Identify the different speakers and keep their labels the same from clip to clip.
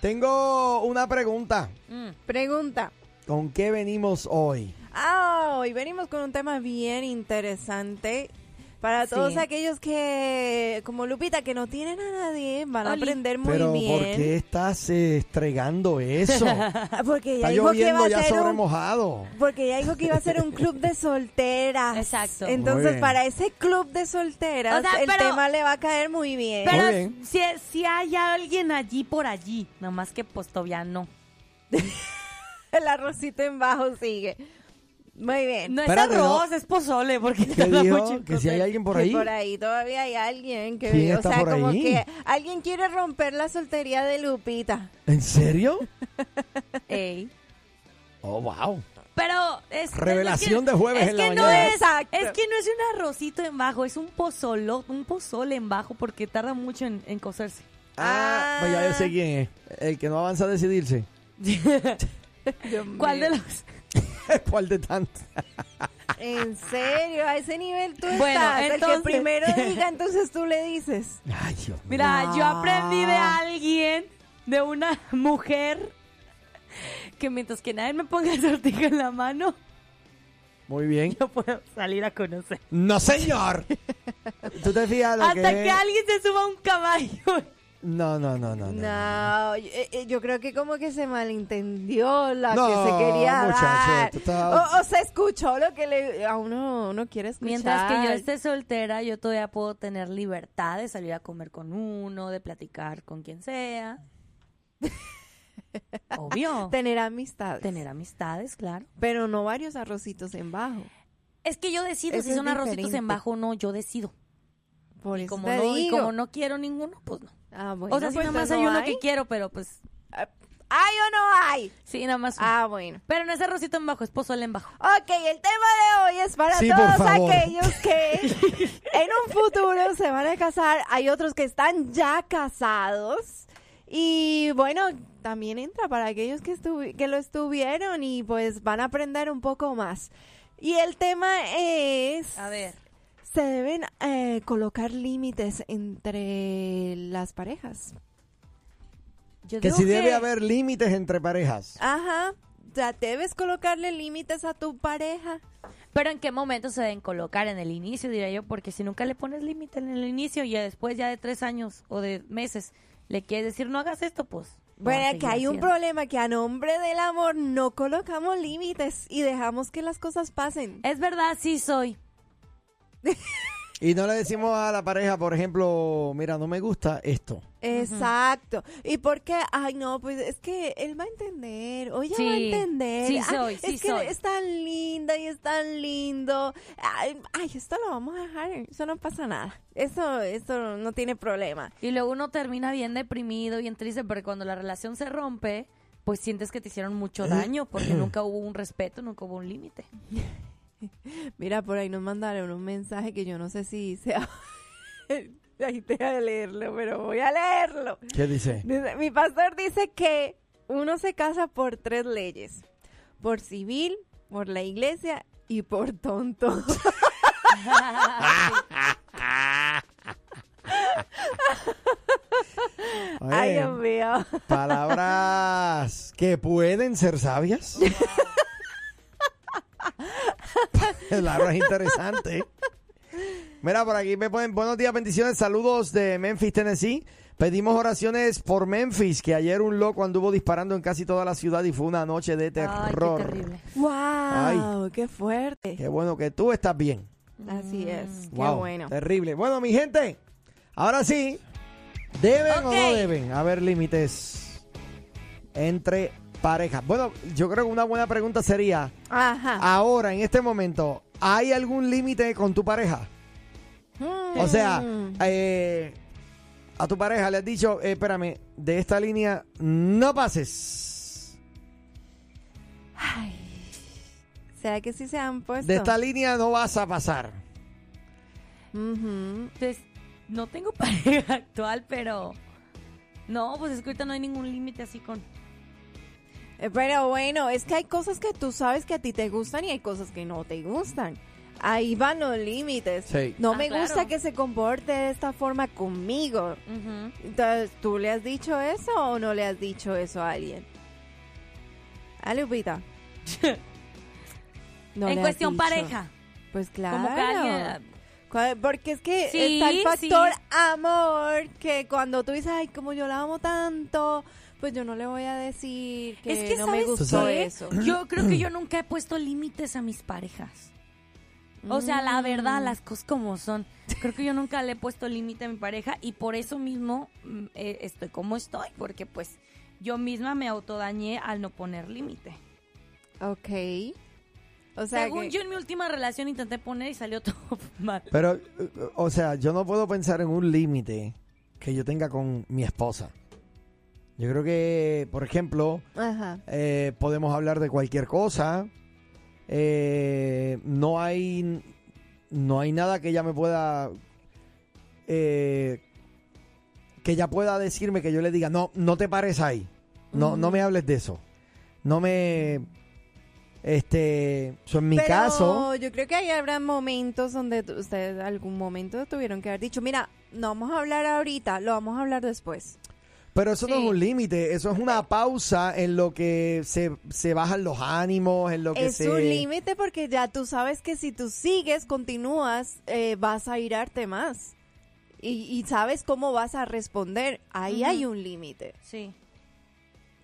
Speaker 1: Tengo una pregunta.
Speaker 2: Mm, Pregunta.
Speaker 1: ¿Con qué venimos hoy?
Speaker 2: Ah, hoy venimos con un tema bien interesante. Para
Speaker 3: Sí.
Speaker 2: todos aquellos que, como Lupita, que no tienen a nadie, van a
Speaker 3: Oli.
Speaker 2: aprender muy
Speaker 1: Pero
Speaker 2: bien.
Speaker 1: ¿por qué estás eh, estregando eso? Está
Speaker 2: Ah, Porque ella dijo que iba
Speaker 1: lloviendo
Speaker 2: a
Speaker 1: ya
Speaker 2: ser
Speaker 1: sobre
Speaker 2: un-
Speaker 1: mojado.
Speaker 2: Porque ella dijo que iba a ser un club de solteras.
Speaker 3: Exacto.
Speaker 1: Muy
Speaker 2: Entonces,
Speaker 1: bien.
Speaker 2: para ese club de solteras,
Speaker 3: O sea,
Speaker 2: el
Speaker 3: pero-
Speaker 2: tema le va a caer muy bien.
Speaker 1: Muy
Speaker 3: Pero
Speaker 1: bien.
Speaker 3: si, si hay alguien allí por allí, nomás que pues todavía no.
Speaker 2: el arrocito en bajo sigue. Muy bien.
Speaker 3: No
Speaker 1: Espérate,
Speaker 3: es
Speaker 1: no.
Speaker 3: arroz, es pozole, porque
Speaker 1: ¿Qué
Speaker 3: tarda
Speaker 1: dijo?
Speaker 3: mucho.
Speaker 1: ¿Que si hay alguien por
Speaker 2: Que
Speaker 1: ahí?
Speaker 2: por ahí todavía hay alguien que...
Speaker 1: ¿Quién
Speaker 2: o
Speaker 1: está
Speaker 2: sea,
Speaker 1: por
Speaker 2: como
Speaker 1: ahí?
Speaker 2: que alguien quiere romper la soltería de Lupita.
Speaker 1: ¿En serio?
Speaker 3: Ey.
Speaker 1: Oh, wow.
Speaker 3: Pero es
Speaker 1: Revelación
Speaker 3: es
Speaker 1: de jueves
Speaker 3: es
Speaker 1: en la
Speaker 3: que no
Speaker 1: mañana.
Speaker 3: es,
Speaker 2: Exacto.
Speaker 3: es que no es un arrocito en bajo, es un pozolo, un pozole en bajo porque tarda mucho en, en cocerse.
Speaker 1: Ah, pues ya yo sé quién es. El que no avanza a decidirse.
Speaker 3: ¿Cuál de los?
Speaker 1: ¿Cuál de tantos?
Speaker 2: En serio, a ese nivel tú
Speaker 3: Bueno,
Speaker 2: estás. El
Speaker 3: entonces-
Speaker 2: que primero diga, entonces tú le dices.
Speaker 1: Ay, Dios mío.
Speaker 3: Mira, yo aprendí de
Speaker 2: Ah.
Speaker 3: alguien, de una mujer, que mientras que nadie me ponga el sortijo en la mano,
Speaker 1: Muy bien.
Speaker 3: yo puedo salir a conocer.
Speaker 1: No, señor. ¿Tú te fijas lo
Speaker 3: Hasta
Speaker 1: que
Speaker 3: que
Speaker 1: es?
Speaker 3: alguien se suba a un caballo.
Speaker 1: No, no, no, no. no.
Speaker 2: No, yo, eh, yo creo que como que se malentendió la
Speaker 1: No,
Speaker 2: que se quería
Speaker 1: muchacho,
Speaker 2: dar.
Speaker 1: tú estás-
Speaker 2: O, o se escuchó lo que le, a uno no quiere escuchar.
Speaker 3: Mientras que yo esté soltera, yo todavía puedo tener libertad de salir a comer con uno, de platicar con quien sea. Obvio.
Speaker 2: Tener amistades.
Speaker 3: Tener amistades, claro.
Speaker 2: Pero no varios arrocitos en bajo.
Speaker 3: Es que yo decido
Speaker 2: Eso
Speaker 3: si son
Speaker 2: es
Speaker 3: arrocitos en
Speaker 2: diferente.
Speaker 3: bajo o no, yo decido.
Speaker 2: Por
Speaker 3: Y
Speaker 2: eso
Speaker 3: como,
Speaker 2: te
Speaker 3: no, y
Speaker 2: digo.
Speaker 3: como no quiero ninguno, pues no.
Speaker 2: Ah, bueno,
Speaker 3: o sea, si
Speaker 2: pues,
Speaker 3: nada más hay
Speaker 2: entonces
Speaker 3: uno
Speaker 2: no
Speaker 3: que quiero, pero pues
Speaker 2: Ah, ¿Hay o no hay?
Speaker 3: sí, nada más uno.
Speaker 2: Ah, bueno.
Speaker 3: Pero no es pues, arrocito en bajo, es pozole en bajo.
Speaker 2: Ok, el tema de hoy es para
Speaker 1: Sí, por
Speaker 2: todos
Speaker 1: favor.
Speaker 2: aquellos que en un futuro se van a casar. Hay otros que están ya casados. Y bueno, también entra para aquellos que, estuvi- que lo estuvieron y pues van a aprender un poco más. Y el tema es...
Speaker 3: A ver.
Speaker 2: Se deben eh, colocar límites entre las parejas.
Speaker 3: Yo
Speaker 1: Que
Speaker 3: digo
Speaker 1: si debe haber límites entre parejas.
Speaker 2: Ajá. Ya debes colocarle límites a tu pareja.
Speaker 3: Pero en qué momento se deben colocar, en el inicio, diría yo, porque si nunca le pones límite en el inicio y ya después ya de tres años o de meses le quieres decir no hagas esto, pues. lo vas a
Speaker 2: Bueno,
Speaker 3: seguir
Speaker 2: que hay un
Speaker 3: haciendo.
Speaker 2: problema que a nombre del amor no colocamos límites y dejamos que las cosas pasen.
Speaker 3: Es verdad, sí soy.
Speaker 1: Y no le decimos a la pareja, por ejemplo, mira, no me gusta esto.
Speaker 2: Exacto. ¿Y por qué? Ay, no, pues es que él va a entender, o ella va a
Speaker 3: Sí,
Speaker 2: entender.
Speaker 3: sí
Speaker 2: Ay,
Speaker 3: soy,
Speaker 2: es
Speaker 3: sí
Speaker 2: que
Speaker 3: soy.
Speaker 2: es tan linda y es tan lindo. Ay, ay, esto lo vamos a dejar, eso no pasa nada. Eso, eso no tiene problema.
Speaker 3: Y luego uno termina bien deprimido, bien triste, porque cuando la relación se rompe, pues sientes que te hicieron mucho daño, porque nunca hubo un respeto, nunca hubo un límite.
Speaker 2: Mira, por ahí nos mandaron un mensaje que yo no sé si sea... Ahí te voy a leerlo, pero voy a leerlo.
Speaker 1: ¿Qué dice?
Speaker 2: Dice, mi pastor dice que uno se casa por tres leyes. Por civil, por la iglesia y por tonto. Ay,
Speaker 1: Oye,
Speaker 2: Dios mío.
Speaker 1: palabras que pueden ser sabias. palabras interesantes. Mira, por aquí me ponen buenos días, bendiciones, saludos de Memphis, Tennessee. Pedimos oraciones por Memphis, que ayer un loco anduvo disparando en casi toda la ciudad y fue una noche de
Speaker 3: Ay,
Speaker 1: terror.
Speaker 3: qué terrible.
Speaker 2: ¡Wow!
Speaker 1: Ay.
Speaker 2: ¡Qué fuerte!
Speaker 1: Qué bueno que tú estás bien.
Speaker 2: Así es. Este.
Speaker 1: Wow,
Speaker 2: ¡Qué bueno!
Speaker 1: Terrible. Bueno, mi gente, ahora sí, ¿deben
Speaker 3: Ok.
Speaker 1: o no deben haber límites entre parejas? Bueno, yo creo que una buena pregunta sería,
Speaker 2: Ajá.
Speaker 1: ahora, en este momento, ¿hay algún límite con tu pareja? O sea,
Speaker 2: Mm.
Speaker 1: eh, a tu pareja le has dicho, eh, espérame, de esta línea no pases.
Speaker 2: Ay, ¿será que sí se han puesto?
Speaker 1: De esta línea no vas a pasar.
Speaker 2: Ujú.
Speaker 3: Entonces, no tengo pareja actual, pero. No, pues es que ahorita no hay ningún límite así con.
Speaker 2: Eh, Pero bueno, es que hay cosas que tú sabes que a ti te gustan y hay cosas que no te gustan. Ahí van los límites.
Speaker 1: Sí.
Speaker 2: No
Speaker 3: Ah,
Speaker 2: me
Speaker 3: claro.
Speaker 2: gusta que se comporte de esta forma conmigo.
Speaker 3: Ujú.
Speaker 2: Entonces, ¿tú le has dicho eso o no le has dicho eso a alguien? A Lupita. No
Speaker 3: en
Speaker 2: le has
Speaker 3: cuestión
Speaker 2: dicho.
Speaker 3: pareja.
Speaker 2: Pues claro.
Speaker 3: Como que alguien.
Speaker 2: Cua- Porque es que
Speaker 3: Sí,
Speaker 2: está el factor
Speaker 3: sí.
Speaker 2: amor que cuando tú dices, ay, como yo la amo tanto, pues yo no le voy a decir que,
Speaker 3: es que
Speaker 2: no me
Speaker 3: sabes
Speaker 2: gustó
Speaker 3: qué?
Speaker 2: eso.
Speaker 3: Yo creo que yo nunca he puesto límites a mis parejas. O sea,
Speaker 2: Mm.
Speaker 3: la verdad, las cosas como son. Creo que yo nunca le he puesto límite a mi pareja y por eso mismo mm, eh, estoy como estoy, porque pues yo misma me autodañé al no poner límite.
Speaker 2: Ok. O sea,
Speaker 3: Según
Speaker 2: que-
Speaker 3: yo en mi última relación intenté poner y salió todo mal.
Speaker 1: Pero, eh, o sea, yo no puedo pensar en un límite que yo tenga con mi esposa. Yo creo que, por ejemplo,
Speaker 2: Ajá.
Speaker 1: eh, podemos hablar de cualquier cosa. Eh, no hay no hay nada que ella me pueda eh, que ella pueda decirme que yo le diga no no te pares ahí no no me hables de eso no me este so, en mi
Speaker 2: Pero
Speaker 1: caso
Speaker 2: yo creo que ahí habrá momentos donde t- ustedes algún momento tuvieron que haber dicho, mira, no vamos a hablar ahorita, lo vamos a hablar después.
Speaker 1: Pero eso no
Speaker 3: Sí.
Speaker 1: es un límite, eso es una pausa en lo que se, se bajan los ánimos, en lo que
Speaker 2: Es
Speaker 1: se...
Speaker 2: un límite porque ya tú sabes que si tú sigues, continúas, eh, vas a irarte más. Y, y sabes cómo vas a responder. Ahí
Speaker 3: Ujú.
Speaker 2: hay un límite.
Speaker 3: Sí.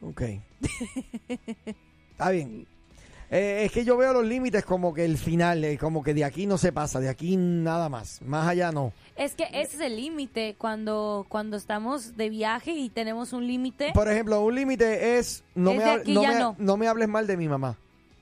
Speaker 1: Ok. Está bien. Eh, es que yo veo los límites como que el final, eh, como que de aquí no se pasa, de aquí nada más, más allá no.
Speaker 3: Es que ese es el límite cuando, cuando estamos de viaje y tenemos un límite.
Speaker 1: Por ejemplo, un límite es no,
Speaker 3: Es
Speaker 1: me,
Speaker 3: de
Speaker 1: hab-
Speaker 3: aquí
Speaker 1: no,
Speaker 3: ya
Speaker 1: me,
Speaker 3: no.
Speaker 1: no me hables mal de mi mamá.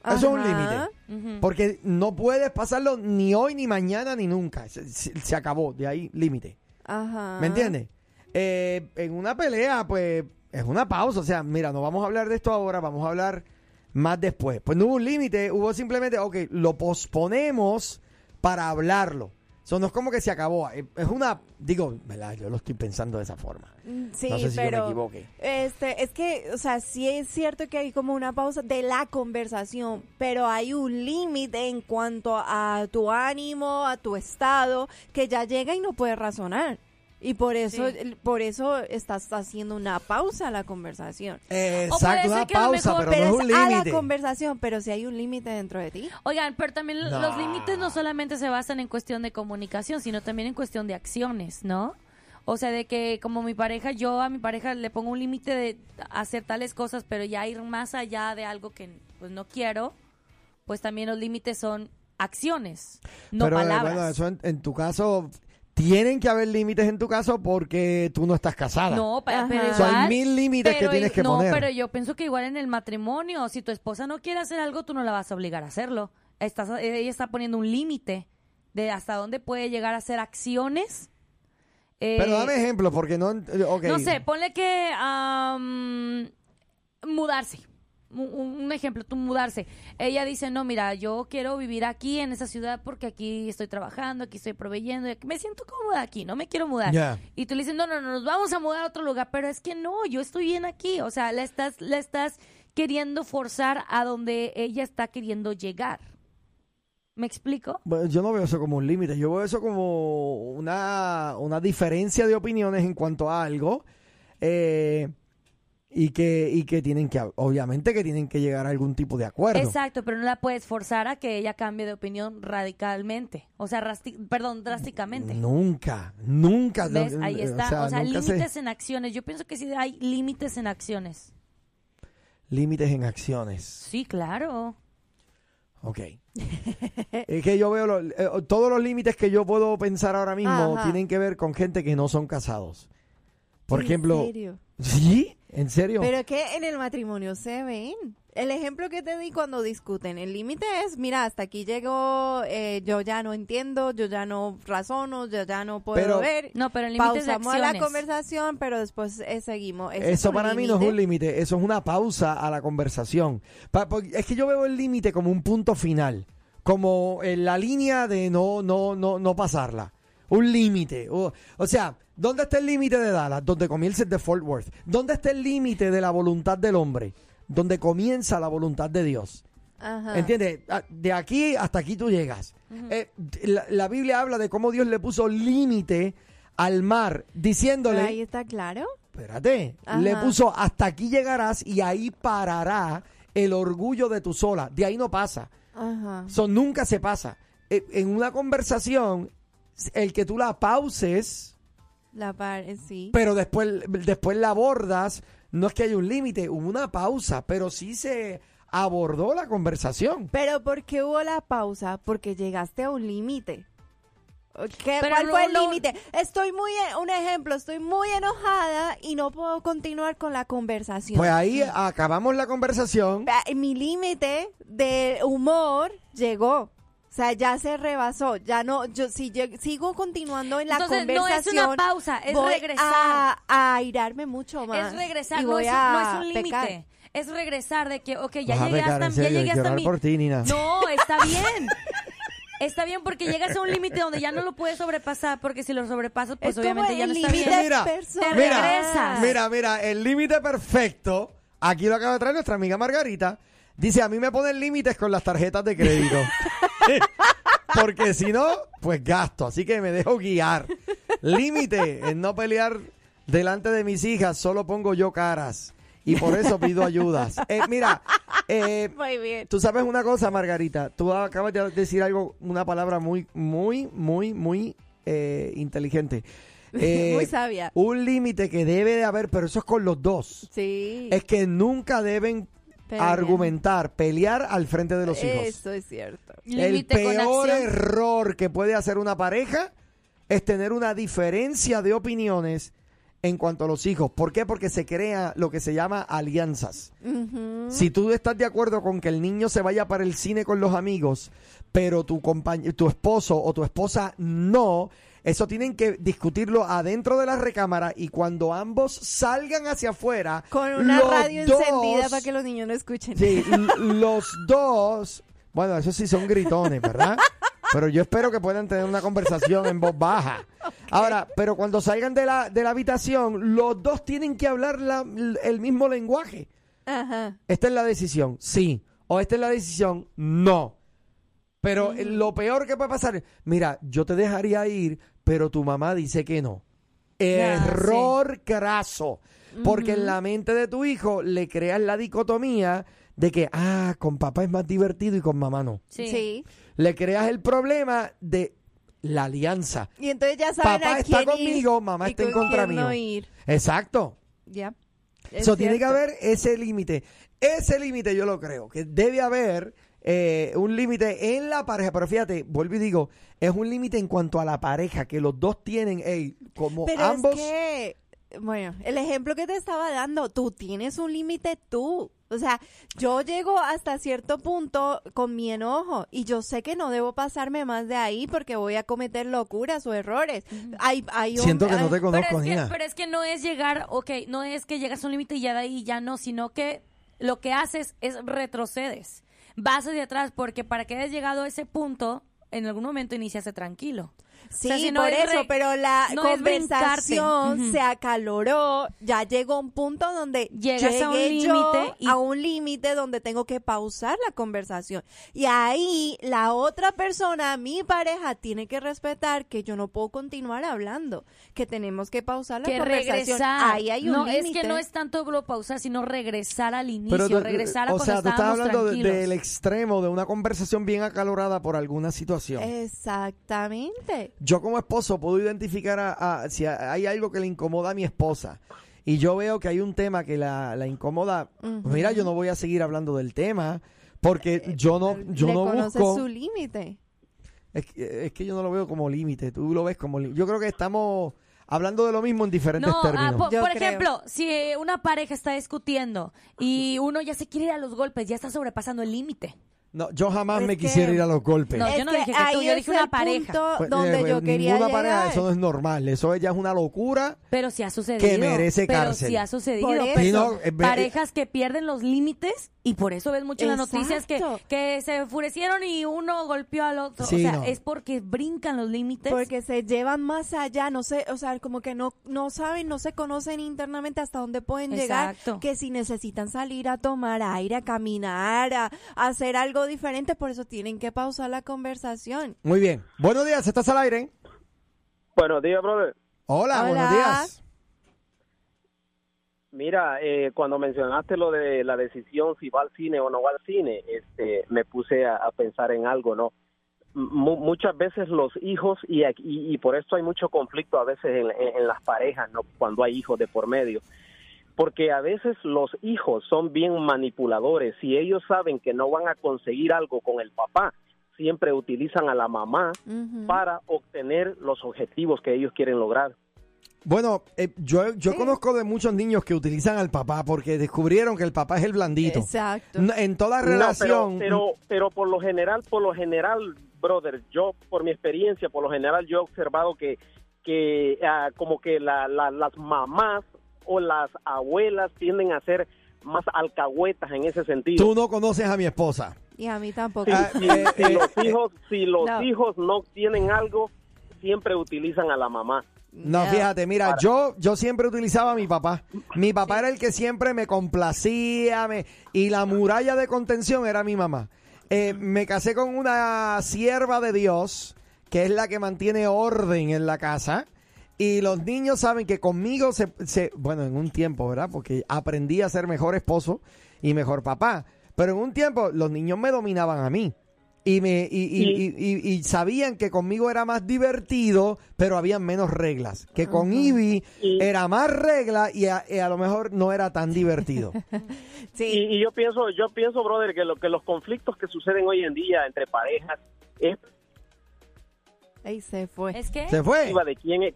Speaker 1: Eso es un
Speaker 2: Ajá.
Speaker 1: límite.
Speaker 3: Ujú.
Speaker 1: Porque no puedes pasarlo ni hoy, ni mañana, ni nunca. Se, se- se acabó, de ahí límite.
Speaker 2: Ajá.
Speaker 1: ¿Me entiendes? Eh, en una pelea, pues, es una pausa. O sea, mira, no vamos a hablar de esto ahora, vamos a hablar más después. Pues no hubo un límite, hubo simplemente, ok, lo posponemos para hablarlo. Eso no es como que se acabó. eh, Es una, digo, ¿verdad? Yo lo estoy pensando de esa forma.
Speaker 2: Mm, Sí,
Speaker 1: no sé si yo me
Speaker 2: pero
Speaker 1: equivoque.
Speaker 2: Este, es que, o sea, sí es cierto que hay como una pausa de la conversación, pero hay un límite en cuanto a tu ánimo, a tu estado, que ya llega y no puedes razonar. Y por eso,
Speaker 3: Sí.
Speaker 2: el- por eso estás haciendo una pausa a la conversación.
Speaker 1: Exacto,
Speaker 3: ser
Speaker 1: una
Speaker 3: que a lo
Speaker 1: pausa,
Speaker 3: mejor-
Speaker 1: pero, no es un
Speaker 2: a la
Speaker 1: límite.
Speaker 2: conversación, pero si hay un límite dentro de ti.
Speaker 3: Oigan, pero también
Speaker 1: No.
Speaker 3: los límites no solamente se basan en cuestión de comunicación, sino también en cuestión de acciones, ¿no? O sea, de que como mi pareja, yo a mi pareja le pongo un límite de hacer tales cosas, pero ya ir más allá de algo que pues no quiero, pues también los límites son acciones, no
Speaker 1: pero eh,
Speaker 3: palabras.
Speaker 1: bueno, eso en, en tu caso, tienen que haber límites en tu caso porque tú no estás casada.
Speaker 3: No, pa-
Speaker 2: Ajá.
Speaker 3: pero
Speaker 2: O sea,
Speaker 1: hay
Speaker 3: igual-
Speaker 1: mil límites que
Speaker 3: pero
Speaker 1: tienes
Speaker 3: i-
Speaker 1: que
Speaker 3: no,
Speaker 1: poner.
Speaker 3: pero yo pienso que igual en el matrimonio, si tu esposa no quiere hacer algo, tú no la vas a obligar a hacerlo. Estás, eh, ella está poniendo un límite de hasta dónde puede llegar a hacer acciones. eh,
Speaker 1: Pero dame ejemplos porque no... ent- ok.
Speaker 3: No sé, ponle que am, mudarse. Un, un- un ejemplo, tú mudarse. Ella dice, no, mira, yo quiero vivir aquí en esa ciudad porque aquí estoy trabajando, aquí estoy proveyendo, y aquí- me siento cómoda aquí, no me quiero mudar.
Speaker 1: Ya.
Speaker 3: Y tú le dices, no, no, no, nos vamos a mudar a otro lugar, pero es que no, yo estoy bien aquí. O sea, la estás, la estás queriendo forzar a donde ella está queriendo llegar. ¿Me explico?
Speaker 1: Bueno, yo no veo eso como un límite, yo veo eso como una, una diferencia de opiniones en cuanto a algo eh, y, que, y que tienen que, obviamente que tienen que llegar a algún tipo de acuerdo.
Speaker 3: Exacto, pero no la puedes forzar a que ella cambie de opinión radicalmente. O sea, rasti- perdón, drásticamente.
Speaker 1: Nunca, nunca.
Speaker 3: ¿Ves?
Speaker 1: no,
Speaker 3: Ahí
Speaker 1: eh,
Speaker 3: está. O sea,
Speaker 1: nunca se-
Speaker 3: límites en acciones. Yo pienso que sí hay límites en acciones.
Speaker 1: límites en acciones.
Speaker 3: Sí, claro.
Speaker 1: Ok. es que yo veo, lo- eh, todos los límites que yo puedo pensar ahora mismo
Speaker 2: Ajá.
Speaker 1: tienen que ver con gente que no son casados. Por
Speaker 2: ¿En
Speaker 1: ejemplo...
Speaker 2: serio?
Speaker 1: ¿Sí? ¿En serio?
Speaker 2: Pero que en el matrimonio se ven. El ejemplo que te di cuando discuten, el límite es, mira, hasta aquí llegó, eh, yo ya no entiendo, yo ya no razono, yo ya no puedo
Speaker 1: Pero-
Speaker 2: ver.
Speaker 3: No, pero el límite es de
Speaker 2: Pausamos la
Speaker 3: acciones.
Speaker 2: conversación, pero después eh, seguimos. Ese es
Speaker 1: Eso
Speaker 2: un
Speaker 1: para mí no es
Speaker 2: límite.
Speaker 1: un límite, eso es una pausa a la conversación. Pa- por- es que yo veo el límite como un punto final, como eh, la línea de no, no, no, no pasarla. Un límite. O, o sea, ¿dónde está el límite de Dallas? Donde comienza el de Fort Worth. ¿Dónde está el límite de la voluntad del hombre? Donde comienza la voluntad de Dios.
Speaker 2: Ajá.
Speaker 1: ¿Entiendes? Ah, De aquí hasta aquí tú llegas. Eh, la, la Biblia habla de cómo Dios le puso límite al mar,
Speaker 2: Pero
Speaker 1: diciéndole
Speaker 2: ahí está claro.
Speaker 1: espérate,
Speaker 2: Ajá.
Speaker 1: le puso hasta aquí llegarás y ahí parará el orgullo de tu sola. De ahí no pasa.
Speaker 2: Ajá.
Speaker 1: Eso nunca se pasa. E- En una conversación, el que tú la pauses,
Speaker 2: La par, eh, sí.
Speaker 1: pero después, después la abordas, no es que haya un límite, hubo una pausa, pero sí se abordó la conversación.
Speaker 2: Pero ¿por qué hubo la pausa? Porque llegaste a un límite. ¿Qué-
Speaker 3: Pero
Speaker 2: ¿Cuál
Speaker 3: no
Speaker 2: fue el
Speaker 3: lo-
Speaker 2: límite? Estoy muy, en- un ejemplo, estoy muy enojada y no puedo continuar con la conversación.
Speaker 1: Pues ahí acabamos la conversación.
Speaker 2: Ve- Mi límite de humor llegó. O sea, ya se rebasó. Ya no, yo si yo sigo continuando en la
Speaker 3: Entonces, no es
Speaker 2: conversación.
Speaker 3: una pausa, es
Speaker 2: voy
Speaker 3: regresar.
Speaker 2: A, a airarme mucho más.
Speaker 3: Es regresar,
Speaker 2: y
Speaker 3: no
Speaker 2: voy
Speaker 3: es, un-
Speaker 2: a
Speaker 3: no es un
Speaker 2: pecar.
Speaker 3: límite. Es regresar de que, ok, ya
Speaker 1: Vas a
Speaker 3: llegué
Speaker 1: pecar,
Speaker 3: hasta,
Speaker 1: en serio,
Speaker 3: ya llegué hasta
Speaker 1: llorar
Speaker 3: mi-
Speaker 1: por ti, Nina.
Speaker 3: No, está bien. Está bien porque llegas a un límite donde ya no lo puedes sobrepasar porque si lo sobrepasas, pues
Speaker 2: Es como
Speaker 3: obviamente ya
Speaker 2: el
Speaker 3: no está
Speaker 2: límite
Speaker 3: bien.
Speaker 1: Mira,
Speaker 2: personal.
Speaker 3: Te regresas.
Speaker 1: Mira, mira, el límite perfecto. Aquí lo acaba de traer nuestra amiga Margarita. Dice, a mí me ponen límites con las tarjetas de crédito. Porque si no, pues gasto. Así que me dejo guiar. Límite en no pelear delante de mis hijas. Solo pongo yo caras. Y por eso pido ayudas. Eh, mira, eh,
Speaker 2: Muy bien.
Speaker 1: Tú sabes una cosa, Margarita. Tú acabas de decir algo, una palabra muy, muy, muy, muy eh, inteligente. Eh,
Speaker 2: Muy sabia.
Speaker 1: Un límite que debe de haber, pero eso es con los dos.
Speaker 2: Sí.
Speaker 1: Es que nunca deben
Speaker 2: Pelear.
Speaker 1: argumentar, pelear al frente de los hijos.
Speaker 2: Eso es cierto.
Speaker 1: El
Speaker 3: Límite con
Speaker 1: peor
Speaker 3: acción.
Speaker 1: error que puede hacer una pareja es tener una diferencia de opiniones en cuanto a los hijos. ¿Por qué? Porque se crea lo que se llama alianzas. Si tú estás de acuerdo con que el niño se vaya para el cine con los amigos, pero tu, compañ- tu esposo o tu esposa no, eso tienen que discutirlo adentro de la recámara y cuando ambos salgan hacia afuera...
Speaker 2: Con una
Speaker 1: los
Speaker 2: radio encendida
Speaker 1: dos-
Speaker 2: para que los niños no escuchen.
Speaker 1: Sí, l- los dos, bueno, esos sí son gritones, ¿verdad? Pero yo espero que puedan tener una conversación en voz baja. Ahora, pero cuando salgan de la, de la habitación, los dos tienen que hablar la- el mismo lenguaje.
Speaker 2: Ajá.
Speaker 1: Esta es la decisión, sí. O esta es la decisión, no. Pero eh, lo peor que puede pasar es, mira, yo te dejaría ir, pero tu mamá dice que no.
Speaker 3: Ya,
Speaker 1: Error craso. Porque en la mente de tu hijo le creas la dicotomía de que, ah, con papá es más divertido y con mamá no.
Speaker 2: Sí.
Speaker 3: Sí.
Speaker 1: Le creas el problema de la alianza.
Speaker 2: Y entonces ya saben
Speaker 1: Papá
Speaker 2: a
Speaker 1: está
Speaker 2: quién ir
Speaker 1: conmigo, mamá
Speaker 2: y
Speaker 1: está en
Speaker 2: con
Speaker 1: contra
Speaker 2: quién no
Speaker 1: mío.
Speaker 2: ir.
Speaker 1: Exacto.
Speaker 2: Ya. Es
Speaker 1: Eso tiene que
Speaker 2: cierto.
Speaker 1: haber ese límite. Ese límite yo lo creo, que debe haber eh, un límite en la pareja. Pero fíjate, vuelvo y digo, es un límite en cuanto a la pareja, que los dos tienen, ey, como
Speaker 2: Pero
Speaker 1: ambos...
Speaker 2: es que, bueno, el ejemplo que te estaba dando, tú tienes un límite tú. O sea, yo llego hasta cierto punto con mi enojo y yo sé que no debo pasarme más de ahí porque voy a cometer locuras o errores. Hay, hay hom-
Speaker 1: Siento que no
Speaker 2: hay-
Speaker 1: te conozco,
Speaker 3: pero, es que,
Speaker 1: Nina.
Speaker 3: pero es que no es llegar, ok, no es que llegas a un límite y ya de ahí ya no, sino que lo que haces es retrocedes. Vas hacia atrás porque para que hayas llegado a ese punto, en algún momento iniciaste tranquilo.
Speaker 2: Sí,
Speaker 3: sea, si no
Speaker 2: por
Speaker 3: es
Speaker 2: eso,
Speaker 3: re-
Speaker 2: pero la
Speaker 3: no es brincarte.
Speaker 2: conversación
Speaker 3: Ujú.
Speaker 2: se acaloró, ya llegó un punto donde
Speaker 3: Llegas a un
Speaker 2: llegué yo
Speaker 3: límite y-
Speaker 2: a un límite donde tengo que pausar la conversación. Y ahí la otra persona, mi pareja, tiene que respetar que yo no puedo continuar hablando, que tenemos que pausar la
Speaker 3: que
Speaker 2: conversación.
Speaker 3: regresar.
Speaker 2: Ahí hay un
Speaker 3: no, es
Speaker 2: límite.
Speaker 3: que no es tanto lo pausar, sino regresar al inicio,
Speaker 1: Pero tú-
Speaker 3: regresar a
Speaker 1: o
Speaker 3: cuando
Speaker 1: sea, tú estás
Speaker 3: estábamos
Speaker 1: hablando de-
Speaker 3: tranquilos.
Speaker 1: del extremo de una conversación bien acalorada por alguna situación.
Speaker 2: Exactamente.
Speaker 1: Yo como esposo puedo identificar a, a- si hay algo que le incomoda a mi esposa y yo veo que hay un tema que la, la incomoda, Pues mira, yo no voy a seguir hablando del tema porque yo no, yo
Speaker 2: Eh, Le
Speaker 1: no
Speaker 2: conoces
Speaker 1: busco...
Speaker 2: su límite.
Speaker 1: Es que, es que yo no lo veo como límite, tú lo ves como límite. Yo creo que estamos hablando de lo mismo en diferentes
Speaker 3: No, ah,
Speaker 1: términos.
Speaker 3: po-
Speaker 2: Yo
Speaker 3: por
Speaker 2: creo.
Speaker 3: ejemplo, si eh, una pareja está discutiendo y uno ya se quiere ir a los golpes, ya está sobrepasando el límite.
Speaker 1: No, yo jamás
Speaker 2: Es
Speaker 1: me
Speaker 2: que-
Speaker 1: quisiera ir a los golpes.
Speaker 3: No, yo
Speaker 2: Es
Speaker 3: dije que tú, yo
Speaker 2: ahí
Speaker 3: dije
Speaker 2: es
Speaker 3: una
Speaker 2: el
Speaker 3: pareja.
Speaker 2: punto
Speaker 1: Pues,
Speaker 2: donde
Speaker 1: eh,
Speaker 2: yo quería
Speaker 1: ninguna
Speaker 2: llegar.
Speaker 1: pareja, eso no es normal. Eso ya es una locura.
Speaker 3: Pero sí ha sucedido.
Speaker 1: Que merece
Speaker 3: pero
Speaker 1: cárcel.
Speaker 3: sí ha sucedido.
Speaker 2: Por
Speaker 3: Pero
Speaker 2: eso.
Speaker 1: Sí, no, eh, ve-
Speaker 3: parejas que pierden los límites y por eso ves mucho en las noticias que,
Speaker 2: Exacto.
Speaker 3: que se enfurecieron y uno golpeó al otro.
Speaker 1: Sí,
Speaker 3: o sea,
Speaker 1: no.
Speaker 3: es porque brincan los límites.
Speaker 2: Porque se llevan más allá, no sé, o sea, como que no, no saben, no se conocen internamente hasta dónde pueden
Speaker 3: Exacto.
Speaker 2: llegar, que si necesitan salir a tomar aire, a caminar, a, a hacer algo diferente, por eso tienen que pausar la conversación.
Speaker 1: Muy bien. Buenos días, estás al aire.
Speaker 4: Buenos días, brother.
Speaker 1: Hola,
Speaker 2: Hola.
Speaker 1: buenos días.
Speaker 4: Mira, eh, cuando mencionaste lo de la decisión si va al cine o no va al cine, este, me puse a, a pensar en algo, ¿no? Mu- muchas veces los hijos, y, aquí- y, y por esto hay mucho conflicto a veces en, en- en las parejas, ¿no? Cuando hay hijos de por medio. Porque a veces los hijos son bien manipuladores. Si ellos saben que no van a conseguir algo con el papá, siempre utilizan a la mamá
Speaker 2: Ujú.
Speaker 4: para obtener los objetivos que ellos quieren lograr.
Speaker 1: Bueno, eh, yo, yo conozco de muchos niños que utilizan al papá porque descubrieron que el papá es el blandito.
Speaker 2: Exacto.
Speaker 1: No, En toda
Speaker 4: No,
Speaker 1: relación.
Speaker 4: pero, pero, pero por lo general, por lo general, brother, yo por mi experiencia, por lo general, yo he observado que, que ah, como que la- la- las mamás o las abuelas tienden a ser más alcahuetas en ese sentido.
Speaker 1: Tú no conoces a mi esposa.
Speaker 2: Y a mí tampoco.
Speaker 4: Si,
Speaker 1: Ah,
Speaker 4: si-
Speaker 1: eh,
Speaker 4: si
Speaker 1: eh,
Speaker 4: los hijos, si los
Speaker 2: no.
Speaker 4: hijos no tienen algo, siempre utilizan a la mamá.
Speaker 1: No, fíjate, mira, yo yo siempre utilizaba a mi papá. Mi papá era el que siempre me complacía me- y la muralla de contención era mi mamá. Eh, me casé con una sierva de Dios, que es la que mantiene orden en la casa. Y los niños saben que conmigo se, se- Bueno, en un tiempo, ¿verdad? Porque aprendí a ser mejor esposo y mejor papá. Pero en un tiempo los niños me dominaban a mí. Y, me, y, y-
Speaker 4: Y-
Speaker 1: y- y- y sabían que conmigo era más divertido, pero habían menos reglas. Que con Ivy
Speaker 4: Y-
Speaker 1: era más regla y a, y a lo mejor no era tan divertido.
Speaker 2: Sí.
Speaker 4: Y, y yo pienso, yo pienso, brother, que, lo, que los conflictos que suceden hoy en día entre parejas es
Speaker 2: Ahí se fue.
Speaker 3: ¿Es que?
Speaker 1: ¿Se fue?
Speaker 4: culpa de quién es.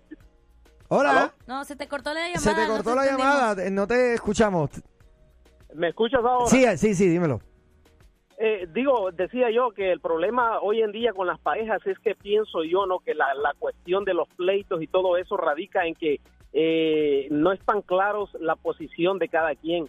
Speaker 1: Hola.
Speaker 3: No, se te cortó la llamada.
Speaker 1: Se te
Speaker 3: no
Speaker 1: cortó la
Speaker 3: entendimos.
Speaker 1: llamada, eh, no te escuchamos.
Speaker 4: ¿Me escuchas ahora?
Speaker 1: Sí, eh, sí, sí, dímelo.
Speaker 4: Eh, digo, decía yo que el problema hoy en día con las parejas es que pienso yo, ¿no? Que la, la cuestión de los pleitos y todo eso radica en que eh, no están claros la posición de cada quien.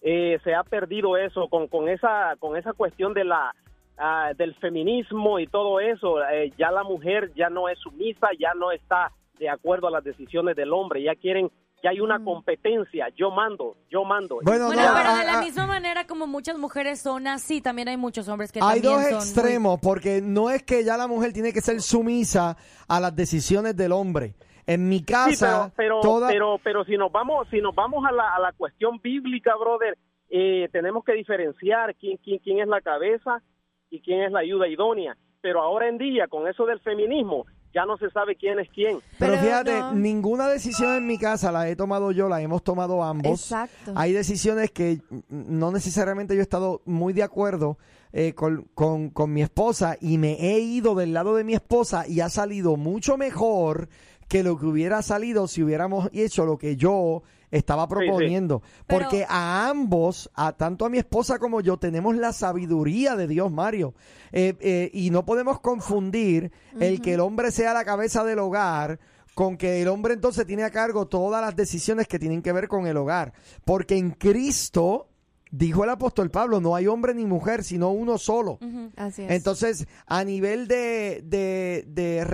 Speaker 4: Eh, se ha perdido eso con, con esa con esa cuestión de la ah, del feminismo y todo eso eh, ya la mujer ya no es sumisa ya no está de acuerdo a las decisiones del hombre ya quieren ya hay una competencia yo mando yo mando
Speaker 1: Bueno,
Speaker 3: Bueno,
Speaker 1: no,
Speaker 3: pero
Speaker 1: ah,
Speaker 3: de la
Speaker 1: ah,
Speaker 3: misma manera como muchas mujeres son así, también hay muchos hombres que
Speaker 1: Hay
Speaker 3: también
Speaker 1: dos
Speaker 3: son muy-
Speaker 1: extremos, porque no es que ya la mujer tiene que ser sumisa a las decisiones del hombre. En mi
Speaker 4: Sí,
Speaker 1: casa,
Speaker 4: pero, pero,
Speaker 1: toda-
Speaker 4: pero, pero si nos vamos, si nos vamos a la, a la cuestión bíblica, brother, eh, tenemos que diferenciar quién, quién, quién es la cabeza y quién es la ayuda idónea. Pero ahora en día, con eso del feminismo, ya no se sabe quién es quién.
Speaker 1: Pero,
Speaker 2: Pero
Speaker 1: fíjate,
Speaker 2: no.
Speaker 1: ninguna decisión en mi casa la he tomado yo, la hemos tomado ambos.
Speaker 2: Exacto.
Speaker 1: Hay decisiones que mm, no necesariamente yo he estado muy de acuerdo eh, con, con- con mi esposa y me he ido del lado de mi esposa y ha salido mucho mejor que lo que hubiera salido si hubiéramos hecho lo que yo estaba
Speaker 4: sí.
Speaker 1: proponiendo.
Speaker 3: Pero-
Speaker 1: Porque a ambos, a tanto a mi esposa como yo, tenemos la sabiduría de Dios, Mario. Eh, eh, y no podemos confundir el que el hombre sea la cabeza del hogar con que el hombre entonces tiene a cargo todas las decisiones que tienen que ver con el hogar. Porque en Cristo, dijo el apóstol Pablo, no hay hombre ni mujer, sino uno solo.
Speaker 2: Mm, Así es.
Speaker 1: Entonces, a nivel de, de- de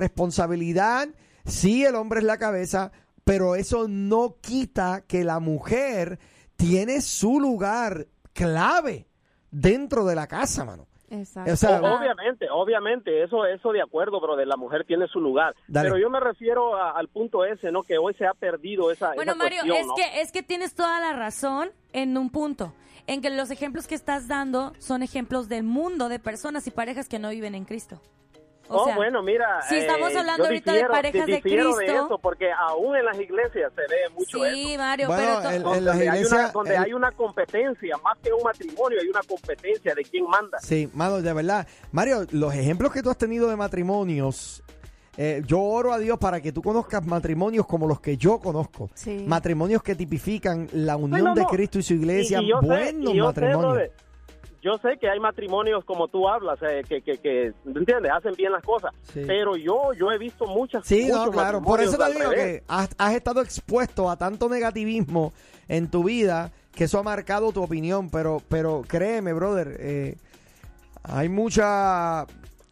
Speaker 1: responsabilidad, sí, el hombre es la cabeza, pero eso no quita que la mujer tiene su lugar clave dentro de la casa, mano.
Speaker 2: Exacto.
Speaker 1: O sea,
Speaker 4: O- obviamente, obviamente, eso, eso de acuerdo, brother, la mujer tiene su lugar.
Speaker 1: Dale.
Speaker 4: Pero yo me refiero a- al punto ese, ¿no? Que hoy se ha perdido esa,
Speaker 3: Bueno,
Speaker 4: esa
Speaker 3: Mario,
Speaker 4: cuestión,
Speaker 3: es,
Speaker 4: ¿no?
Speaker 3: que, es que tienes toda la razón en un punto, en que los ejemplos que estás dando son ejemplos del mundo, de personas y parejas que no viven en Cristo. O
Speaker 4: Oh,
Speaker 3: sea,
Speaker 4: bueno, mira. eh,
Speaker 3: si estamos hablando
Speaker 4: yo
Speaker 3: ahorita de
Speaker 4: difiero-
Speaker 3: parejas de
Speaker 4: difiero
Speaker 3: Cristo.
Speaker 4: eso, porque aún en las iglesias se ve mucho eso.
Speaker 3: sí, Mario,
Speaker 1: Bueno,
Speaker 3: pero... to-
Speaker 1: el-
Speaker 4: donde,
Speaker 1: en las
Speaker 4: hay, una,
Speaker 1: iglesias,
Speaker 4: donde
Speaker 1: el-
Speaker 4: hay una competencia, más que un matrimonio, hay una competencia de quién manda.
Speaker 1: Sí, mano, de verdad. Mario, los ejemplos que tú has tenido de matrimonios eh, yo oro a Dios para que tú conozcas matrimonios como los que yo conozco.
Speaker 2: Sí.
Speaker 1: Matrimonios que tipifican la unión
Speaker 4: Pues no,
Speaker 1: de
Speaker 4: no.
Speaker 1: Cristo y su iglesia.
Speaker 4: Y- y yo sé-
Speaker 1: Buenos
Speaker 4: y yo sé,
Speaker 1: matrimonios.
Speaker 4: brother, yo sé que hay matrimonios como tú hablas, eh, que, que, que, ¿me entiendes? Hacen bien las cosas.
Speaker 1: Sí.
Speaker 4: Pero yo, yo he visto muchas
Speaker 1: Sí, no,
Speaker 4: muchos
Speaker 1: claro. Por eso te
Speaker 4: matrimonios
Speaker 1: digo
Speaker 4: al revés.
Speaker 1: que has, has estado expuesto a tanto negativismo en tu vida que eso ha marcado tu opinión. Pero, pero créeme, brother, eh, hay mucha,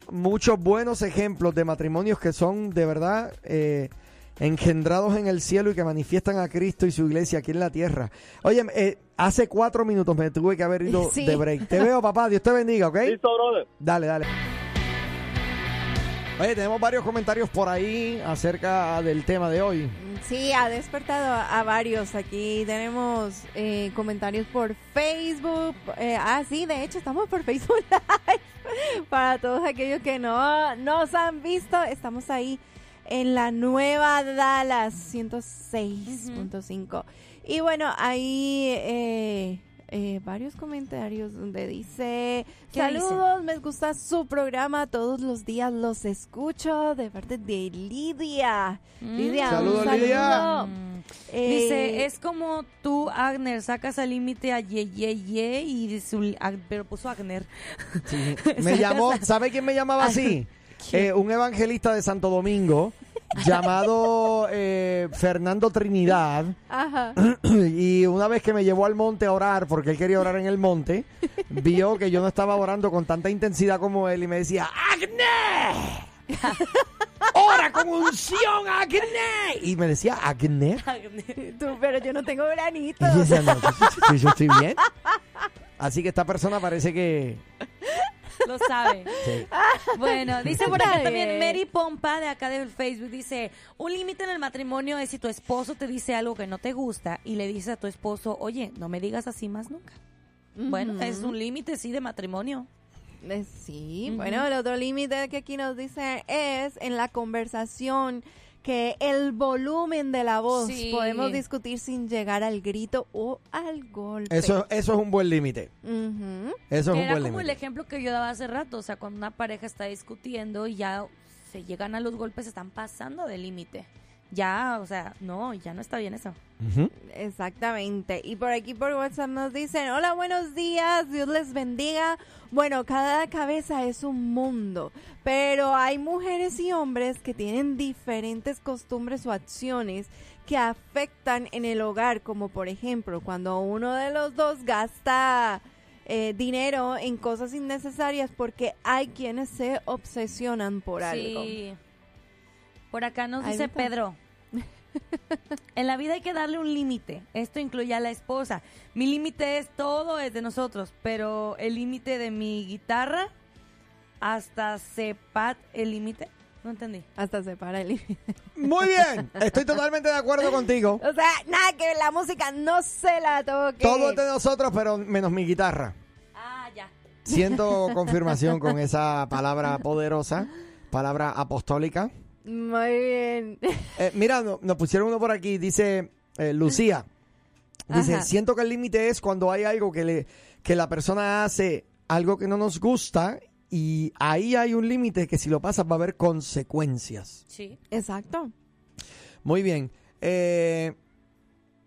Speaker 1: muchos buenos ejemplos de matrimonios que son de verdad eh, engendrados en el cielo y que manifiestan a Cristo y su iglesia aquí en la tierra. Oye, eh, hace cuatro minutos me tuve que haber ido
Speaker 2: Sí.
Speaker 1: de break. Te veo, papá. Dios te bendiga, ¿ok?
Speaker 4: Listo, brother.
Speaker 1: Dale, dale. Oye, tenemos varios comentarios por ahí acerca del tema de hoy.
Speaker 2: Sí, ha despertado a a varios. Aquí tenemos eh, comentarios por Facebook. Eh, ah, sí, de hecho, estamos por Facebook Live. Para todos aquellos que no nos han visto, estamos ahí en la nueva Dallas 106.5. Y bueno, ahí eh, eh, varios comentarios donde dice,
Speaker 3: ¿Qué
Speaker 2: saludos, me gusta su programa, todos los días los escucho de parte de Lidia. Lidia,
Speaker 1: Saludos,
Speaker 2: Mm. un saludo.
Speaker 1: Lidia.
Speaker 3: Mm.
Speaker 2: Eh,
Speaker 3: Dice, es como tú, Agner, sacas al límite a Ye Ye Ye y de su, a- pero puso Agner.
Speaker 1: Me llamó, ¿sabe quién me llamaba así? Eh, un evangelista de Santo Domingo llamado eh, Fernando Trinidad.
Speaker 2: Ajá.
Speaker 1: Y una vez que me llevó al monte a orar, porque él quería orar en el monte, vio que yo no estaba orando con tanta intensidad como él y me decía, ¡Agné! ¡Ora con unción, Agné! Y me decía, ¿Agné?
Speaker 3: Agner.
Speaker 2: Tú, pero yo no tengo granito.
Speaker 1: Y yo decía, no, yo, yo- yo estoy bien. Así que esta persona parece que...
Speaker 3: Lo sabe.
Speaker 1: sí.
Speaker 3: Bueno, dice por acá
Speaker 2: Está
Speaker 3: también
Speaker 2: bien.
Speaker 3: Mary Pompa de acá del Facebook, dice, un límite en el matrimonio es si tu esposo te dice algo que no te gusta y le dices a tu esposo, oye, no me digas así más nunca. Bueno, es un límite, sí, de matrimonio.
Speaker 2: Eh, Sí,
Speaker 3: Ujú.
Speaker 2: bueno, el otro límite que aquí nos dice es en la conversación que el volumen de la voz
Speaker 3: Sí.
Speaker 2: podemos discutir sin llegar al grito o al golpe.
Speaker 1: Eso, eso es un buen límite.
Speaker 2: Ujú.
Speaker 1: Eso es
Speaker 3: Que
Speaker 1: un
Speaker 3: era
Speaker 1: buen
Speaker 3: como el
Speaker 1: límite.
Speaker 3: ejemplo que yo daba hace rato, o sea, cuando una pareja está discutiendo y ya se llegan a los golpes, se están pasando del límite. Ya, o sea, no, ya no está bien eso.
Speaker 1: Ujú.
Speaker 2: Exactamente. Y por aquí por WhatsApp nos dicen, hola, buenos días, Dios les bendiga. Bueno, cada cabeza es un mundo, pero hay mujeres y hombres que tienen diferentes costumbres o acciones que afectan en el hogar, como por ejemplo cuando uno de los dos gasta eh, dinero en cosas innecesarias porque hay quienes se obsesionan por algo.
Speaker 3: Sí. Por acá nos
Speaker 2: Ahí
Speaker 3: dice
Speaker 2: está.
Speaker 3: Pedro. En la vida hay que darle un límite. Esto incluye a la esposa. Mi límite es todo es de nosotros, pero el límite de mi guitarra hasta sepat el límite. No entendí.
Speaker 2: Hasta se para el
Speaker 1: Muy bien, estoy totalmente de acuerdo contigo.
Speaker 2: O sea, nada que la música no se la toque.
Speaker 1: Todo es de nosotros, pero menos mi guitarra.
Speaker 3: Ah, ya.
Speaker 1: Siento confirmación con esa palabra poderosa, palabra apostólica.
Speaker 2: Muy bien.
Speaker 1: Eh, mira, no- nos pusieron uno por aquí, dice eh, Lucía. Dice,
Speaker 2: Ajá.
Speaker 1: siento que el límite es cuando hay algo que, le, que la persona hace, algo que no nos gusta, y ahí hay un límite que si lo pasas va a haber consecuencias.
Speaker 3: Sí.
Speaker 2: Exacto.
Speaker 1: Muy bien. Eh,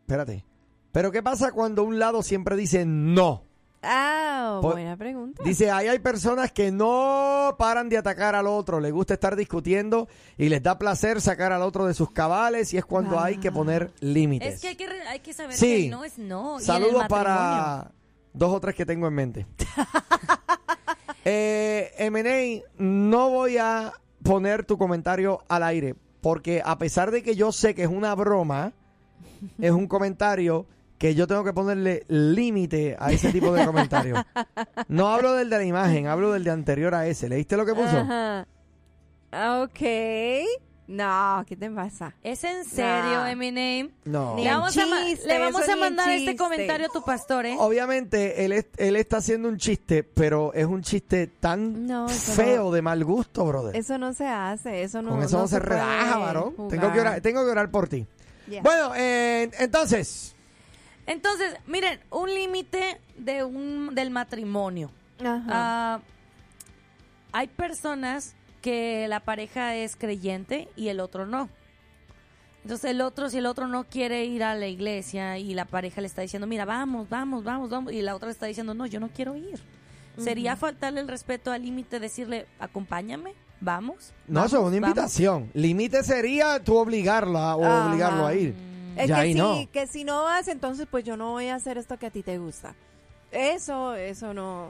Speaker 1: espérate. Pero ¿qué pasa cuando un lado siempre dice no?
Speaker 2: Ah,
Speaker 1: Por-
Speaker 2: buena pregunta.
Speaker 1: Dice, ahí hay personas que no paran de atacar al otro, les gusta estar discutiendo y les da placer sacar al otro de sus cabales y es cuando hay que poner límites.
Speaker 3: Es que hay que, re- hay que saber
Speaker 1: Sí.
Speaker 3: que el no es no. y en el
Speaker 1: Saludos
Speaker 3: matrimonio.
Speaker 1: para dos o tres que tengo en mente. eh, M&A, no voy a poner tu comentario al aire, porque a pesar de que yo sé que es una broma, es un comentario que yo tengo que ponerle límite a ese tipo de comentarios. No hablo del de la imagen, hablo del de anterior a ese. ¿Leíste lo que puso?
Speaker 2: Ajá. Ah, Ok. No, ¿qué te pasa?
Speaker 3: ¿Es en serio,
Speaker 2: Nah.
Speaker 3: Eminem?
Speaker 1: No.
Speaker 2: Ni
Speaker 3: Le vamos, a, ma-
Speaker 2: chiste,
Speaker 3: le vamos
Speaker 2: eso
Speaker 3: a
Speaker 2: ni en
Speaker 3: mandar este
Speaker 2: chiste.
Speaker 3: comentario a tu pastor, ¿eh?
Speaker 1: Obviamente, él, es- él está haciendo un chiste, pero es un chiste tan
Speaker 2: No, eso
Speaker 1: feo de mal gusto, brother.
Speaker 2: Eso no se hace, eso no
Speaker 1: Con eso no, se,
Speaker 2: puede
Speaker 1: relaja, varón.
Speaker 2: jugar.
Speaker 1: Tengo que, orar, tengo que orar por ti.
Speaker 2: Ya.
Speaker 1: Bueno, eh, entonces,
Speaker 3: Entonces, miren, un límite de un del matrimonio.
Speaker 2: Ajá.
Speaker 3: Ah, hay personas que la pareja es creyente y el otro no. Entonces el otro, si el otro no quiere ir a la iglesia y la pareja le está diciendo, mira, vamos, vamos, vamos, vamos, y la otra le está diciendo, no, yo no quiero ir. Sería faltarle el respeto al límite, decirle, acompáñame, vamos.
Speaker 1: No,
Speaker 3: vamos,
Speaker 1: eso es una
Speaker 3: vamos".
Speaker 1: invitación. Límite sería tú obligarla o
Speaker 2: Ajá.
Speaker 1: obligarlo a ir.
Speaker 2: Es
Speaker 1: ya
Speaker 2: que,
Speaker 1: ahí
Speaker 2: si,
Speaker 1: no.
Speaker 2: que si no vas, entonces pues yo no voy a hacer esto que a ti te gusta. Eso, eso no,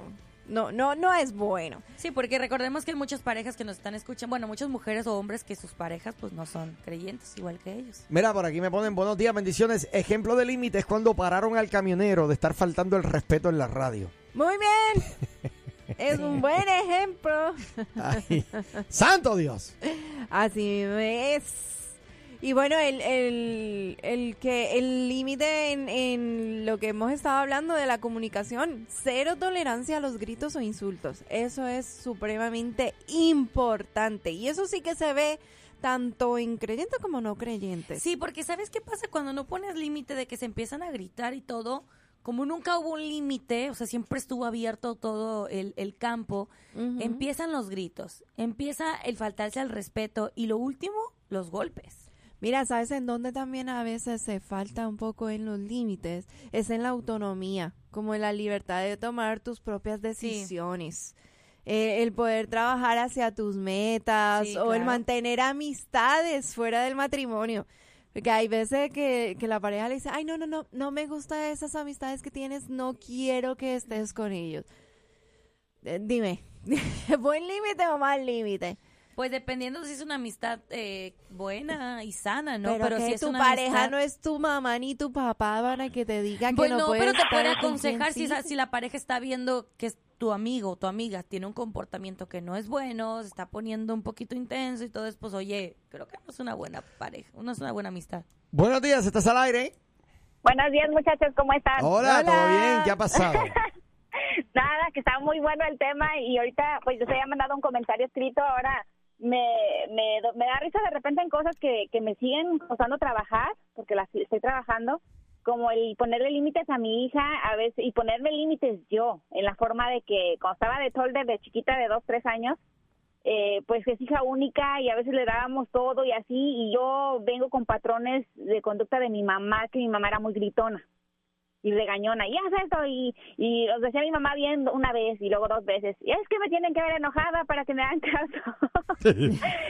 Speaker 2: no, no, no es bueno.
Speaker 3: Sí, porque recordemos que hay muchas parejas que nos están escuchando, bueno, muchas mujeres o hombres que sus parejas pues no son creyentes igual que ellos.
Speaker 1: Mira, por aquí me ponen buenos días, bendiciones. Ejemplo de límite es cuando pararon al camionero de estar faltando el respeto en la radio.
Speaker 2: Muy bien. Es un buen ejemplo.
Speaker 1: Ay, ¡Santo Oh, Dios!
Speaker 2: Así es. Y bueno, el, el, el que el límite en, en lo que hemos estado hablando de la comunicación, cero tolerancia a los gritos o insultos. Eso es supremamente importante. Y eso sí que se ve tanto en creyente como no creyente.
Speaker 3: Sí, porque ¿sabes qué pasa cuando no pones límite de que se empiezan a gritar y todo? Como nunca hubo un límite, o sea, siempre estuvo abierto todo el, el campo,
Speaker 2: Ujú.
Speaker 3: empiezan los gritos, empieza el faltarse al respeto y lo último, los golpes.
Speaker 2: Mira, ¿sabes en dónde también a veces se falta un poco en los límites? Es en la autonomía, como en la libertad de tomar tus propias decisiones. Eh, el poder trabajar hacia tus metas
Speaker 3: Sí,
Speaker 2: o el
Speaker 3: claro.
Speaker 2: mantener amistades fuera del matrimonio. Porque hay veces que, que la pareja le dice, ay, no, no, no, no me gustan esas amistades que tienes, no quiero que estés con ellos. Eh, dime, ¿buen límite o mal límite?
Speaker 3: Pues dependiendo si es una amistad eh, buena y sana, ¿no?
Speaker 2: pero, que
Speaker 3: si es
Speaker 2: tu
Speaker 3: una
Speaker 2: pareja
Speaker 3: amistad-
Speaker 2: no es tu mamá ni tu papá para que te diga que
Speaker 3: Pues
Speaker 2: no
Speaker 3: no,
Speaker 2: puedes
Speaker 3: pero te
Speaker 2: estar
Speaker 3: puede
Speaker 2: con quien
Speaker 3: aconsejar si,
Speaker 2: sí.
Speaker 3: esa- si la pareja está viendo que es tu amigo o tu amiga tiene un comportamiento que no es bueno, se está poniendo un poquito intenso y todo es, pues, oye, creo que no es una buena pareja, no es una buena amistad.
Speaker 1: Buenos días, estás al aire.
Speaker 5: Buenos días, muchachos, ¿cómo están?
Speaker 1: Hola,
Speaker 2: Ah, Hola.
Speaker 1: ¿todo bien? ¿Qué ha pasado?
Speaker 5: Nada, que está muy bueno el tema y ahorita, pues yo se había mandado un comentario escrito, ahora me, me, me da risa de repente en cosas que, que me siguen costando trabajar, porque las estoy trabajando, como el ponerle límites a mi hija a veces y ponerme límites yo, en la forma de que cuando estaba de tolder de chiquita de dos, tres años, eh, pues es hija única y a veces le dábamos todo y así, y yo vengo con patrones de conducta de mi mamá, que mi mamá era muy gritona y regañona, y haz esto, y, y os decía mi mamá bien una vez y luego dos veces, y es que me tienen que ver enojada para que me hagan caso.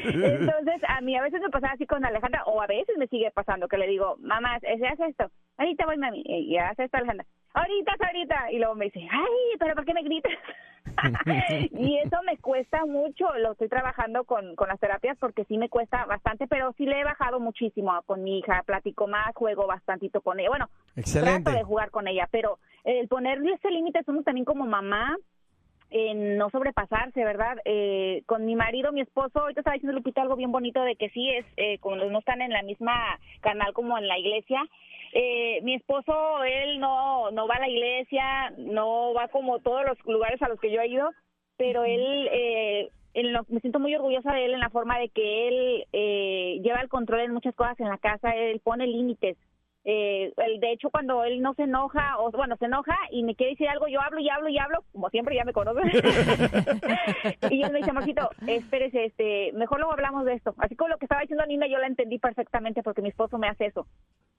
Speaker 5: Entonces, a mí a veces me pasaba así con Alejandra, o a veces me sigue pasando, que le digo, mamá, ese haz esto, ahorita voy, mami, y haz esto, Alejandra, ahorita, es ahorita, y luego me dice, ay, pero ¿por qué me gritas? y eso me cuesta mucho, lo estoy trabajando con, con las terapias porque sí me cuesta bastante, pero sí le he bajado muchísimo con mi hija, platico más, juego bastantito con ella, bueno, trato de
Speaker 1: Excelente.
Speaker 5: jugar con ella, pero el ponerle ese límite somos también como mamá en no sobrepasarse, ¿verdad? Eh, con mi marido, mi esposo, ahorita estaba diciendo Lupita algo bien bonito de que sí es, eh, como no están en la misma canal como en la iglesia, eh, mi esposo, él no, no va a la iglesia, no va como todos los lugares a los que yo he ido, pero él, eh, en lo- me siento muy orgullosa de él en la forma de que él eh, lleva el control en muchas cosas en la casa, él pone límites. Eh, él, de hecho, cuando él no se enoja, o bueno, se enoja y me quiere decir algo, yo hablo y hablo y hablo, como siempre ya me conoce. y él me dice, amorcito, espérese, este, mejor luego hablamos de esto. Así como lo que estaba diciendo Nina, yo la entendí perfectamente porque mi esposo me hace eso.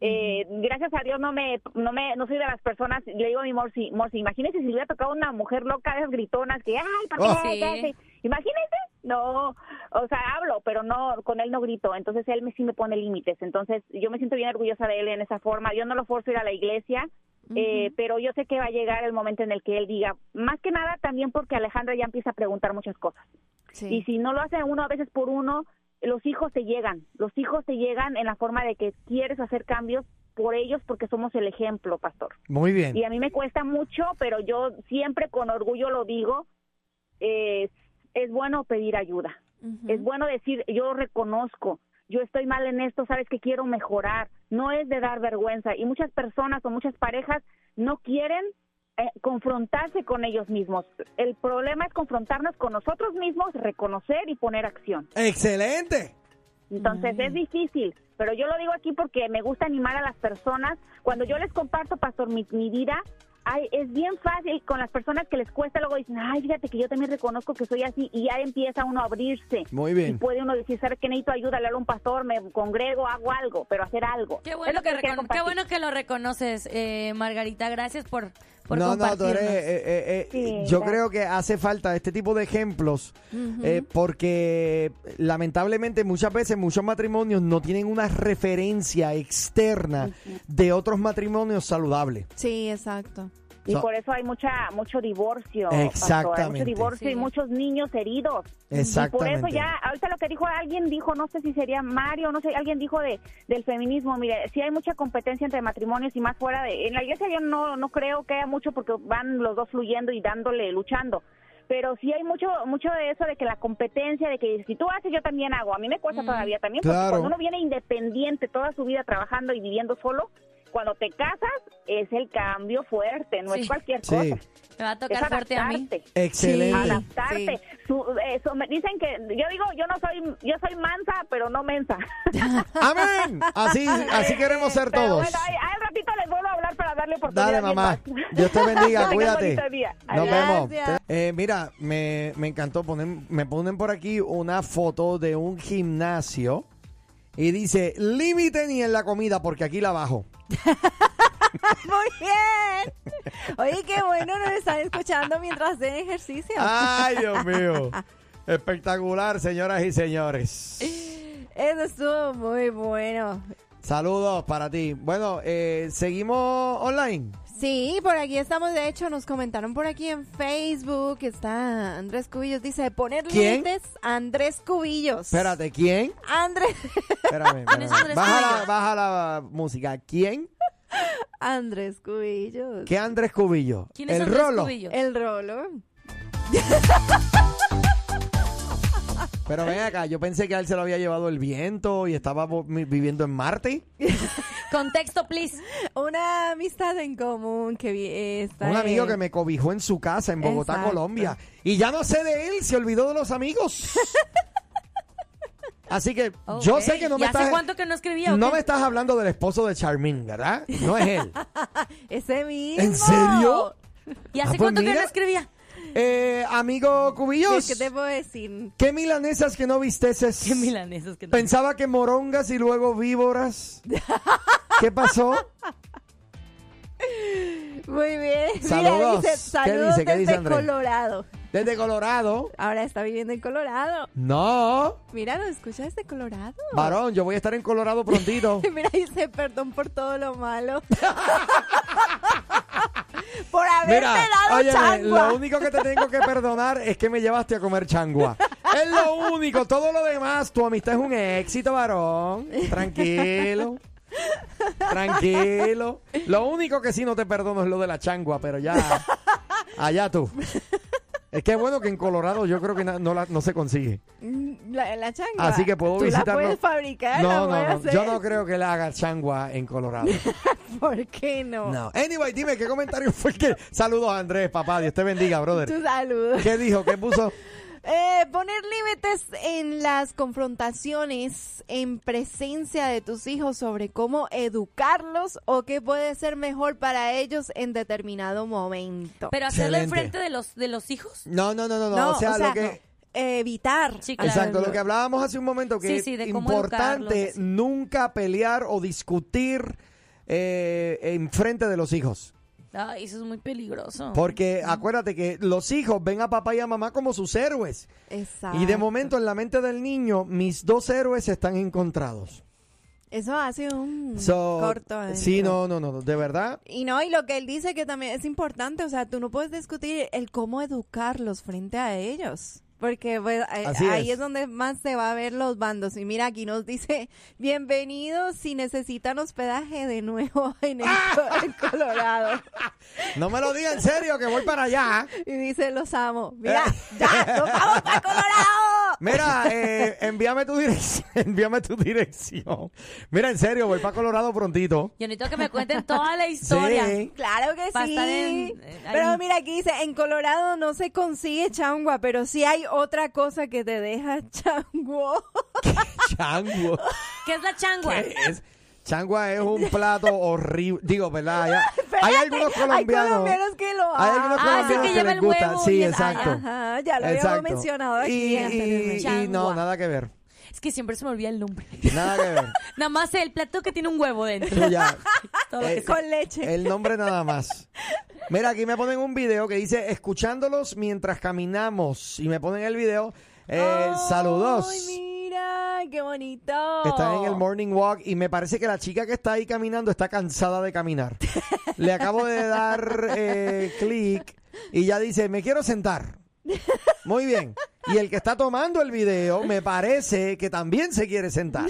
Speaker 5: Eh, gracias a Dios no me, no me, no soy de las personas, le digo a mi Morsi, Morsi, imagínese si le hubiera tocado una mujer loca de esas gritonas que, ay, ¿para qué?
Speaker 1: Oh.
Speaker 3: Sí.
Speaker 5: ¿Qué hace? Imagínese, no, o sea, hablo, pero no, con él no grito, entonces él me, sí me pone límites, entonces yo me siento bien orgullosa de él en esa forma, yo no lo forzo a ir a la iglesia, eh, pero yo sé que va a llegar el momento en el que él diga, más que nada también porque Alejandra ya empieza a preguntar muchas cosas.
Speaker 2: Sí.
Speaker 5: Y si no lo hace uno a veces por uno, los hijos te llegan. Los hijos te llegan en la forma de que quieres hacer cambios por ellos porque somos el ejemplo, pastor.
Speaker 1: Muy bien.
Speaker 5: Y a mí me cuesta mucho, pero yo siempre con orgullo lo digo. eh, es bueno pedir ayuda.
Speaker 2: Ujú.
Speaker 5: Es bueno decir, yo reconozco, yo estoy mal en esto, sabes que quiero mejorar. No es de dar vergüenza. Y muchas personas o muchas parejas no quieren eh, confrontarse con ellos mismos. El problema es confrontarnos con nosotros mismos, reconocer y poner acción.
Speaker 1: Excelente.
Speaker 5: Entonces es difícil, pero yo lo digo aquí porque me gusta animar a las personas. Cuando yo les comparto, Pastor, mi, mi vida, ay, es bien fácil con las personas que les cuesta, luego dicen, ay, fíjate que yo también reconozco que soy así y ya empieza uno a abrirse.
Speaker 1: Muy bien.
Speaker 5: Y puede uno decir, ¿sabes qué? Necesito ayuda, le hablo a un pastor, me congrego, hago algo, pero hacer algo.
Speaker 3: Qué
Speaker 5: Es
Speaker 3: bueno
Speaker 5: lo
Speaker 3: que,
Speaker 5: les quería
Speaker 3: recono- qué
Speaker 5: compartir.
Speaker 3: bueno que lo reconoces, eh, Margarita. Gracias por, por
Speaker 1: no, no, tú
Speaker 3: compartirnos.
Speaker 1: eres, eh, eh, eh,
Speaker 5: Sí,
Speaker 1: yo
Speaker 5: gracias.
Speaker 1: creo que hace falta este tipo de ejemplos eh, porque lamentablemente muchas veces muchos matrimonios no tienen una referencia externa de otros matrimonios saludables.
Speaker 2: Sí, exacto.
Speaker 5: Y
Speaker 1: So-
Speaker 5: por eso hay mucha mucho divorcio. pastor, hay
Speaker 1: Exactamente.
Speaker 5: mucho divorcio
Speaker 3: Sí.
Speaker 5: y muchos niños heridos.
Speaker 1: Exactamente.
Speaker 5: Y por eso ya, ahorita lo que dijo alguien, dijo, no sé si sería Mario, no sé, alguien dijo de del feminismo. Mire, sí hay mucha competencia entre matrimonios y más fuera de. En la iglesia yo no, no creo que haya mucho porque van los dos fluyendo y dándole, luchando. Pero sí hay mucho mucho de eso, de que la competencia, de que si tú haces, yo también hago. A mí me
Speaker 2: Mm.
Speaker 5: cuesta todavía también, porque
Speaker 1: Claro.
Speaker 5: cuando uno viene independiente toda su vida trabajando y viviendo solo, cuando te casas es el cambio fuerte, no
Speaker 3: Sí.
Speaker 5: es cualquier cosa.
Speaker 1: Sí,
Speaker 3: Me va a
Speaker 5: Es
Speaker 3: tocar fuerte a mí.
Speaker 5: adaptarte.
Speaker 1: excelente.
Speaker 5: Adaptarte.
Speaker 2: Sí.
Speaker 5: Su- eh, some- dicen que yo digo, yo no soy yo soy mansa, pero no mensa.
Speaker 1: Amén. Así, así queremos ser
Speaker 5: Pero
Speaker 1: todos.
Speaker 5: bueno, ahí- ahí al ratito les vuelvo a hablar para darle oportunidad.
Speaker 1: Dale,
Speaker 5: a alguien
Speaker 1: mamá.
Speaker 5: más.
Speaker 1: Dios te bendiga,
Speaker 5: Tengan
Speaker 1: cuídate.
Speaker 5: bonito día.
Speaker 1: Nos
Speaker 5: Adiós.
Speaker 1: vemos.
Speaker 2: Gracias.
Speaker 1: Eh, mira, me, me encantó. Ponen, me ponen por aquí una foto de un gimnasio y dice: límite ni en la comida, porque aquí la bajo.
Speaker 2: Muy bien. Oye, qué bueno nos están escuchando mientras den ejercicio.
Speaker 1: Ay, Dios mío. Espectacular, señoras y señores.
Speaker 2: Eso estuvo muy bueno.
Speaker 1: Saludos para ti. Bueno, eh, seguimos online.
Speaker 2: Sí, por aquí estamos. De hecho, nos comentaron por aquí en Facebook. Está Andrés Cubillos. Dice, poner
Speaker 1: ¿Quién?
Speaker 2: límites. Andrés Cubillos.
Speaker 1: Espérate, ¿quién?
Speaker 2: Andrés.
Speaker 1: Espérame, espérame.
Speaker 3: Eso eres
Speaker 1: Baja, la,
Speaker 3: tuyo.
Speaker 1: baja la música. ¿Quién?
Speaker 2: Andrés Cubillos.
Speaker 1: ¿Qué Andrés Cubillo?
Speaker 3: ¿Quién es
Speaker 1: El
Speaker 3: Andrés
Speaker 1: Rolo.
Speaker 3: Cubillo?
Speaker 2: El rolo.
Speaker 1: Pero ven acá, yo pensé que a él se lo había llevado el viento y estaba vo- mi- viviendo en Marte.
Speaker 3: Contexto, please.
Speaker 2: Una amistad en común que vi- eh, está.
Speaker 3: Pues,
Speaker 1: Un amigo
Speaker 2: en-
Speaker 1: que me cobijó en su casa en Bogotá,
Speaker 2: Exacto.
Speaker 1: Colombia. Y ya no sé de él, se olvidó de los amigos. Así que yo
Speaker 3: Ok.
Speaker 1: sé que no
Speaker 3: ¿Y
Speaker 1: me
Speaker 3: hace
Speaker 1: estás...
Speaker 3: cuánto que no escribía? o
Speaker 1: No
Speaker 3: qué?
Speaker 1: me estás hablando del esposo de Charmin, ¿verdad? No es él.
Speaker 2: Ese mismo.
Speaker 1: ¿En serio?
Speaker 3: ¿Y
Speaker 1: Ah,
Speaker 3: hace
Speaker 1: pues
Speaker 3: cuánto que
Speaker 1: mira.
Speaker 3: no escribía?
Speaker 1: Eh, amigo Cubillos,
Speaker 2: ¿Qué te puedo decir?
Speaker 1: ¿qué milanesas que no visteces?
Speaker 3: Qué milanesos que no.
Speaker 1: Pensaba que morongas y luego víboras. ¿Qué pasó?
Speaker 2: Muy bien. Mira,
Speaker 1: Saludos.
Speaker 2: dice,
Speaker 1: ¿Qué
Speaker 2: saludos
Speaker 1: dice? ¿Qué dice,
Speaker 2: desde
Speaker 1: Andrés?
Speaker 2: Colorado.
Speaker 1: Desde Colorado.
Speaker 2: Ahora está viviendo en Colorado.
Speaker 1: No.
Speaker 2: Mira, ¿lo escuchas desde Colorado?
Speaker 1: Varón, yo voy a estar en Colorado prontito.
Speaker 2: Mira, dice perdón por todo lo malo. por haberte
Speaker 1: Mira,
Speaker 2: dado
Speaker 1: óyeme,
Speaker 2: changua.
Speaker 1: lo único que te tengo que perdonar es que me llevaste a comer changua. Es lo único, todo lo demás, tu amistad es un éxito, varón. Tranquilo. Tranquilo. Lo único que sí no te perdono es lo de la changua, pero ya. Allá tú. Es que es bueno que en Colorado yo creo que na- no, la- no se consigue.
Speaker 2: Mm, La, la changua.
Speaker 1: Así que puedo
Speaker 2: ¿Tú
Speaker 1: visitarlo.
Speaker 2: la puedes fabricar? ¿La
Speaker 1: No,
Speaker 2: puedes
Speaker 1: no, no.
Speaker 2: hacer?
Speaker 1: Yo no creo que le haga changua en Colorado.
Speaker 2: ¿Por qué no?
Speaker 1: No. Anyway, dime qué comentario fue el que. Saludos, Andrés, papá. Dios te bendiga, brother.
Speaker 2: Tu saludo.
Speaker 1: ¿Qué dijo? ¿Qué puso?
Speaker 2: Eh, poner límites en las confrontaciones en presencia de tus hijos sobre cómo educarlos o qué puede ser mejor para ellos en determinado momento.
Speaker 3: Pero hacerlo
Speaker 1: Excelente.
Speaker 3: enfrente de los, de los hijos.
Speaker 1: No, no, no, no, no. o sea, lo que.
Speaker 2: evitar.
Speaker 3: Sí, claro.
Speaker 1: Exacto, lo que hablábamos hace un momento, que
Speaker 3: Sí, sí,
Speaker 1: es
Speaker 3: de cómo
Speaker 1: importante
Speaker 3: educarlos, así.
Speaker 1: nunca pelear o discutir eh, en frente de los hijos.
Speaker 3: Ay, eso es muy peligroso.
Speaker 1: Porque acuérdate que los hijos ven a papá y a mamá como sus héroes.
Speaker 2: Exacto.
Speaker 1: Y de momento en la mente del niño, mis dos héroes están encontrados.
Speaker 2: Eso hace un
Speaker 1: So,
Speaker 2: corto. adentro.
Speaker 1: sí, no, no, no, de verdad.
Speaker 2: Y no, y lo que él dice que también es importante, o sea, tú no puedes discutir el cómo educarlos frente a ellos. Porque pues, ahí-
Speaker 1: Así
Speaker 2: ahí
Speaker 1: es.
Speaker 2: es. donde más se va a ver los bandos. Y mira, aquí nos dice, bienvenidos si necesitan hospedaje de nuevo en, el co- en Colorado.
Speaker 1: No Ah. me lo diga en serio, que voy para allá.
Speaker 2: Y dice, los amo. Mira, ya, nos vamos a Colorado.
Speaker 1: Mira, eh, envíame tu dirección. Envíame tu dirección. Mira, en serio, voy para Colorado prontito.
Speaker 3: Yo necesito que me cuenten toda la historia.
Speaker 1: Eh, Sí.
Speaker 2: Claro que
Speaker 3: Pa'
Speaker 2: sí.
Speaker 3: estar en- eh, ahí.
Speaker 2: pero mira, aquí dice, en Colorado no se consigue changua, pero sí hay otra cosa que te deja changuo.
Speaker 1: Chango.
Speaker 3: ¿Qué es la changua?
Speaker 1: ¿Qué es? Changua es un plato horrible. Digo, ¿verdad? Hay- hay algunos
Speaker 2: Hay
Speaker 1: colombianos.
Speaker 2: colombianos que lo
Speaker 1: Hay algunos
Speaker 2: aman.
Speaker 3: Ah, sí,
Speaker 1: colombianos
Speaker 3: que
Speaker 1: que
Speaker 3: lleva
Speaker 1: les
Speaker 3: el
Speaker 1: gusta.
Speaker 3: huevo
Speaker 1: Sí,
Speaker 3: y el-
Speaker 1: exacto.
Speaker 2: Ajá, ya lo habíamos
Speaker 1: Exacto.
Speaker 2: mencionado
Speaker 1: Y-
Speaker 2: aquí.
Speaker 1: y, y- y no,
Speaker 3: Changua.
Speaker 1: nada que ver.
Speaker 3: Es que siempre se me olvida el nombre.
Speaker 1: Nada que ver.
Speaker 3: Nada más el plato que tiene un huevo dentro.
Speaker 1: Tú ya.
Speaker 3: Todo lo que
Speaker 1: Eh,
Speaker 3: sea.
Speaker 2: Con leche.
Speaker 1: El nombre nada más. Mira, aquí me ponen un video que dice escuchándolos mientras caminamos. Y me ponen el video. eh,
Speaker 2: Ay,
Speaker 1: saludos.
Speaker 2: mira, qué bonito.
Speaker 1: Están en el morning walk y me parece que la chica que está ahí caminando está cansada de caminar. Le acabo de dar eh, clic y ya dice, me quiero sentar. Muy bien. Y el que está tomando el video me parece que también se quiere sentar.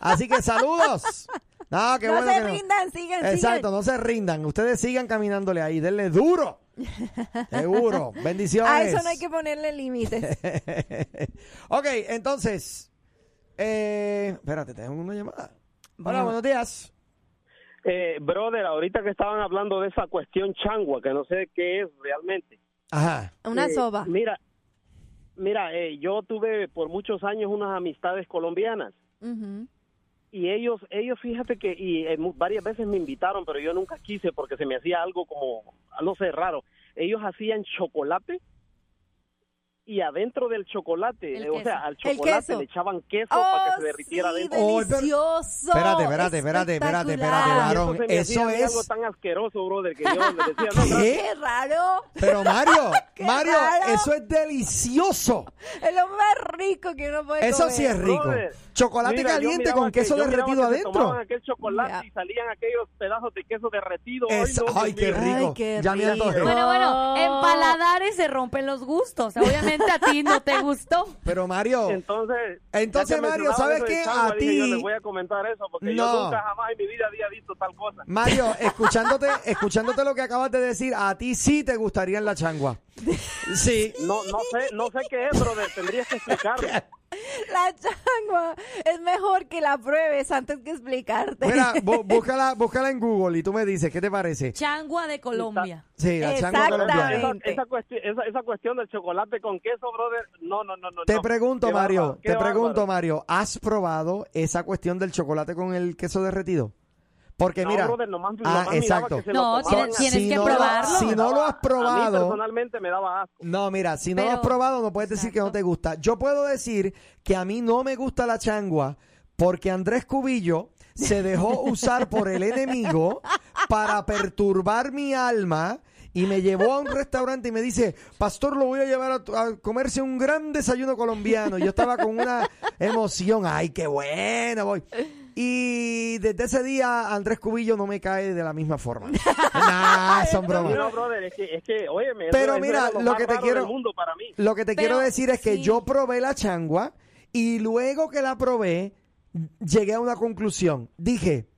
Speaker 1: Así que saludos. No, qué
Speaker 2: no
Speaker 1: bueno
Speaker 2: se
Speaker 1: que no.
Speaker 2: rindan, sigan,
Speaker 1: Exacto, no se rindan. Ustedes sigan caminándole ahí, denle duro. Seguro.
Speaker 2: sigan.
Speaker 1: Bendiciones.
Speaker 2: A eso no hay que ponerle límites.
Speaker 1: ok, entonces. Eh, espérate, tengo una llamada. Hola,
Speaker 2: Bueno.
Speaker 1: buenos días.
Speaker 4: Eh, brother, ahorita que estaban hablando de esa cuestión changua, que no sé qué es realmente.
Speaker 1: Ajá.
Speaker 2: Una
Speaker 4: Eh,
Speaker 2: sopa.
Speaker 4: Mira, mira eh, yo tuve por muchos años unas amistades colombianas
Speaker 2: Ujú.
Speaker 4: y ellos, ellos fíjate que y, eh, mu- varias veces me invitaron, pero yo nunca quise porque se me hacía algo como, no sé, raro. Ellos hacían chocolate y adentro del chocolate,
Speaker 3: El
Speaker 4: eh, o sea,
Speaker 3: queso.
Speaker 4: al
Speaker 2: El
Speaker 4: chocolate
Speaker 2: queso.
Speaker 4: le echaban queso para
Speaker 2: Oh,
Speaker 4: que se
Speaker 2: sí,
Speaker 4: derritiera adentro.
Speaker 1: Oh, espera-
Speaker 2: delicioso.
Speaker 1: Espérate, espérate, espérate, espérate, espérate,
Speaker 2: espectacular.
Speaker 1: varón.
Speaker 4: Y se me
Speaker 1: eso
Speaker 4: hacía a mí
Speaker 1: es-
Speaker 4: algo tan asqueroso, brother, que yo le decía, no, gracias.
Speaker 1: ¿Qué?
Speaker 2: Qué raro.
Speaker 1: Pero Mario,
Speaker 2: Qué
Speaker 1: Mario,
Speaker 2: raro.
Speaker 1: eso es delicioso.
Speaker 2: Es lo más rico que uno puede
Speaker 1: Eso
Speaker 2: comer.
Speaker 1: sí es rico.
Speaker 4: Brother,
Speaker 1: Chocolate
Speaker 4: mira, yo
Speaker 1: caliente
Speaker 4: miraba
Speaker 1: con
Speaker 4: que-
Speaker 1: queso
Speaker 4: yo miraba
Speaker 1: derretido
Speaker 4: que se
Speaker 1: adentro.
Speaker 4: tomaban aquel chocolate
Speaker 2: Ya.
Speaker 4: y salían aquellos pedazos de queso derretido.
Speaker 1: Es-
Speaker 4: Ay, no,
Speaker 1: ay, qué
Speaker 4: Dios mío.
Speaker 2: Ay,
Speaker 1: rico.
Speaker 2: qué
Speaker 1: ya me
Speaker 2: rico.
Speaker 1: antojé.
Speaker 3: Bueno, bueno, en paladares se rompen los gustos. Obviamente a ti no te gustó.
Speaker 1: Pero Mario,
Speaker 4: Entonces,
Speaker 1: Entonces,
Speaker 4: ya que
Speaker 1: Mario,
Speaker 4: mencionaban
Speaker 1: ¿sabes
Speaker 4: eso de
Speaker 1: qué?
Speaker 4: changua,
Speaker 1: A
Speaker 4: dije,
Speaker 1: ti-
Speaker 4: Yo les voy a comentar eso porque
Speaker 1: No.
Speaker 4: yo nunca jamás en mi vida había visto tal cosa.
Speaker 1: Mario, escuchándote, escuchándote lo que acabas de decir, a ti sí te gustaría en la changua. Sí.
Speaker 4: No, no sé, no sé qué es, brother. Tendrías que explicarlo.
Speaker 2: La changua es mejor que la pruebes antes que explicarte.
Speaker 1: Mira, bu- búscala, búscala en Google y tú me dices, ¿qué te parece?
Speaker 3: Changua de Colombia.
Speaker 1: Sí, la changua
Speaker 2: Exactamente.
Speaker 1: colombiana.
Speaker 4: Esa, esa, cuestión, esa, esa cuestión del chocolate con queso, brother. No, no, no, no.
Speaker 1: Te
Speaker 4: no.
Speaker 1: pregunto,
Speaker 4: Qué
Speaker 1: Mario,
Speaker 4: bárbaro, qué
Speaker 1: te pregunto,
Speaker 4: bárbaro.
Speaker 1: Mario, ¿has probado esa cuestión del chocolate con el queso derretido? Porque
Speaker 4: No,
Speaker 1: mira,
Speaker 4: brother, nomás- nomás
Speaker 1: ah,
Speaker 4: miraba
Speaker 1: exacto.
Speaker 4: que se lo
Speaker 3: No,
Speaker 4: tomaban
Speaker 3: tienes- tienes
Speaker 4: así.
Speaker 3: que
Speaker 1: no lo-
Speaker 3: probarlo.
Speaker 1: si no lo has
Speaker 4: A mí
Speaker 1: probado,
Speaker 4: personalmente me daba asco.
Speaker 1: No, mira, si no lo
Speaker 3: Pero-
Speaker 1: has probado, no puedes decir que no
Speaker 3: Exacto.
Speaker 1: te gusta. Yo puedo decir que a mí no me gusta la changua porque Andrés Cubillo se dejó usar por el enemigo para perturbar mi alma y me llevó a un restaurante y me dice, pastor, lo voy a llevar a, tu- a comerse un gran desayuno colombiano. Yo estaba con una emoción, ay, qué bueno, voy. Y desde ese día Andrés Cubillo no me cae de la misma forma. nah, Ah, son bromas.
Speaker 4: No, brother, es que, es que óyeme, eso-
Speaker 1: Pero
Speaker 4: eso
Speaker 1: mira,
Speaker 4: era lo,
Speaker 1: lo
Speaker 4: más
Speaker 1: que te
Speaker 4: raro
Speaker 1: quiero-
Speaker 4: del mundo para mí.
Speaker 1: Lo que te
Speaker 3: Pero,
Speaker 1: quiero decir es que
Speaker 3: sí.
Speaker 1: yo probé la changua y luego que la probé, llegué a una conclusión. Dije,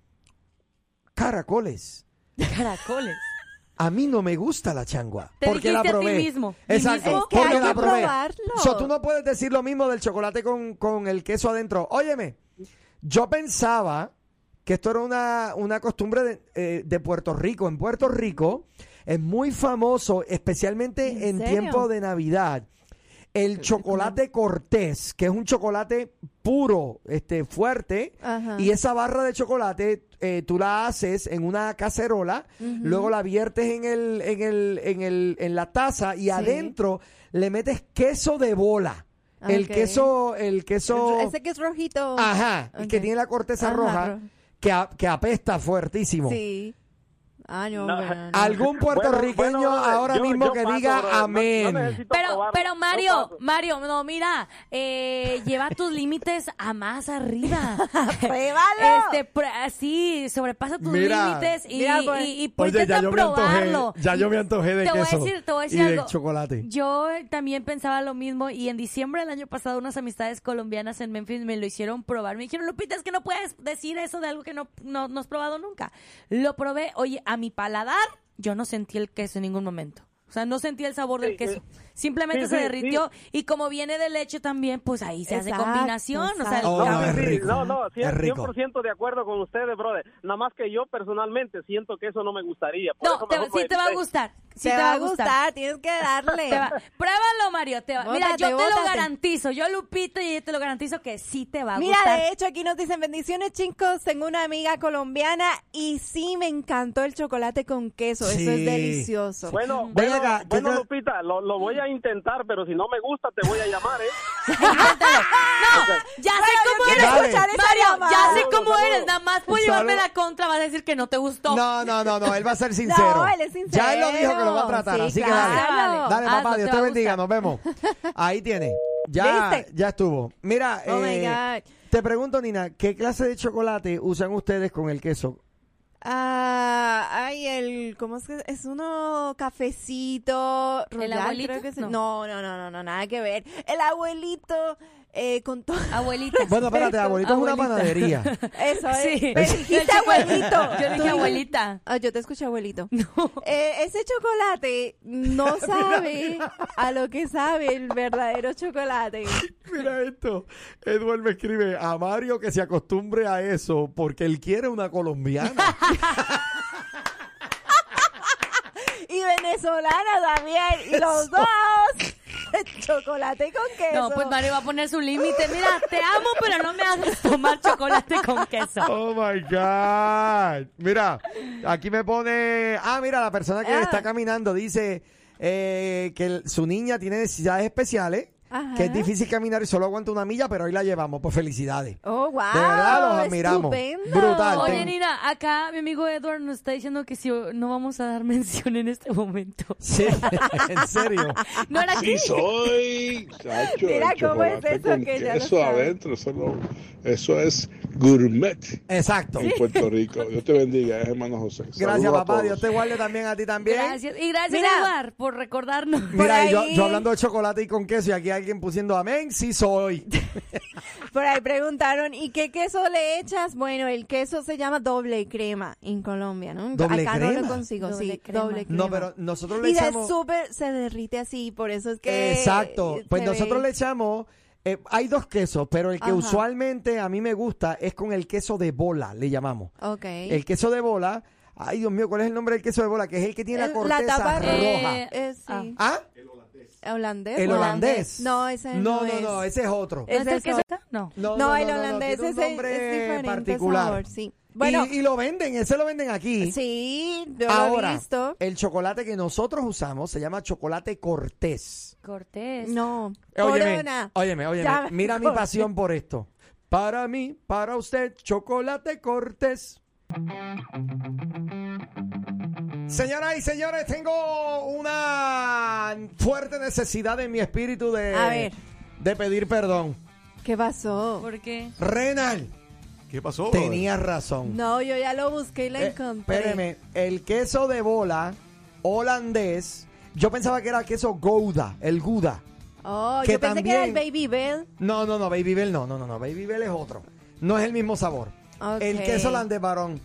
Speaker 1: caracoles,
Speaker 3: Caracoles.
Speaker 1: a mí no me gusta la changua.
Speaker 3: Te
Speaker 1: porque la
Speaker 3: dijiste a ti
Speaker 1: probé.
Speaker 3: mismo.
Speaker 1: Exacto,
Speaker 3: Ni mismo.
Speaker 2: Es que
Speaker 1: porque
Speaker 2: hay
Speaker 1: la
Speaker 2: que
Speaker 1: probé.
Speaker 2: probarlo.
Speaker 1: So, tú no puedes decir lo mismo del chocolate con, con el queso adentro. Óyeme, yo pensaba que esto era una, una costumbre de, eh, de Puerto Rico. En Puerto Rico es muy famoso, especialmente
Speaker 2: ¿En
Speaker 1: en,
Speaker 2: serio?
Speaker 1: tiempo de Navidad. El chocolate cortés, que es un chocolate puro, este, fuerte,
Speaker 2: Ajá.
Speaker 1: y esa barra de chocolate eh, tú la haces en una cacerola, luego la viertes en el, en el, en el, en la taza y adentro le metes queso de bola. El
Speaker 2: Ok.
Speaker 1: queso, el queso.
Speaker 2: Ese que es rojito.
Speaker 1: Ajá, y que
Speaker 2: Ok.
Speaker 1: tiene la corteza
Speaker 2: Ajá,
Speaker 1: roja,
Speaker 2: ro-
Speaker 1: que, a- que apesta fuertísimo.
Speaker 2: Sí. Ah, no,
Speaker 4: No.
Speaker 2: bueno, no.
Speaker 1: Algún puertorriqueño
Speaker 4: Bueno, bueno, brother,
Speaker 1: ahora
Speaker 4: yo-
Speaker 1: mismo
Speaker 4: yo
Speaker 1: que
Speaker 4: paso,
Speaker 1: diga
Speaker 4: brother, no- no
Speaker 1: amén.
Speaker 4: necesito
Speaker 3: Pero,
Speaker 4: probar,
Speaker 3: pero
Speaker 4: yo
Speaker 3: Mario,
Speaker 4: paso.
Speaker 3: Mario, no, mira, eh, lleva tus límites a más arriba.
Speaker 2: ¡Pruébalo!
Speaker 3: Este, pr- así, sobrepasa tus
Speaker 1: Mira.
Speaker 3: límites y,
Speaker 2: Mira, pues.
Speaker 3: y, y ponte a probarlo.
Speaker 1: antojé
Speaker 3: Te voy a decir- te voy a decir algo.
Speaker 1: chocolate.
Speaker 3: Yo eh, también pensaba lo mismo y en diciembre del año pasado unas amistades colombianas en Memphis me lo hicieron probar. Me dijeron, Lupita, es que no puedes decir eso de algo que no, no, no has probado nunca. Lo probé, oye, a mi paladar yo no sentí el queso en ningún momento. O sea, no sentí el sabor del
Speaker 4: Sí,
Speaker 3: queso.
Speaker 4: eh,
Speaker 3: Simplemente
Speaker 4: sí,
Speaker 3: se
Speaker 4: sí,
Speaker 3: derritió y como viene de leche también, pues ahí se hace
Speaker 2: Exacto,
Speaker 3: combinación. O sea, el
Speaker 2: exacto.
Speaker 1: Oh, no,
Speaker 3: cambio-
Speaker 1: es
Speaker 4: Sí, sí,
Speaker 1: rico.
Speaker 4: No, no, cien-
Speaker 1: Es rico.
Speaker 4: 100% de acuerdo con ustedes, brother. Nada más que yo personalmente siento que eso no me gustaría. Por
Speaker 3: No,
Speaker 4: eso
Speaker 3: te-
Speaker 4: mejor lo
Speaker 3: sí te va a
Speaker 4: evité.
Speaker 3: gustar. Sí
Speaker 2: te, va a gustar. tienes que darle.
Speaker 3: Te va- Pruébalo, Mario. te va- Mira,
Speaker 2: Bótate,
Speaker 3: yo te lo
Speaker 2: bótate.
Speaker 3: garantizo. Yo, Lupita, y ella te lo garantizo que sí te va a
Speaker 2: Mira,
Speaker 3: gustar.
Speaker 2: de hecho aquí nos dicen bendiciones chicos, tengo una amiga colombiana y sí me encantó el chocolate con queso,
Speaker 1: Sí.
Speaker 2: eso es delicioso.
Speaker 4: Bueno,
Speaker 1: Ven
Speaker 4: bueno,
Speaker 1: acá, yo
Speaker 4: bueno,
Speaker 1: creo-
Speaker 4: Lupita, lo, lo voy a intentar, pero si no me gusta, te voy a llamar, ¿eh?
Speaker 3: Inténtalo. No, ya sé cómo
Speaker 1: quiero
Speaker 3: eres.
Speaker 1: escuchar
Speaker 2: esa
Speaker 3: Mario, ya
Speaker 2: llamada.
Speaker 3: sé
Speaker 4: Saludos,
Speaker 3: cómo eres.
Speaker 4: saludos.
Speaker 3: Nada más por
Speaker 1: Saludos.
Speaker 3: llevarme la contra vas a decir que no te gustó.
Speaker 1: No, no, no, no, él va a ser sincero.
Speaker 2: No, él es sincero.
Speaker 1: Ya él lo dijo que lo va a tratar,
Speaker 2: Sí,
Speaker 1: así que
Speaker 3: claro.
Speaker 1: dale. Dale,
Speaker 3: Hazlo,
Speaker 1: papá, Dios
Speaker 3: te
Speaker 1: te
Speaker 3: va a
Speaker 1: bendiga,
Speaker 3: gustar.
Speaker 1: nos vemos. Ahí tiene. Ya,
Speaker 2: ¿Viste?
Speaker 1: ya estuvo. Mira,
Speaker 2: Oh my
Speaker 1: eh,
Speaker 2: God.
Speaker 1: te pregunto, Nina, ¿qué clase de chocolate usan ustedes con el queso?
Speaker 2: Ah, ay, el, ¿cómo es que es uno cafecito? royal,
Speaker 3: abuelito?
Speaker 2: creo que se-
Speaker 3: No.
Speaker 2: no. no, no, no, no, nada que ver. El abuelito eh, con todo.
Speaker 3: Abuelita.
Speaker 1: Bueno, espérate, abuelito, es una
Speaker 3: Abuelita.
Speaker 1: panadería.
Speaker 2: Eso es.
Speaker 3: Sí.
Speaker 2: Me
Speaker 3: El
Speaker 2: dijiste
Speaker 3: chocolate.
Speaker 2: abuelito.
Speaker 3: Yo dije
Speaker 2: Tú-
Speaker 3: abuelita.
Speaker 2: Ah, yo te escuché abuelito. Eh, ese chocolate no sabe a lo que sabe el verdadero chocolate.
Speaker 1: Mira esto. Edward me escribe a Mario que se acostumbre a eso porque él quiere una colombiana.
Speaker 2: Y venezolana también. Y los dos. chocolate con queso.
Speaker 3: No, pues Mario va a poner su límite. Mira, te amo, pero no me hagas tomar chocolate con queso.
Speaker 1: Oh my God. Mira, aquí me pone. Ah, mira, la persona que
Speaker 2: Ah.
Speaker 1: está caminando dice eh, que el- su niña tiene necesidades especiales,
Speaker 2: Ajá.
Speaker 1: que es difícil caminar y solo aguanta una milla, pero hoy la llevamos. Pues felicidades.
Speaker 2: Oh, wow.
Speaker 1: De verdad, los admiramos.
Speaker 2: Estupendo.
Speaker 1: Brutal.
Speaker 3: Oye,
Speaker 1: Ten-
Speaker 3: Nina, acá mi amigo Edward nos está diciendo que si no vamos a dar mención en este momento.
Speaker 1: Sí, en serio.
Speaker 3: No era aquí.
Speaker 6: Sí soy, cacho,
Speaker 2: Mira
Speaker 6: el
Speaker 2: cómo es
Speaker 6: chocolate
Speaker 2: eso
Speaker 6: con
Speaker 2: que ya lo
Speaker 6: queso
Speaker 2: sabe.
Speaker 6: adentro, eso, no- eso es gourmet
Speaker 1: Exacto.
Speaker 6: en Puerto Rico. Dios te bendiga, hermano José.
Speaker 1: Gracias,
Speaker 6: Saludos a
Speaker 1: papá.
Speaker 6: todos.
Speaker 1: Dios te guarde también a ti también.
Speaker 3: Gracias. Y gracias,
Speaker 2: Mira.
Speaker 3: Edward, por recordarnos.
Speaker 1: Mira,
Speaker 2: Por
Speaker 1: y yo,
Speaker 2: ahí-
Speaker 1: yo hablando de chocolate y con queso, y aquí alguien pusiendo amén, sí soy.
Speaker 2: Por ahí preguntaron, ¿y qué queso le echas? Bueno, el queso se llama doble crema en Colombia, ¿no?
Speaker 1: ¿Doble
Speaker 2: Acá no
Speaker 1: crema?
Speaker 2: lo consigo,
Speaker 3: Doble
Speaker 2: sí,
Speaker 3: crema.
Speaker 2: doble crema.
Speaker 1: No, pero nosotros le
Speaker 2: Y de
Speaker 1: echamos.
Speaker 2: súper se derrite así, por eso es que...
Speaker 1: Exacto. Pues
Speaker 2: Eh, se
Speaker 1: nosotros le
Speaker 2: ve.
Speaker 1: echamos. eh, hay dos quesos, pero el que
Speaker 2: Ajá.
Speaker 1: usualmente a mí me gusta es con el queso de bola, le llamamos.
Speaker 2: Ok.
Speaker 1: El queso de bola. Ay, Dios mío, ¿cuál es el nombre del queso de bola? Que es el que tiene la
Speaker 2: El-
Speaker 1: corteza
Speaker 2: tapa
Speaker 1: roja.
Speaker 3: Eh,
Speaker 2: Eh, sí.
Speaker 1: ¿Ah?
Speaker 2: ¿Holandés?
Speaker 1: El holandés.
Speaker 2: No, ese
Speaker 1: no,
Speaker 2: no,
Speaker 1: no,
Speaker 2: es.
Speaker 1: no, ese es otro.
Speaker 2: Es
Speaker 3: ¿Es el
Speaker 2: eso.
Speaker 3: queso acá? No.
Speaker 2: No, el holandés
Speaker 1: tiene
Speaker 2: es,
Speaker 1: un
Speaker 2: el-
Speaker 1: nombre
Speaker 2: es diferente
Speaker 1: particular.
Speaker 2: sabor, sí. Bueno,
Speaker 1: y, y lo venden, ese lo venden aquí.
Speaker 2: sí, yo
Speaker 1: Ahora,
Speaker 2: lo he visto.
Speaker 1: el chocolate que nosotros usamos se llama chocolate cortés.
Speaker 3: Cortés.
Speaker 2: No,
Speaker 1: Eh, Óyeme,
Speaker 2: corona.
Speaker 1: óyeme, óyeme.
Speaker 2: Ya me
Speaker 1: Mira mi
Speaker 2: acordé.
Speaker 1: pasión por esto. Para mí, para usted, chocolate cortés. Señoras y señores, tengo una fuerte necesidad en mi espíritu de,
Speaker 2: A ver.
Speaker 1: de pedir perdón.
Speaker 2: ¿Qué pasó?
Speaker 3: ¿Por qué?
Speaker 1: Renal,
Speaker 7: ¿Qué pasó? brother?
Speaker 1: tenías razón.
Speaker 2: No, yo ya lo busqué y lo
Speaker 1: Eh,
Speaker 2: encontré.
Speaker 1: espéreme, el queso de bola holandés, yo pensaba que era queso Gouda, el Gouda.
Speaker 2: Oh,
Speaker 1: que
Speaker 2: yo pensé que era el
Speaker 1: también-
Speaker 2: Baby Bell.
Speaker 1: No, no, no, Baby Bell no, no, no, no, Baby Bell es otro. No es el mismo sabor.
Speaker 2: Ok.
Speaker 1: El queso holandés varón,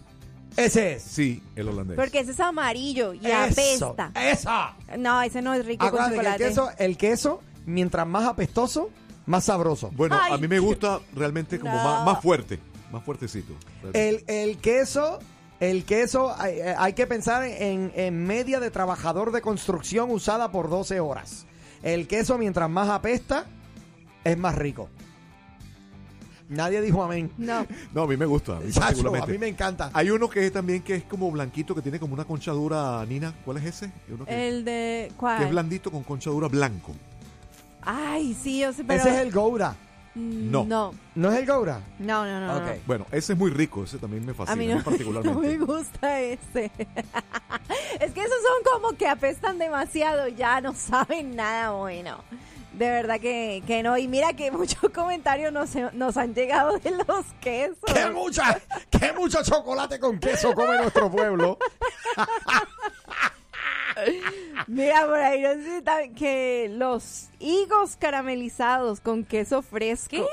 Speaker 1: ese es.
Speaker 7: Sí, el holandés.
Speaker 2: Porque ese es amarillo y
Speaker 1: Eso,
Speaker 2: apesta.
Speaker 1: ¡Esa!
Speaker 2: No, ese no es rico
Speaker 1: Acuérdate
Speaker 2: con
Speaker 1: que el
Speaker 2: chocolate.
Speaker 1: queso, el queso, mientras más apestoso, más sabroso.
Speaker 7: Bueno,
Speaker 3: Ay.
Speaker 7: a mí me gusta realmente como
Speaker 2: No.
Speaker 7: más, más fuerte, más fuertecito.
Speaker 1: El, el queso, el queso, hay, eh, hay que pensar en, en media de trabajador de construcción usada por 12 horas. El queso, mientras más apesta, es más rico. Nadie dijo amén.
Speaker 2: No,
Speaker 7: No, a mí me gusta. A mí,
Speaker 1: Chacho, a
Speaker 7: particularmente.
Speaker 1: mí me encanta.
Speaker 7: Hay uno que es también que es como blanquito, que tiene como una concha dura, Nina. ¿Cuál es ese? Hay uno que,
Speaker 2: el de...
Speaker 7: que es
Speaker 2: ¿Cuál?
Speaker 7: blandito con concha dura blanco.
Speaker 2: Ay, sí, yo sé, pero...
Speaker 1: Ese es el Goura.
Speaker 2: Mm,
Speaker 7: No.
Speaker 2: No,
Speaker 1: ¿No es el Goura?
Speaker 2: no, no, no, no.
Speaker 1: Ok.
Speaker 7: Bueno, ese es muy rico, ese también me fascina,
Speaker 2: A mí no,
Speaker 7: particularmente.
Speaker 2: no me gusta ese. es que esos son como que apestan demasiado, ya no saben nada bueno. De verdad que, que no. Y mira que muchos comentarios nos, nos han llegado de los quesos.
Speaker 1: ¡Qué mucha, qué mucho chocolate con queso come nuestro pueblo!
Speaker 2: Mira, por ahí nos dicen que los higos caramelizados con queso fresco.
Speaker 3: ¿Qué?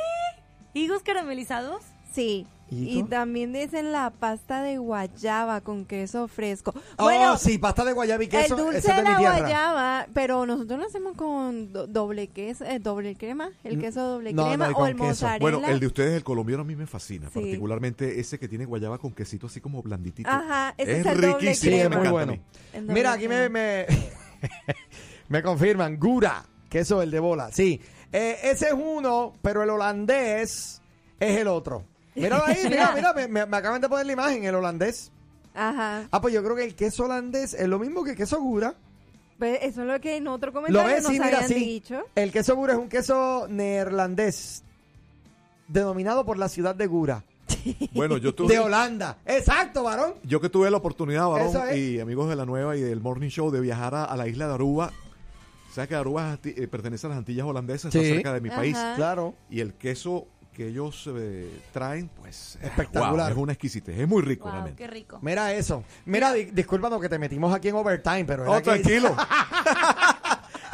Speaker 3: ¿Higos caramelizados?
Speaker 2: Sí.
Speaker 1: ¿Higo?
Speaker 2: Y también dicen la pasta de guayaba con queso fresco.
Speaker 1: oh, sí, pasta de guayaba y queso.
Speaker 2: el dulce
Speaker 1: ese es
Speaker 2: de
Speaker 1: de mi
Speaker 2: la
Speaker 1: tierra.
Speaker 2: guayaba, pero nosotros lo hacemos con do- doble queso, eh, doble crema, el
Speaker 1: Mm,
Speaker 2: queso doble
Speaker 1: no, no,
Speaker 2: crema
Speaker 1: y
Speaker 2: o
Speaker 1: con
Speaker 2: el
Speaker 1: queso.
Speaker 2: mozzarella.
Speaker 7: Bueno, el de ustedes, el colombiano, a mí me fascina,
Speaker 2: Sí.
Speaker 7: particularmente ese que tiene guayaba con quesito así como blanditito.
Speaker 2: Ajá, ese
Speaker 7: es
Speaker 2: es el doble
Speaker 7: riquísimo,
Speaker 1: Sí,
Speaker 7: me
Speaker 1: es
Speaker 2: crema.
Speaker 1: muy
Speaker 7: encanta a
Speaker 1: bueno.
Speaker 7: mí.
Speaker 2: El doble
Speaker 1: Mira, aquí me,
Speaker 2: crema.
Speaker 1: me- Me confirman, Gura, que eso es el de bola, sí. Eh, ese es uno, pero el holandés es el otro. Míralo ahí, mira, mira, me, me- me acaban de poner la imagen, el holandés.
Speaker 2: Ajá.
Speaker 1: Ah, pues yo creo que el queso holandés es lo mismo que el queso Gura.
Speaker 2: Pues eso es lo que en otro
Speaker 1: ¿Lo
Speaker 2: comentario
Speaker 1: ves?
Speaker 2: nos
Speaker 1: Sí, mira,
Speaker 2: habían
Speaker 1: sí.
Speaker 2: dicho.
Speaker 1: El queso Gura es un queso neerlandés, denominado por la ciudad de Gura,
Speaker 7: Bueno, yo tuve,
Speaker 1: de Holanda. Exacto, varón.
Speaker 7: yo que tuve la oportunidad, varón,
Speaker 1: Eso es.
Speaker 7: y amigos de la nueva y del Morning Show, de viajar a, a la isla de Aruba. Sabes que Aruba es anti- eh, pertenece a las Antillas holandesas,
Speaker 1: Sí.
Speaker 7: está cerca de mi
Speaker 2: Ajá.
Speaker 7: país.
Speaker 1: Claro.
Speaker 7: Y el queso que ellos eh, traen, pues,
Speaker 1: Espectacular.
Speaker 7: wow, es una exquisitez, es muy rico
Speaker 3: Wow,
Speaker 7: realmente.
Speaker 3: qué rico.
Speaker 1: Mira eso. Mira, di- discúlpanos que te metimos aquí en overtime, pero era
Speaker 7: Oh,
Speaker 1: que-
Speaker 7: tranquilo.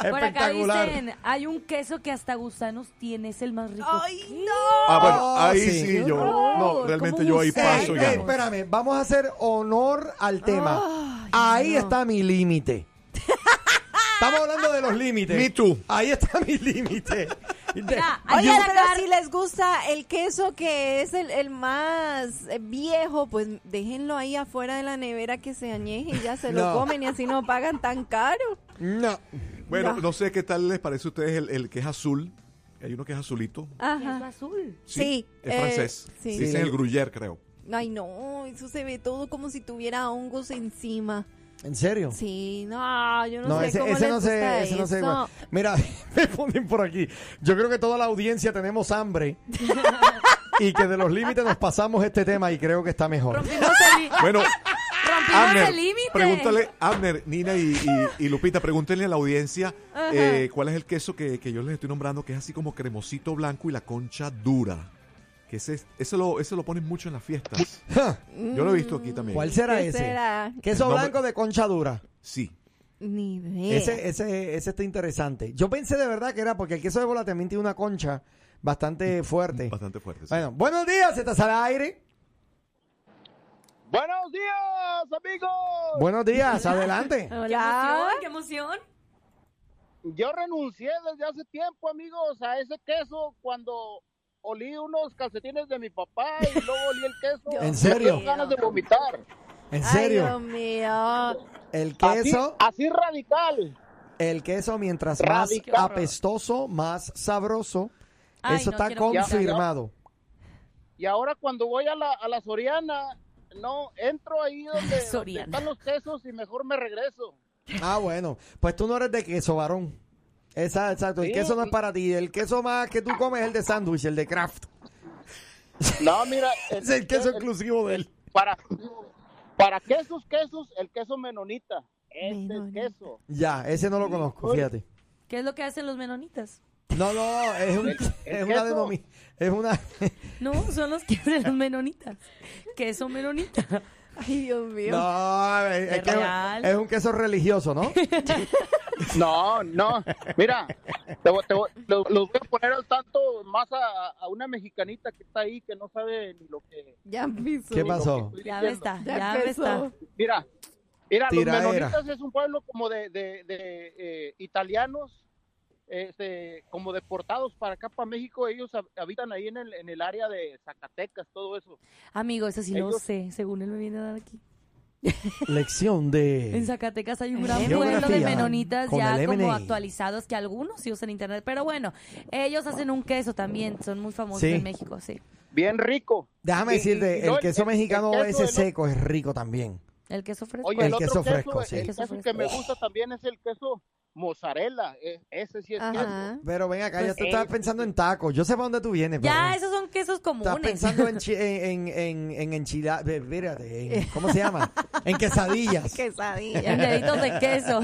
Speaker 3: Por acá
Speaker 1: espectacular.
Speaker 3: dicen, hay un queso que hasta gusanos tiene, es el más rico.
Speaker 2: ¡Ay, no!
Speaker 7: Ah, bueno,
Speaker 1: Oh,
Speaker 7: ahí
Speaker 1: sí.
Speaker 7: sí,
Speaker 1: Qué
Speaker 7: yo.
Speaker 3: horror,
Speaker 7: No, realmente
Speaker 3: ¿cómo
Speaker 7: yo ahí
Speaker 3: usted?
Speaker 7: paso
Speaker 1: Ey,
Speaker 7: y
Speaker 1: ey,
Speaker 7: gano.
Speaker 1: espérame, vamos a hacer honor al tema. Ahí
Speaker 2: no.
Speaker 1: está mi límite. Estamos hablando de los límites.
Speaker 7: Me too.
Speaker 1: Ahí está mi límite. De-
Speaker 3: Ya, hay que
Speaker 2: Oye, pero
Speaker 3: sacar-
Speaker 2: si les gusta el queso que es el, el más eh, viejo, pues déjenlo ahí afuera de la nevera que se añeje y ya se
Speaker 1: No.
Speaker 2: lo comen y así no pagan tan caro.
Speaker 1: No.
Speaker 7: Bueno,
Speaker 2: Ya.
Speaker 7: no sé qué tal les parece a ustedes el, el que es azul. Hay uno que es azulito.
Speaker 3: Queso
Speaker 2: Ajá.
Speaker 3: azul.
Speaker 2: Sí,
Speaker 7: es
Speaker 2: eh,
Speaker 7: francés.
Speaker 2: sí.
Speaker 7: Dicen el gruyère, creo.
Speaker 2: Ay, no, eso se ve todo como si tuviera hongos encima.
Speaker 1: ¿En serio?
Speaker 2: Sí, no, yo no,
Speaker 1: No,
Speaker 2: sé
Speaker 1: ese,
Speaker 2: cómo
Speaker 1: ese
Speaker 2: les
Speaker 1: no
Speaker 2: gusta
Speaker 1: se, ese no se.
Speaker 2: eso.
Speaker 1: Mira, me ponen por aquí. Yo creo que toda la audiencia tenemos hambre y que de los límites nos pasamos este tema y creo que está mejor.
Speaker 3: Rompimos el, li-
Speaker 7: Bueno,
Speaker 3: rompimos
Speaker 7: Abner,
Speaker 3: el límite.
Speaker 7: pregúntale, Abner, Nina y, y- y Lupita, pregúntenle a la audiencia eh, cuál es el queso que, que yo les estoy nombrando, que es así como cremosito blanco y la concha dura. Que ese, eso, lo, eso lo ponen mucho en las fiestas. Yo lo he visto aquí también.
Speaker 1: ¿Cuál será
Speaker 2: ¿Qué
Speaker 1: ese?
Speaker 2: será?
Speaker 1: Queso
Speaker 7: No,
Speaker 1: blanco de concha dura.
Speaker 7: Sí.
Speaker 2: Ni idea.
Speaker 1: Ese, ese, ese está interesante. Yo pensé de verdad que era porque el queso de bola también tiene una concha bastante fuerte.
Speaker 7: Bastante fuerte. sí.
Speaker 1: Bueno, buenos días, estás al aire.
Speaker 8: Buenos días, amigos.
Speaker 1: Buenos días, adelante.
Speaker 2: Hola.
Speaker 3: Qué emoción,
Speaker 8: Yo renuncié desde hace tiempo, amigos, a ese queso cuando olí unos calcetines de mi papá y luego olí el queso.
Speaker 1: ¿En serio?
Speaker 8: Me dieron ganas de vomitar.
Speaker 2: Ay,
Speaker 1: En
Speaker 2: Dios
Speaker 1: serio,
Speaker 2: mío.
Speaker 1: el
Speaker 8: Así-
Speaker 1: queso,
Speaker 8: Así, radical.
Speaker 1: el queso mientras más
Speaker 8: Radical.
Speaker 1: apestoso, más sabroso,
Speaker 3: Ay,
Speaker 1: eso
Speaker 3: no
Speaker 1: está
Speaker 3: quiero-
Speaker 1: confirmado.
Speaker 8: Y ahora cuando voy a la, a la Soriana, no, entro ahí donde, donde
Speaker 3: Soriana.
Speaker 8: están los quesos y mejor me regreso.
Speaker 1: Ah, bueno, pues tú no eres de queso, varón. Esa- Exacto, el
Speaker 8: Sí,
Speaker 1: queso no es
Speaker 8: sí.
Speaker 1: para ti. El queso más que tú comes es el de sándwich, el de Kraft.
Speaker 8: No, mira,
Speaker 1: Es el queso exclusivo de él.
Speaker 8: para, para quesos, quesos, el queso menonita. Este
Speaker 2: Menonita.
Speaker 8: es queso.
Speaker 1: Ya, ese no lo conozco, fíjate.
Speaker 3: ¿Qué es lo que hacen los menonitas?
Speaker 1: No, no, es, un- es una
Speaker 8: queso.
Speaker 1: denomi- es una
Speaker 3: No, son los que hacen los menonitas. Queso menonita.
Speaker 2: Ay, Dios mío.
Speaker 1: No, es, es
Speaker 3: Es
Speaker 1: que es un-
Speaker 3: real.
Speaker 1: es un queso religioso, ¿no?
Speaker 8: No, no. Mira, te, voy- te voy- lo- los, voy a poner al tanto más a, a una mexicanita que está ahí que no sabe ni lo que.
Speaker 2: Ya empezó.
Speaker 1: ¿Qué
Speaker 8: ni lo
Speaker 1: pasó?
Speaker 8: que estoy
Speaker 3: Ya me
Speaker 8: diciendo.
Speaker 3: está, ya, me está.
Speaker 8: Mira, mira,
Speaker 1: Tiraera.
Speaker 8: los menonitas es un pueblo como de, de- de, eh, italianos, este, como deportados para acá, para México. Ellos hab- habitan ahí en el, en el área de Zacatecas, todo eso.
Speaker 3: Amigo, eso sí lo
Speaker 8: Ellos-
Speaker 3: sé, según él me viene a dar aquí.
Speaker 1: Lección
Speaker 3: En
Speaker 1: de...
Speaker 3: Zacatecas
Speaker 2: Eh,
Speaker 3: hay un gran
Speaker 1: Geografía.
Speaker 3: pueblo de menonitas
Speaker 1: Con
Speaker 3: ya
Speaker 1: el
Speaker 3: como
Speaker 1: MNI.
Speaker 3: actualizados que algunos sí usan internet, pero bueno, ellos hacen un queso también, son muy famosos
Speaker 1: Sí.
Speaker 3: en México, sí.
Speaker 8: Bien rico.
Speaker 1: Déjame
Speaker 8: Y- y-
Speaker 1: decirte,
Speaker 8: y
Speaker 1: el
Speaker 8: no,
Speaker 1: queso mexicano
Speaker 8: queso
Speaker 1: ese
Speaker 8: del-
Speaker 1: seco es rico también.
Speaker 3: El queso fresco.
Speaker 8: Oye, el,
Speaker 1: El
Speaker 8: otro
Speaker 1: queso
Speaker 8: queso,
Speaker 1: fresco, sí.
Speaker 8: el
Speaker 3: Queso
Speaker 8: queso que
Speaker 3: fresco.
Speaker 8: me gusta también es el queso mozzarella. eh, Ese sí es queso.
Speaker 2: Ajá.
Speaker 1: Pero ven acá, ya
Speaker 3: Pues,
Speaker 1: tú
Speaker 8: eh.
Speaker 1: estabas pensando en tacos. Yo sé para dónde tú vienes.
Speaker 3: ya,
Speaker 1: pero-
Speaker 3: esos son quesos
Speaker 1: Estás
Speaker 3: comunes.
Speaker 1: pensando en, chi- en, en, en, en enchila- ve- espérate, en- ¿Cómo se llama? En quesadillas.
Speaker 3: En
Speaker 2: Quesadilla.
Speaker 3: deditos de queso.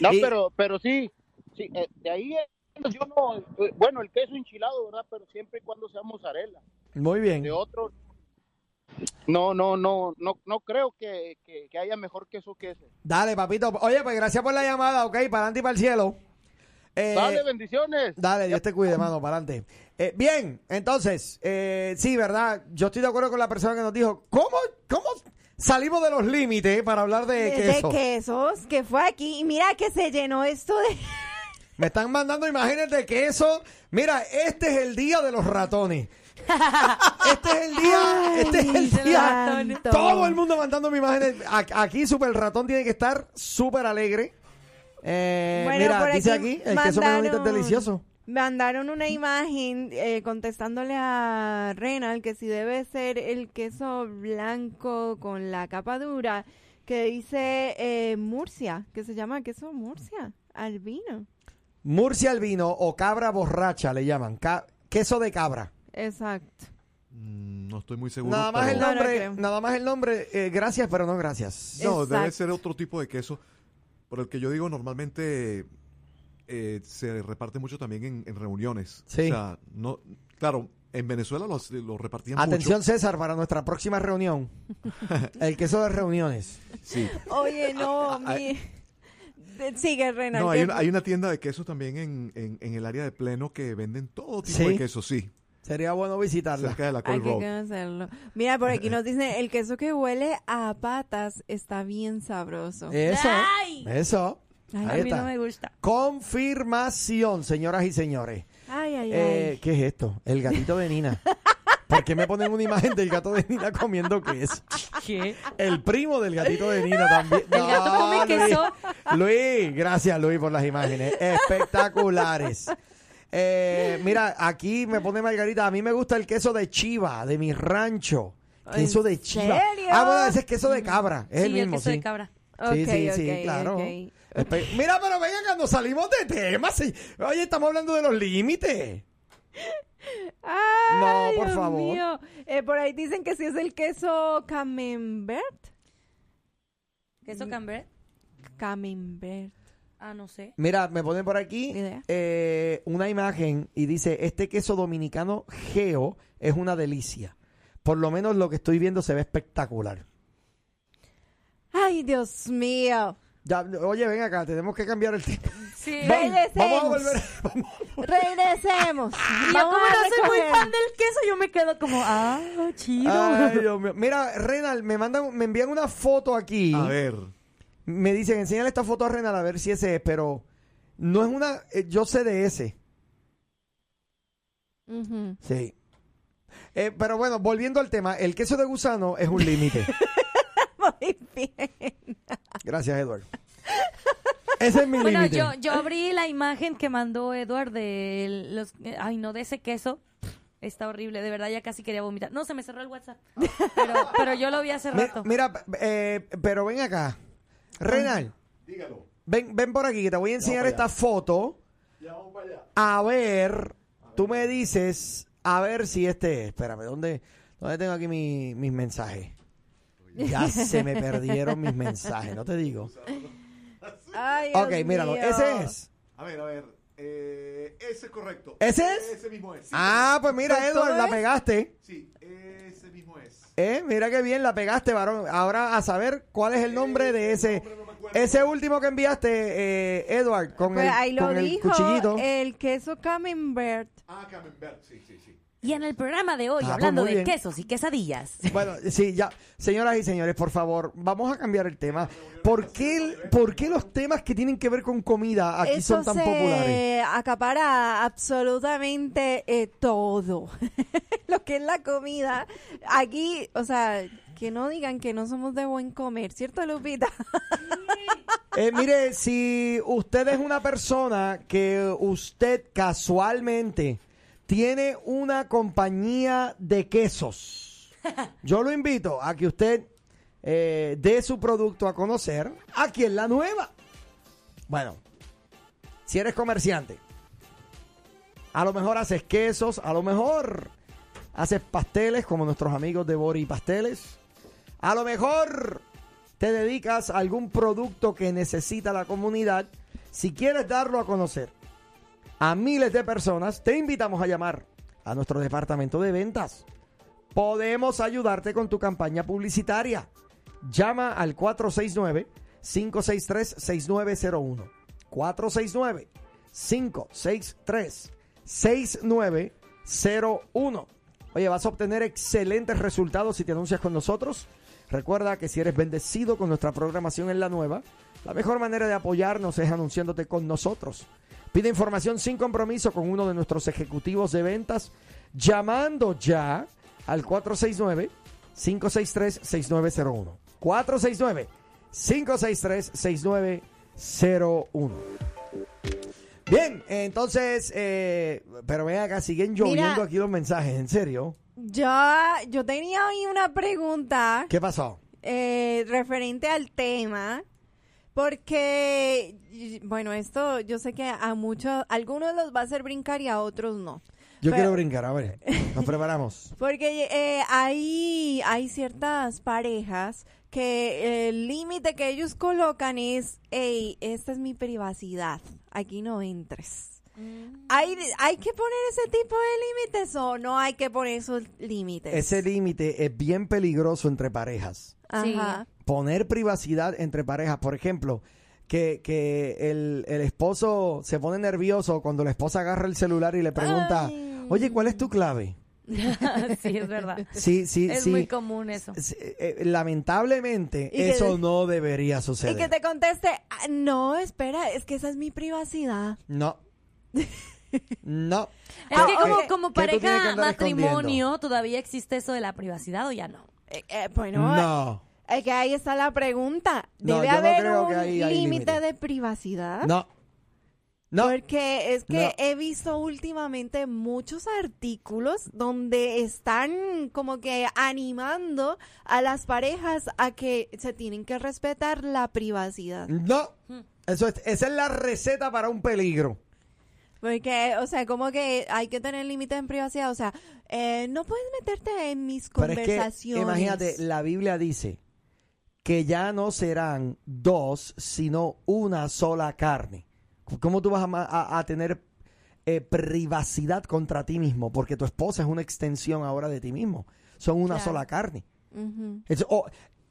Speaker 8: No,
Speaker 1: Y-
Speaker 8: pero, pero sí, sí eh, de ahí eh, yo no, eh, bueno, el queso enchilado, ¿verdad? Pero siempre y cuando sea mozzarella.
Speaker 1: Muy bien.
Speaker 8: De otro, no, no, no, no, no creo que, que, que haya mejor queso que ese.
Speaker 1: Dale, papito. Oye, pues gracias por la llamada, ¿ok? Para adelante y para el cielo. Eh,
Speaker 8: Dale, bendiciones.
Speaker 1: Dale, Dios te cuide, mano, para adelante. Eh, bien, entonces, eh, sí, ¿verdad? Yo estoy de acuerdo con la persona que nos dijo, ¿cómo, cómo salimos de los límites para hablar de,
Speaker 2: De, de
Speaker 1: queso?
Speaker 2: quesos que fue aquí y mira que se llenó esto de
Speaker 1: Me están mandando imágenes de queso. Mira, este es el día de los ratones. Este es el día, este es el
Speaker 3: de los
Speaker 1: día.
Speaker 3: ratones.
Speaker 1: Todo el mundo mandándome imágenes. A- Aquí Super Ratón tiene que estar súper alegre. Eh,
Speaker 2: Bueno,
Speaker 1: mira,
Speaker 2: por
Speaker 1: dice
Speaker 2: aquí
Speaker 1: aquí, el queso
Speaker 2: mandaron-
Speaker 1: menonita es delicioso.
Speaker 2: Mandaron una imagen eh, contestándole a Renal que si debe ser el queso blanco con la capa dura, que dice eh, Murcia, que se llama queso Murcia, albino.
Speaker 1: Murcia albino o cabra borracha le llaman. Ca- queso de cabra.
Speaker 2: Exacto.
Speaker 7: Mm, No estoy muy seguro.
Speaker 1: Nada más el
Speaker 7: pero-
Speaker 2: No, no
Speaker 1: nombre,
Speaker 2: creo.
Speaker 1: nada más el nombre, eh, gracias, pero no gracias.
Speaker 7: No, debe
Speaker 2: Exacto.
Speaker 7: ser otro tipo de queso. Por el que yo digo, normalmente eh, se reparte mucho también en, en reuniones.
Speaker 1: Sí.
Speaker 7: O sea, no, claro, en Venezuela lo, lo repartían
Speaker 1: Atención, César, para nuestra próxima reunión. el queso de reuniones.
Speaker 7: mucho. Sí.
Speaker 2: Oye, no,
Speaker 1: Ah,
Speaker 2: mi... Sigue, Renal.
Speaker 7: No, hay
Speaker 2: que-
Speaker 7: una, hay una tienda de quesos también en, en- en el área de pleno que venden todo tipo
Speaker 1: Sí.
Speaker 7: de queso, sí.
Speaker 1: Sería bueno visitarla.
Speaker 7: Cerca de la
Speaker 2: Hay
Speaker 7: Col
Speaker 2: que
Speaker 7: Road.
Speaker 2: conocerlo. Mira, por aquí nos dice, el queso que huele a patas está bien sabroso.
Speaker 1: Eso.
Speaker 3: Ay.
Speaker 1: Eso.
Speaker 2: Ay,
Speaker 3: A
Speaker 1: Ahí
Speaker 3: mí
Speaker 1: está.
Speaker 3: no me gusta.
Speaker 1: Confirmación, señoras y señores.
Speaker 2: Ay, ay, ay.
Speaker 1: Eh, ¿Qué es esto? El gatito de Nina. ¿Por qué me ponen una imagen del gato de Nina comiendo queso?
Speaker 3: ¿Qué?
Speaker 1: El primo del gatito de Nina también.
Speaker 3: El gato
Speaker 1: No,
Speaker 3: come
Speaker 1: Luis.
Speaker 3: queso.
Speaker 1: Luis, gracias Luis por las imágenes. Espectaculares. Eh, mira, aquí me pone Margarita. A mí me gusta el queso de chiva, de mi rancho. Queso de chiva.
Speaker 2: serio?
Speaker 1: Ah, bueno, ese es queso de cabra. Es
Speaker 3: Sí,
Speaker 1: el
Speaker 3: el,
Speaker 1: mismo,
Speaker 3: queso
Speaker 1: sí.
Speaker 3: de cabra.
Speaker 1: Sí,
Speaker 2: Ok,
Speaker 1: sí, sí,
Speaker 2: ok,
Speaker 1: claro.
Speaker 2: ok.
Speaker 1: Espe- Mira, pero venga, cuando salimos de tema, se- oye, estamos hablando de los límites.
Speaker 2: Ay,
Speaker 1: No, por
Speaker 2: Dios
Speaker 1: favor.
Speaker 2: mío. Eh, por ahí dicen que si es el queso camembert. Mm.
Speaker 3: ¿Queso cambret?
Speaker 2: Camembert.
Speaker 3: Ah, no sé.
Speaker 1: Mira, me ponen por aquí
Speaker 2: Ni idea.
Speaker 1: eh, una imagen y dice, este queso dominicano geo es una delicia. Por lo menos lo que estoy viendo se ve espectacular.
Speaker 2: Ay, Dios mío.
Speaker 1: Ya, oye, ven acá, tenemos que cambiar el tema.
Speaker 3: Sí.
Speaker 1: Ven,
Speaker 2: Regresemos.
Speaker 1: vamos a volver. vamos.
Speaker 2: Regresemos.
Speaker 3: Y yo
Speaker 2: Vamos
Speaker 3: como
Speaker 2: a
Speaker 3: no soy muy
Speaker 2: recoger.
Speaker 3: fan del queso, yo me quedo como, ah, chido.
Speaker 1: Ay, Dios mío. Mira, Renal, me mandan, me envían una foto aquí.
Speaker 7: A ver,
Speaker 1: Me dicen, enséñale esta foto a Renal a ver si ese es, pero no es una, eh, yo sé de ese.
Speaker 2: Ujú.
Speaker 1: Sí. Eh, pero bueno, volviendo al tema, el queso de gusano es un límite.
Speaker 2: Muy bien.
Speaker 1: Gracias, Eduardo. Ese es mi
Speaker 3: Bueno,
Speaker 1: límite.
Speaker 3: yo, yo abrí la imagen que mandó Eduard de los... Ay, no, de ese queso. Está horrible, de verdad ya casi quería vomitar. No, se me cerró el WhatsApp. Pero, pero yo lo vi hace
Speaker 1: Mi-
Speaker 3: rato.
Speaker 1: Mira, eh, pero ven acá. Renal,
Speaker 7: dígalo.
Speaker 1: ven, ven por aquí que te voy a enseñar esta foto. A ver, tú me dices, a ver si este es. Espérame, ¿dónde, dónde tengo aquí mi- mis mensajes? Ya se me perdieron mis mensajes, no te digo.
Speaker 2: Ay, Dios
Speaker 1: Ok, míralo,
Speaker 2: mío.
Speaker 1: ese es.
Speaker 7: A ver, a ver. eh, ese es correcto.
Speaker 1: ¿Ese es?
Speaker 7: Ese mismo es.
Speaker 1: Ah, pues mira,
Speaker 2: ¿Pues
Speaker 1: Edward,
Speaker 2: todo
Speaker 1: la
Speaker 2: es?
Speaker 1: pegaste.
Speaker 7: Sí, ese mismo es.
Speaker 1: Eh, mira qué bien la pegaste, varón. Ahora a saber cuál es el nombre de ese ese último que enviaste, eh, Edward, con
Speaker 2: Pues
Speaker 1: el,
Speaker 2: ahí lo
Speaker 1: con el
Speaker 2: dijo. eh.
Speaker 1: cuchillito.
Speaker 2: El queso camembert.
Speaker 7: Ah, Camembert, sí, sí, sí.
Speaker 3: Y en el programa de hoy,
Speaker 1: Ah, pues
Speaker 3: hablando
Speaker 1: muy
Speaker 3: de
Speaker 1: bien.
Speaker 3: quesos y quesadillas.
Speaker 1: Bueno, sí, ya. Señoras y señores, por favor, vamos a cambiar el tema. ¿Por qué, el- por qué los temas que tienen que ver con comida aquí
Speaker 2: Eso
Speaker 1: son tan
Speaker 2: se
Speaker 1: populares?
Speaker 2: acapara absolutamente eh, todo. Lo que es la comida. Aquí, o sea, que no digan que no somos de buen comer, ¿cierto, Lupita?
Speaker 1: Eh, mire, si usted es una persona que usted casualmente tiene una compañía de quesos, yo lo invito a que usted eh, dé su producto a conocer aquí en la nueva. Bueno, si eres comerciante, a lo mejor haces quesos, a lo mejor haces pasteles como nuestros amigos de Bori Pasteles, a lo mejor te dedicas a algún producto que necesita la comunidad, si quieres darlo a conocer a miles de personas, te invitamos a llamar a nuestro departamento de ventas. Podemos ayudarte con tu campaña publicitaria. Llama al 469-563-6901. 469-563-6901. Oye, vas a obtener excelentes resultados si te anuncias con nosotros. Recuerda que si eres bendecido con nuestra programación en la nueva, la mejor manera de apoyarnos es anunciándote con nosotros. Pide información sin compromiso con uno de nuestros ejecutivos de ventas llamando ya al 469-563-6901. 469-563-6901. 01. Bien, entonces, eh, pero ven acá, siguen lloviendo
Speaker 2: Mira.
Speaker 1: aquí los mensajes, ¿en serio?
Speaker 2: Ya, yo tenía ahí una pregunta
Speaker 1: ¿Qué pasó?
Speaker 2: eh, referente al tema, porque, y- bueno, esto yo sé que a muchos, algunos los va a hacer brincar y a otros no.
Speaker 1: Yo
Speaker 2: Pero-
Speaker 1: quiero brincar, a ver, nos preparamos.
Speaker 2: Porque eh, hay, hay ciertas parejas que el límite que ellos colocan es, hey, esta es mi privacidad, aquí no entres.
Speaker 3: Mm.
Speaker 2: ¿Hay, ¿Hay que poner ese tipo de límites o no hay que poner esos límites?
Speaker 1: Ese límite es bien peligroso entre parejas.
Speaker 2: Ajá.
Speaker 1: Poner privacidad entre parejas, por ejemplo, que, que el, el esposo se pone nervioso cuando la esposa agarra el celular y le pregunta, oye, ¿cuál es tu clave?
Speaker 3: sí, es verdad.
Speaker 1: Sí, sí,
Speaker 3: es
Speaker 1: sí.
Speaker 3: muy común eso.
Speaker 1: Sí, eh, eh, lamentablemente,
Speaker 2: Y que
Speaker 1: eso
Speaker 2: de-
Speaker 1: no debería
Speaker 2: Y que
Speaker 1: suceder.
Speaker 2: te conteste, "Ah, no, espera, es que esa es mi privacidad.
Speaker 1: No. no.
Speaker 3: Es
Speaker 2: Ah,
Speaker 3: que
Speaker 2: ok.
Speaker 3: como, como
Speaker 1: ¿Qué tú tienes que
Speaker 3: pareja
Speaker 1: andar escondiendo?
Speaker 3: matrimonio, ¿todavía existe eso de la privacidad o ya no?
Speaker 2: Eh, eh, bueno, eh,
Speaker 1: No.
Speaker 2: es que ahí está la pregunta.
Speaker 1: No,
Speaker 2: ¿Debe
Speaker 1: yo no
Speaker 2: haber
Speaker 1: creo que ahí
Speaker 2: un
Speaker 1: hay límite.
Speaker 2: límite de privacidad?
Speaker 1: No. No.
Speaker 2: Porque es que
Speaker 1: No.
Speaker 2: he visto últimamente muchos artículos donde están como que animando a las parejas a que se tienen que respetar la privacidad.
Speaker 1: No. Eso es, esa es la receta para un peligro.
Speaker 2: Porque, o sea, como que hay que tener límites en privacidad. O sea, eh, no puedes meterte en mis
Speaker 1: Pero es que,
Speaker 2: conversaciones.
Speaker 1: imagínate, la Biblia dice que ya no serán dos, sino una sola carne. ¿Cómo tú vas a, ma- a- a tener eh, privacidad contra ti mismo? Porque tu esposa es una extensión ahora de ti mismo. Son una
Speaker 2: Claro.
Speaker 1: sola carne.
Speaker 2: Ujú.
Speaker 1: Eso- oh,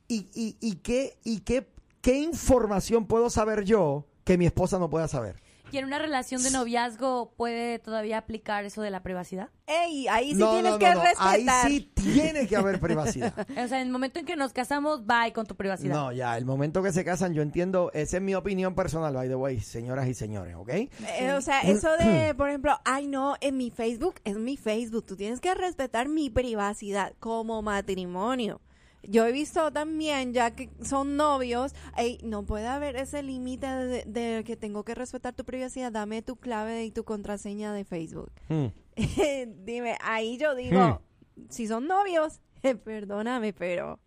Speaker 1: ¿Y, y, y qué, y qué, qué información puedo saber yo que mi esposa no pueda saber?
Speaker 3: ¿Y en una relación de noviazgo puede todavía aplicar eso de la privacidad?
Speaker 2: Ey, ahí sí
Speaker 1: No,
Speaker 2: tienes
Speaker 1: no, no,
Speaker 2: que
Speaker 1: no.
Speaker 2: respetar.
Speaker 1: Ahí sí tiene que haber privacidad.
Speaker 3: O sea, en el momento en que nos casamos, bye con tu privacidad.
Speaker 1: No, ya, el momento que se casan, yo entiendo, esa es mi opinión personal, by the way, señoras y señores, ¿ok?
Speaker 2: Eh, o sea, eso
Speaker 1: mm.
Speaker 2: de, por ejemplo, ay no, en mi Facebook es mi Facebook, tú tienes que respetar mi privacidad como matrimonio. Yo he visto también, ya que son novios, "Ey, no puede haber ese límite de, de que tengo que respetar tu privacidad, dame tu clave y tu contraseña de Facebook.
Speaker 1: Hmm.
Speaker 2: Dime, ahí yo digo,
Speaker 1: Mm.
Speaker 2: si son novios, perdóname, pero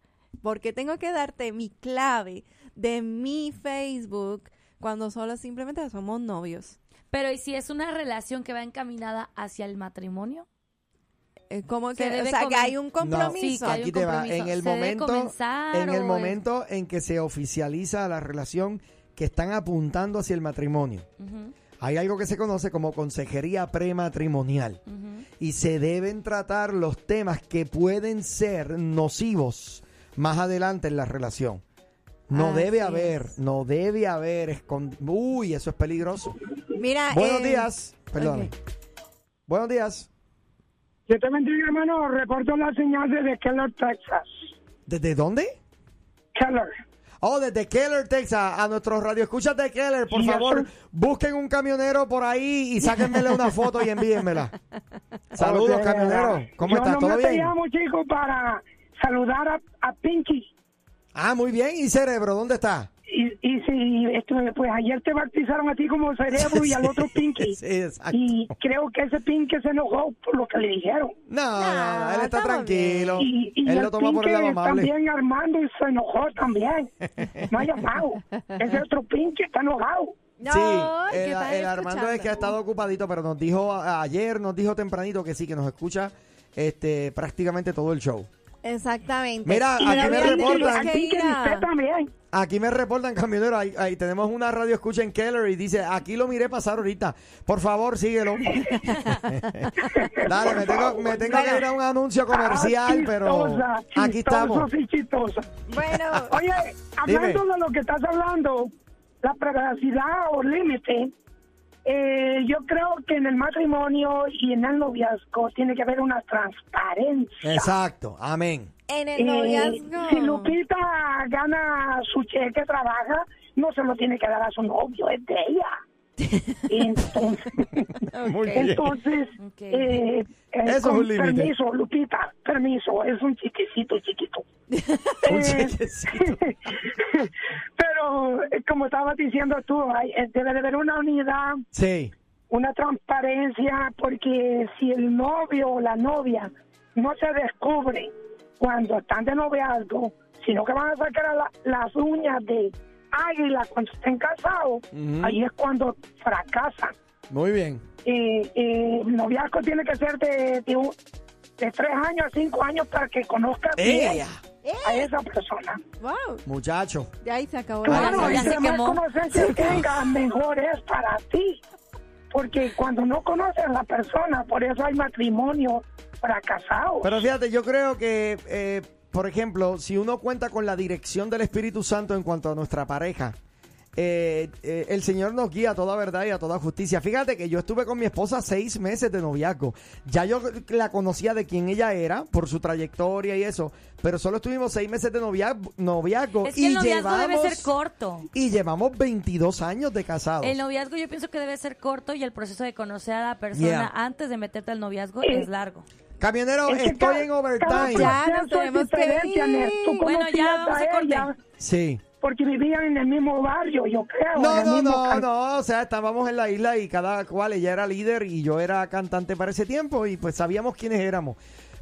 Speaker 2: ¿por qué tengo que darte mi clave de mi Facebook cuando solo simplemente somos novios?
Speaker 3: Pero ¿y si es una relación que va encaminada hacia el matrimonio?
Speaker 2: Eh, Como
Speaker 3: Se
Speaker 2: que, o
Speaker 3: debe
Speaker 2: sea, que
Speaker 3: comen-
Speaker 2: hay un compromiso.
Speaker 3: No, sí, que hay
Speaker 1: Aquí
Speaker 3: un
Speaker 1: te va,
Speaker 3: compromiso.
Speaker 1: en el
Speaker 3: ¿Se debe
Speaker 1: momento,
Speaker 3: comenzar
Speaker 1: en
Speaker 3: o
Speaker 1: el
Speaker 3: es-
Speaker 1: momento en que se oficializa la relación que están apuntando hacia el matrimonio.
Speaker 3: Ujú,
Speaker 1: Hay algo que se conoce como consejería prematrimonial
Speaker 3: ujú.
Speaker 1: y se deben tratar los temas que pueden ser nocivos más adelante en la relación. No
Speaker 2: Ah, Así
Speaker 1: debe
Speaker 2: es.
Speaker 1: haber, no debe haber escond- Uy, eso es peligroso.
Speaker 2: Mira,
Speaker 1: Buenos
Speaker 2: eh,
Speaker 1: días. Perdón. Buenos días.
Speaker 9: Yo te bendiga, hermano. Reporto la señal desde Keller, Texas.
Speaker 1: ¿Desde dónde?
Speaker 9: Keller.
Speaker 1: Oh, desde Keller, Texas, a nuestros radio. Escúchate, Keller, por
Speaker 9: Sí, yo
Speaker 1: favor,
Speaker 9: soy-
Speaker 1: busquen un camionero por ahí y sáquenmele una foto y envíenmela. Saludos,
Speaker 9: Oye,
Speaker 1: camionero. ¿Cómo
Speaker 9: Oh, yo
Speaker 1: estás?
Speaker 9: nomás
Speaker 1: ¿Todo bien?
Speaker 9: te llamo, chico, para saludar a, a Pinky.
Speaker 1: Ah, muy bien. ¿Y cerebro? ¿Dónde está?
Speaker 9: Y, y sí, esto, pues ayer te bautizaron a ti como cerebro y al otro Pinky.
Speaker 1: Sí, exacto.
Speaker 9: Y creo que ese Pinky se enojó por lo que le dijeron.
Speaker 1: No, no, no, él está
Speaker 2: estamos
Speaker 1: tranquilo.
Speaker 9: Y, y
Speaker 1: él
Speaker 9: el
Speaker 1: lo toma por el
Speaker 9: Pinky
Speaker 1: lado amable.
Speaker 9: también Armando se enojó también. No ha llamado. Ese otro Pinky está enojado.
Speaker 2: No,
Speaker 1: sí,
Speaker 2: ¿qué
Speaker 1: el,
Speaker 2: están
Speaker 1: el Armando es que ha
Speaker 2: escuchando?
Speaker 1: estado ocupadito, pero nos dijo a- ayer, nos dijo tempranito que sí, que nos escucha este prácticamente todo el show.
Speaker 2: Exactamente.
Speaker 1: Mira,
Speaker 9: Y
Speaker 1: aquí
Speaker 9: al
Speaker 1: me
Speaker 9: Pinky-
Speaker 1: reportan.
Speaker 9: al Pinky
Speaker 2: Que ir a-
Speaker 9: usted también.
Speaker 1: Aquí me reportan, camionero. Ahí, ahí tenemos una radio escucha en Keller y dice: Aquí lo miré pasar ahorita. Por favor, síguelo. Dale, me tengo, me tengo que ir a un anuncio comercial,
Speaker 9: Ah,
Speaker 1: pero
Speaker 9: chistosa,
Speaker 1: aquí estamos.
Speaker 9: chistoso, sí, chistosa.
Speaker 2: Bueno,
Speaker 9: Oye, hablando de lo que estás hablando, la privacidad o límite, eh, yo creo que en el matrimonio y en el noviazgo tiene que haber una transparencia.
Speaker 1: Exacto, amén.
Speaker 2: en
Speaker 9: Eh,
Speaker 2: el noviazgo.
Speaker 9: si Lupita gana su cheque, trabaja, no se lo tiene que dar a su novio, es de ella. Entonces,
Speaker 1: Muy bien.
Speaker 9: entonces
Speaker 3: Ok.
Speaker 9: eh, eh,
Speaker 1: Eso es
Speaker 9: con
Speaker 1: un límite.
Speaker 9: permiso, Lupita, permiso, es un chiquecito, chiquito.
Speaker 1: Un
Speaker 9: Eh, Pero
Speaker 1: chequecito.
Speaker 9: Pero eh, como estabas diciendo tú, hay- eh, debe de haber una unidad,
Speaker 1: Sí.
Speaker 9: una transparencia, porque si el novio o la novia no se descubre cuando están de noviazgo, sino que van a sacar la- las uñas de águila cuando estén casados,
Speaker 1: Ujú.
Speaker 9: ahí es cuando fracasan.
Speaker 1: Muy bien.
Speaker 9: Y, y el noviazgo tiene que ser de, de, un- de tres años a cinco años para que conozcas bien
Speaker 1: ¡Ella!
Speaker 9: a esa persona.
Speaker 2: ¡Wow!
Speaker 1: Muchacho.
Speaker 2: De ahí se acabó la
Speaker 9: Claro,
Speaker 3: ya
Speaker 9: entre
Speaker 3: se
Speaker 9: más
Speaker 3: quemó.
Speaker 9: conocencia tengas, mejor es para ti. Porque cuando no conoces a la persona, por eso hay matrimonio fracasado.
Speaker 1: Pero fíjate, yo creo que, eh, por ejemplo, si uno cuenta con la dirección del Espíritu Santo en cuanto a nuestra pareja, eh, eh, el Señor nos guía a toda verdad y a toda justicia. Fíjate que yo estuve con mi esposa seis meses de noviazgo. Ya yo la conocía de quién ella era, por su trayectoria y eso, pero solo estuvimos seis meses de noviazgo. noviazgo
Speaker 3: Es que
Speaker 1: y
Speaker 3: el noviazgo debe
Speaker 1: llevamos-
Speaker 3: ser corto.
Speaker 1: Y llevamos 22 años de casados.
Speaker 3: El noviazgo yo pienso que debe ser corto y el proceso de conocer a la persona
Speaker 1: Yeah.
Speaker 3: antes de meterte al noviazgo
Speaker 9: Eh,
Speaker 3: es largo.
Speaker 1: Camionero,
Speaker 9: Es que
Speaker 1: estoy
Speaker 9: cada-
Speaker 1: en
Speaker 9: cada
Speaker 1: overtime.
Speaker 2: Ya nos
Speaker 9: proceso es
Speaker 2: tenemos que
Speaker 9: diferente,
Speaker 2: ir.
Speaker 9: Anel. Tú
Speaker 3: Bueno,
Speaker 9: conocías
Speaker 3: ya vamos a
Speaker 9: a
Speaker 3: corte.
Speaker 9: ella
Speaker 1: Sí.
Speaker 9: porque vivían en el mismo barrio, yo creo. en
Speaker 1: No,
Speaker 9: el
Speaker 1: no,
Speaker 9: mismo
Speaker 1: no,
Speaker 9: cal-
Speaker 1: no, o sea, estábamos en la isla y cada cual, ella era líder y yo era cantante para ese tiempo y pues sabíamos quiénes éramos.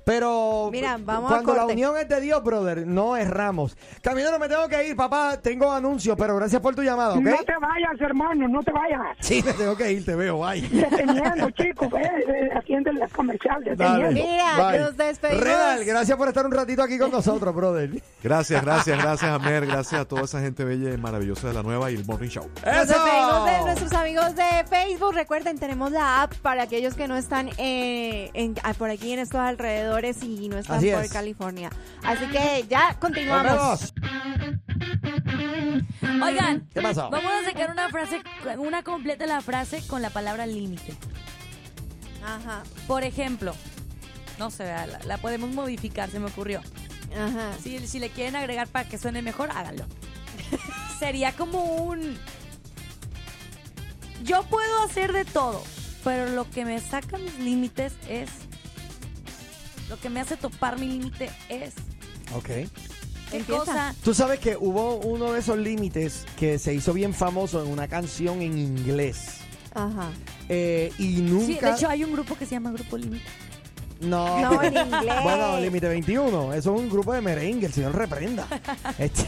Speaker 1: Pero
Speaker 2: Mira, vamos a
Speaker 1: cuando la
Speaker 2: corte.
Speaker 1: unión es de Dios, brother, no erramos. Caminero, me tengo que ir, papá, tengo anuncios, pero gracias por tu llamada, ¿ok?
Speaker 9: No te vayas, hermano, no te vayas.
Speaker 1: Sí, me tengo que ir, te veo, bye.
Speaker 9: Deteniendo, chicos, ve, eh, atiende las comerciales.
Speaker 1: Dale,
Speaker 9: deteniendo.
Speaker 2: Mira, nos despedimos.
Speaker 1: Redal, gracias por estar un ratito aquí con nosotros, brother.
Speaker 7: Gracias, gracias, gracias a Mer, gracias a toda esa gente bella y maravillosa de la nueva y el Morning Show.
Speaker 2: Nos despedimos de nuestros amigos de Facebook. Recuerden, tenemos la app para aquellos que no están eh, en- ah, por aquí en estos alrededores y no están
Speaker 1: Así
Speaker 2: por
Speaker 1: es.
Speaker 2: California. Así que ya
Speaker 1: Nos
Speaker 2: continuamos.
Speaker 1: vemos.
Speaker 3: Oigan,
Speaker 1: ¿Qué pasó?
Speaker 3: vamos a sacar una frase, una completa la frase con la palabra límite.
Speaker 2: Ajá,
Speaker 3: Por ejemplo, no sé, ¿verdad? la, la podemos modificar, se me ocurrió.
Speaker 2: ajá.
Speaker 3: Si, si le quieren agregar para que suene mejor, háganlo. Sería como un... Yo puedo hacer de todo, pero lo que me saca mis límites es... Lo que me hace topar mi límite es...
Speaker 1: Ok.
Speaker 3: ¿Qué
Speaker 2: Empieza.
Speaker 3: cosa?
Speaker 1: Tú sabes que hubo uno de esos límites que se hizo bien famoso en una canción en inglés.
Speaker 2: Ajá.
Speaker 1: Eh, y
Speaker 3: Sí, de
Speaker 1: nunca...
Speaker 3: hecho hay un grupo que se llama Grupo Límite.
Speaker 1: No,
Speaker 2: No, en inglés.
Speaker 1: Bueno, Límite 21, eso es un grupo de merengue, el señor reprenda. Este,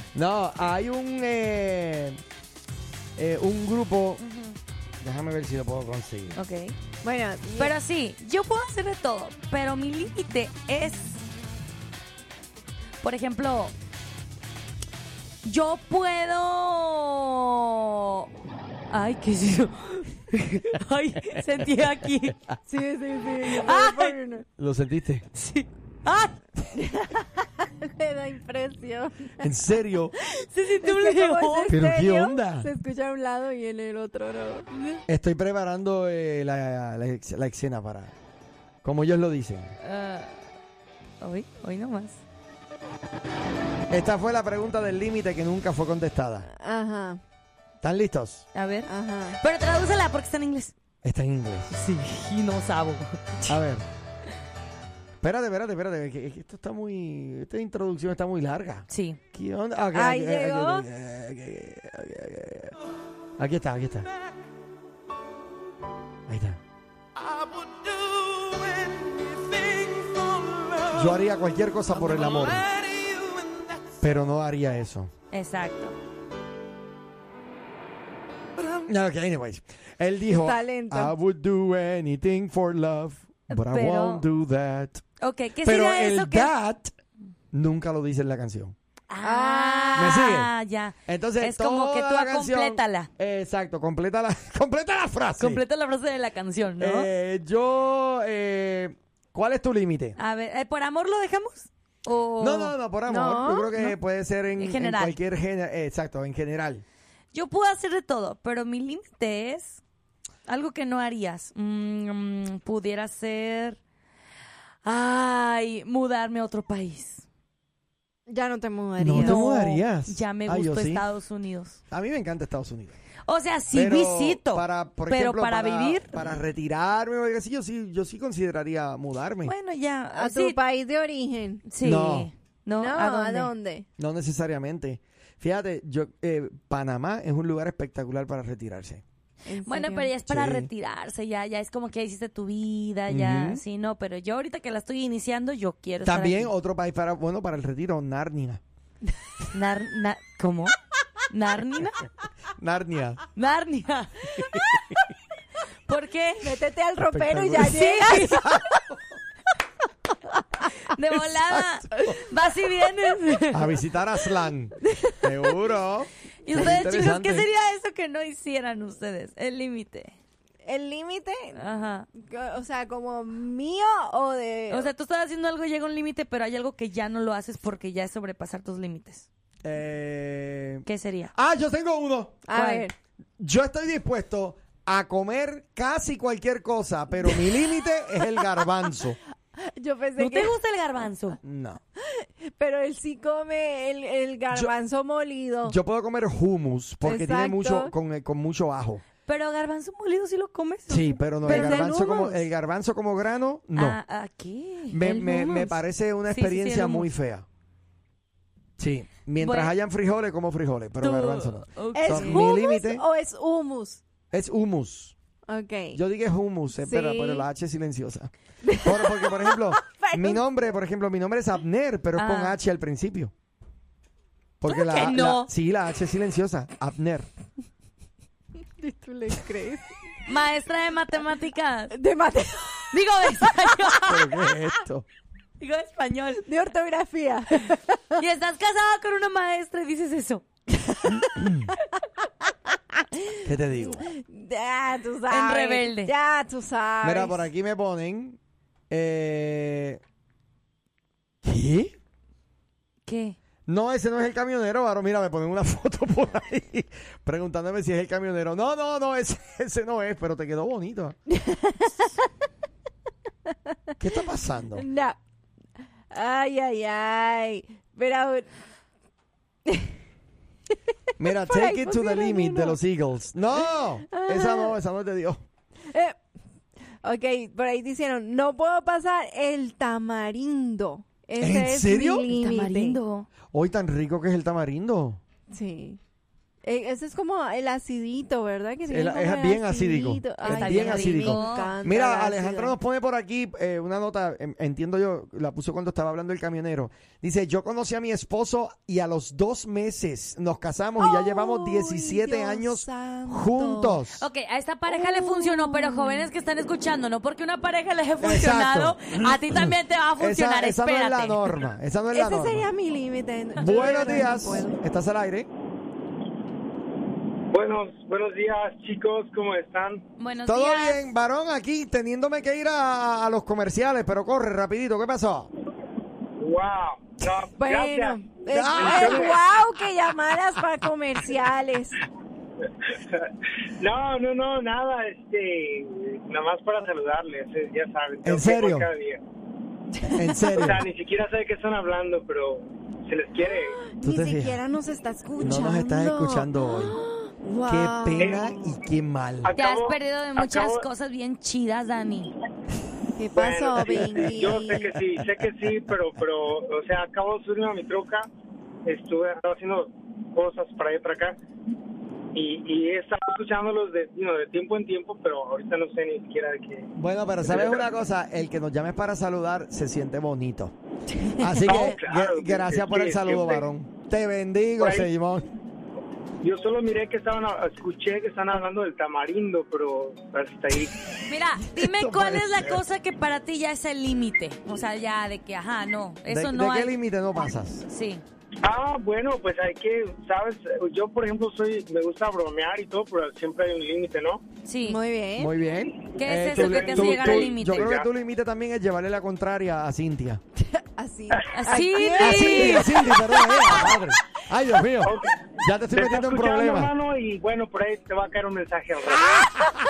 Speaker 1: no, hay un eh, eh, un grupo, déjame ver si lo puedo conseguir.
Speaker 3: Ok.
Speaker 2: Bueno,
Speaker 3: Pero sí, yo puedo hacer de todo, pero mi límite es, por ejemplo, yo puedo... Ay, qué es eso. Ay, sentí aquí.
Speaker 2: sí, sí, sí.
Speaker 3: Ay.
Speaker 1: ¿Lo sentiste?
Speaker 3: Sí. ¡Ay!
Speaker 2: Me da impresión.
Speaker 1: ¿En serio?
Speaker 3: Se sintió un
Speaker 2: Es que como es
Speaker 3: león.
Speaker 1: ¿Pero qué
Speaker 2: estéreo,
Speaker 1: onda?
Speaker 2: Se escucha a un lado y en el otro no.
Speaker 1: Estoy preparando eh, la, la ex- la escena para, como ellos lo dicen.
Speaker 3: Ah, hoy, hoy nomás.
Speaker 1: Esta fue la pregunta del límite que nunca fue contestada.
Speaker 2: Ajá,
Speaker 1: ¿Están listos?
Speaker 3: A ver.
Speaker 2: ajá.
Speaker 3: Pero tradúcela porque está en inglés.
Speaker 1: Está en inglés.
Speaker 3: Sí, y no sabo.
Speaker 1: A ver. Espérate, espérate, espérate. que- que Esto está muy. Esta introducción está muy larga.
Speaker 3: Sí.
Speaker 1: ¿Qué onda? Ah, ok,
Speaker 2: Ahí
Speaker 1: ok, ok,
Speaker 2: llegó.
Speaker 1: ok, ok, ok, ok, ok. Aquí está, aquí está. Ahí está. Yo haría cualquier cosa por el amor. Pero no haría eso.
Speaker 3: Exacto.
Speaker 1: No, ok, anyways. Él dijo:
Speaker 2: Está lento.
Speaker 1: I would do anything for love, but I
Speaker 3: Pero-
Speaker 1: won't do that.
Speaker 3: Ok, ¿qué
Speaker 1: Pero
Speaker 3: sería
Speaker 1: el
Speaker 3: eso que...
Speaker 1: that nunca lo dice en la canción.
Speaker 3: Ah, ya.
Speaker 1: Entonces,
Speaker 3: Es como que
Speaker 1: toda
Speaker 3: tú
Speaker 1: la canción-
Speaker 3: complétala.
Speaker 1: Exacto, completa la, completa la frase.
Speaker 3: Completa la frase de la canción, ¿no?
Speaker 1: Eh, yo, eh, ¿cuál es tu límite?
Speaker 3: A ver, ¿eh, ¿por amor lo dejamos? O...
Speaker 1: No, no, no, por amor.
Speaker 2: No,
Speaker 1: yo creo que puede ser en,
Speaker 3: Oh, En
Speaker 1: en
Speaker 3: general.
Speaker 1: cualquier género. exacto, en general.
Speaker 3: Yo puedo hacer de todo, pero mi límite es algo que no harías. Mm, mm, pudiera ser... Ay, mudarme a otro país.
Speaker 2: Ya no te mudarías.
Speaker 1: No te mudarías.
Speaker 3: Ya me
Speaker 1: Ah, yo
Speaker 3: gustó
Speaker 1: sí.
Speaker 3: Estados Unidos.
Speaker 1: A mí me encanta Estados Unidos.
Speaker 3: O sea, sí
Speaker 1: Pero
Speaker 3: visito,
Speaker 1: Para, por
Speaker 3: pero
Speaker 1: ejemplo,
Speaker 3: para, vivir...
Speaker 1: Para retirarme o algo así, yo sí, yo sí consideraría mudarme.
Speaker 3: Bueno, ya.
Speaker 2: A
Speaker 3: sí,
Speaker 2: tu país de origen.
Speaker 3: sí.
Speaker 1: No.
Speaker 3: No,
Speaker 2: No,
Speaker 3: ¿a dónde?
Speaker 2: ¿a dónde?
Speaker 1: No necesariamente. Fíjate, yo, eh, Panamá es un lugar espectacular para retirarse.
Speaker 2: ¿En
Speaker 3: Bueno,
Speaker 2: serio?
Speaker 3: pero ya es para
Speaker 1: Sí.
Speaker 3: retirarse, ya, ya es como que ya hiciste tu vida, ya,
Speaker 1: Ujú.
Speaker 3: sí, no, pero yo ahorita que la estoy iniciando, yo quiero estar
Speaker 1: También
Speaker 3: aquí.
Speaker 1: otro país para, bueno, para el retiro, Narnia.
Speaker 3: Nar- na- ¿Cómo? ¿Narnia?
Speaker 1: Narnia.
Speaker 3: Narnia. ¿Por qué?
Speaker 2: Métete al ropero y ya
Speaker 3: Espectacular.
Speaker 2: llegas.
Speaker 3: De volada. Vas y vienes.
Speaker 1: A visitar a Slan. Seguro.
Speaker 3: ¿Y ustedes, chicos,
Speaker 1: Interesante.
Speaker 3: qué sería eso que no hicieran ustedes? El límite.
Speaker 2: El límite,
Speaker 3: Ajá.
Speaker 2: o sea, como mío o de...
Speaker 3: O sea, tú estás haciendo algo, llega un límite, pero hay algo que ya no lo haces porque ya es sobrepasar tus límites.
Speaker 1: Eh,
Speaker 3: ¿Qué sería?
Speaker 1: Ah, yo tengo uno.
Speaker 2: a
Speaker 3: ¿cuál?
Speaker 2: ver,
Speaker 1: Yo estoy dispuesto a comer casi cualquier cosa, pero mi límite es el garbanzo.
Speaker 2: yo pensé
Speaker 3: ¿No
Speaker 2: que...
Speaker 3: te gusta el garbanzo?
Speaker 1: No.
Speaker 2: Pero él sí come el, el garbanzo molido.
Speaker 1: Yo puedo comer hummus porque tiene
Speaker 2: Exacto.
Speaker 1: mucho con, eh, con mucho ajo.
Speaker 3: Pero garbanzo molido sí lo comes.
Speaker 1: Sí, pero no
Speaker 2: Pero es
Speaker 1: el
Speaker 2: el
Speaker 1: garbanzo como
Speaker 2: hummus.
Speaker 1: el garbanzo como grano no.
Speaker 3: Ah, ah, ¿qué?
Speaker 1: me,
Speaker 3: El
Speaker 1: me- me
Speaker 3: hummus.
Speaker 1: parece
Speaker 3: Sí,
Speaker 1: una
Speaker 3: sí, sí, el
Speaker 1: experiencia muy
Speaker 3: hummus.
Speaker 1: fea. Sí, mientras
Speaker 3: Bueno.
Speaker 1: hayan frijoles como frijoles, pero
Speaker 3: Tú-
Speaker 1: garbanzo no.
Speaker 3: ok.
Speaker 2: ¿Es
Speaker 1: Son- mi
Speaker 2: hummus
Speaker 1: límite-
Speaker 2: o es humus?
Speaker 1: Es hummus.
Speaker 2: Ok.
Speaker 1: Yo dije hummus, eh, pero,
Speaker 2: Sí.
Speaker 1: pero la H es silenciosa. Por- porque por ejemplo,
Speaker 2: Pero-
Speaker 1: mi nombre, por ejemplo, mi nombre es Abner, pero es con
Speaker 3: Ah.
Speaker 1: H al principio. Porque
Speaker 3: ¿Cómo
Speaker 1: la,
Speaker 3: que
Speaker 1: la-
Speaker 3: no?
Speaker 1: sí, la H es silenciosa, Abner.
Speaker 2: ¿Tú le crees?
Speaker 3: Maestra de matemáticas.
Speaker 2: De, mate-
Speaker 3: Digo de español.
Speaker 1: ¿Pero qué es esto?
Speaker 3: Digo de español.
Speaker 2: de ortografía.
Speaker 3: Y estás casada con una maestra y dices eso.
Speaker 1: ¿Qué te digo?
Speaker 2: ya, tú sabes.
Speaker 3: rebelde.
Speaker 2: Ya, tú sabes.
Speaker 1: Mira, por aquí me ponen. eh, ¿Qué?
Speaker 3: ¿Qué?
Speaker 1: No, ese no es el camionero, Ahora Mira, me ponen una foto por ahí preguntándome si es el camionero. No, no, no, ese, ese no es, pero te quedó bonito. ¿Qué está pasando?
Speaker 2: No. Ay, ay, ay. Pero
Speaker 1: Mira,
Speaker 2: Por ahí
Speaker 1: Take It to the
Speaker 2: pusieron
Speaker 1: Limit de
Speaker 2: uno.
Speaker 1: los Eagles. No, esa no, esa no te dio.
Speaker 2: Ah. Eh, ok, por ahí dijeron, no puedo pasar el tamarindo. Ese
Speaker 1: ¿En
Speaker 2: es
Speaker 1: serio?
Speaker 2: mi límite.
Speaker 3: Tamarindo.
Speaker 1: Hoy tan rico que es el tamarindo.
Speaker 2: Sí. Eh, ese es como el acidito, ¿verdad? Que tiene
Speaker 1: El-
Speaker 2: como
Speaker 1: es
Speaker 2: el
Speaker 1: bien acídico.
Speaker 2: acidito.
Speaker 1: Es
Speaker 2: Ay,
Speaker 3: bien
Speaker 2: qué
Speaker 3: acídico.
Speaker 2: rico. Me encanta el
Speaker 1: Mira,
Speaker 2: ácido.
Speaker 1: Alejandra nos pone por aquí eh, una nota, em, entiendo yo, la puso cuando estaba hablando el camionero. Dice, yo conocí a mi esposo y a los dos meses nos casamos y ya llevamos
Speaker 2: Ay,
Speaker 1: 17
Speaker 2: Dios
Speaker 1: años
Speaker 2: santo.
Speaker 1: juntos.
Speaker 3: Ok, a esta pareja le
Speaker 1: Oh.
Speaker 3: funcionó, pero jóvenes que están escuchando, no porque una pareja les haya funcionado, a ti también te va a
Speaker 1: Esa,
Speaker 3: funcionar.
Speaker 1: esa no es
Speaker 3: Espérate.
Speaker 1: la norma, esa no es la
Speaker 2: Ese
Speaker 1: norma.
Speaker 2: sería mi límite. Yo de
Speaker 1: Buenos
Speaker 2: verdad no
Speaker 1: días,
Speaker 2: puedo.
Speaker 1: estás al aire.
Speaker 10: Buenos, buenos días, chicos, ¿cómo están?
Speaker 3: Buenos
Speaker 1: Todo
Speaker 3: días.
Speaker 1: bien, varón, aquí teniéndome que ir a, a los comerciales, pero corre rapidito, ¿qué pasó?
Speaker 10: ¡Wow! No,
Speaker 3: Pues,
Speaker 2: Bueno,
Speaker 10: gracias.
Speaker 2: es,
Speaker 1: Ah.
Speaker 2: wow que llamaras para comerciales.
Speaker 10: No, no, no, nada, este, nada más para saludarles, eh, ya saben. tengo
Speaker 1: ¿En
Speaker 10: que
Speaker 1: serio?
Speaker 10: por cada día.
Speaker 1: En
Speaker 10: O
Speaker 1: serio.
Speaker 10: sea, ni siquiera sé de qué están hablando, pero se les quiere.
Speaker 1: ¿Tú
Speaker 2: Ni
Speaker 1: te fijas?
Speaker 2: siquiera nos está escuchando.
Speaker 1: No nos estás escuchando hoy.
Speaker 2: Wow.
Speaker 1: Qué pena y qué mal.
Speaker 3: Te has
Speaker 10: Eh, Acabo-
Speaker 3: perdido de muchas
Speaker 10: acabo-
Speaker 3: cosas bien chidas, Dani.
Speaker 2: ¿Qué pasó,
Speaker 10: Bueno, sí,
Speaker 2: Benji?
Speaker 10: Yo sé que sí, sé que sí, pero, pero, o sea, acabo de subirme a mi troca, estuve haciendo cosas para ir para acá y, y he estado escuchándolos de, you know, de tiempo en tiempo, pero ahorita no sé ni siquiera de qué.
Speaker 1: Bueno, pero sabes una cosa, el que nos llames para saludar se siente bonito. Así que
Speaker 10: Oh, claro,
Speaker 1: gra- gracias
Speaker 10: sí,
Speaker 1: por el
Speaker 10: sí,
Speaker 1: saludo,
Speaker 10: siempre. Pues,
Speaker 1: varón. Te bendigo,
Speaker 10: Por ahí-
Speaker 1: Simón.
Speaker 10: Yo solo miré que estaban, escuché que están hablando del tamarindo, pero hasta ahí.
Speaker 3: Mira, dime
Speaker 1: Esto
Speaker 3: cuál es la
Speaker 1: parece-
Speaker 3: cosa que para ti ya es el límite. O sea, ya de que, ajá, no,
Speaker 1: ¿De,
Speaker 3: eso
Speaker 1: de
Speaker 3: no
Speaker 1: qué
Speaker 3: hay.
Speaker 1: límite no pasas?
Speaker 3: Sí.
Speaker 10: Ah, bueno, pues hay que, sabes, yo por ejemplo soy, me gusta bromear y todo, pero siempre hay un límite, ¿no?
Speaker 3: Sí.
Speaker 2: Muy bien.
Speaker 1: Muy bien. Eh,
Speaker 3: ¿Qué es
Speaker 1: tu
Speaker 3: eso que
Speaker 1: li-
Speaker 3: te hace
Speaker 1: tu-
Speaker 3: llegar
Speaker 1: tu-
Speaker 3: al límite?
Speaker 1: Yo creo que tu límite también es llevarle la contraria a Cintia.
Speaker 2: Así.
Speaker 3: Así.
Speaker 1: A
Speaker 3: Ah, Sí.
Speaker 1: Cintia, a Cintia, perdón. eh, a madre. Ay, Dios mío. Ya te estoy
Speaker 10: Te está
Speaker 1: metiendo en
Speaker 10: escuchando,
Speaker 1: problemas. Ah,
Speaker 10: hermano, y bueno, por ahí te va a caer un mensaje. al rato.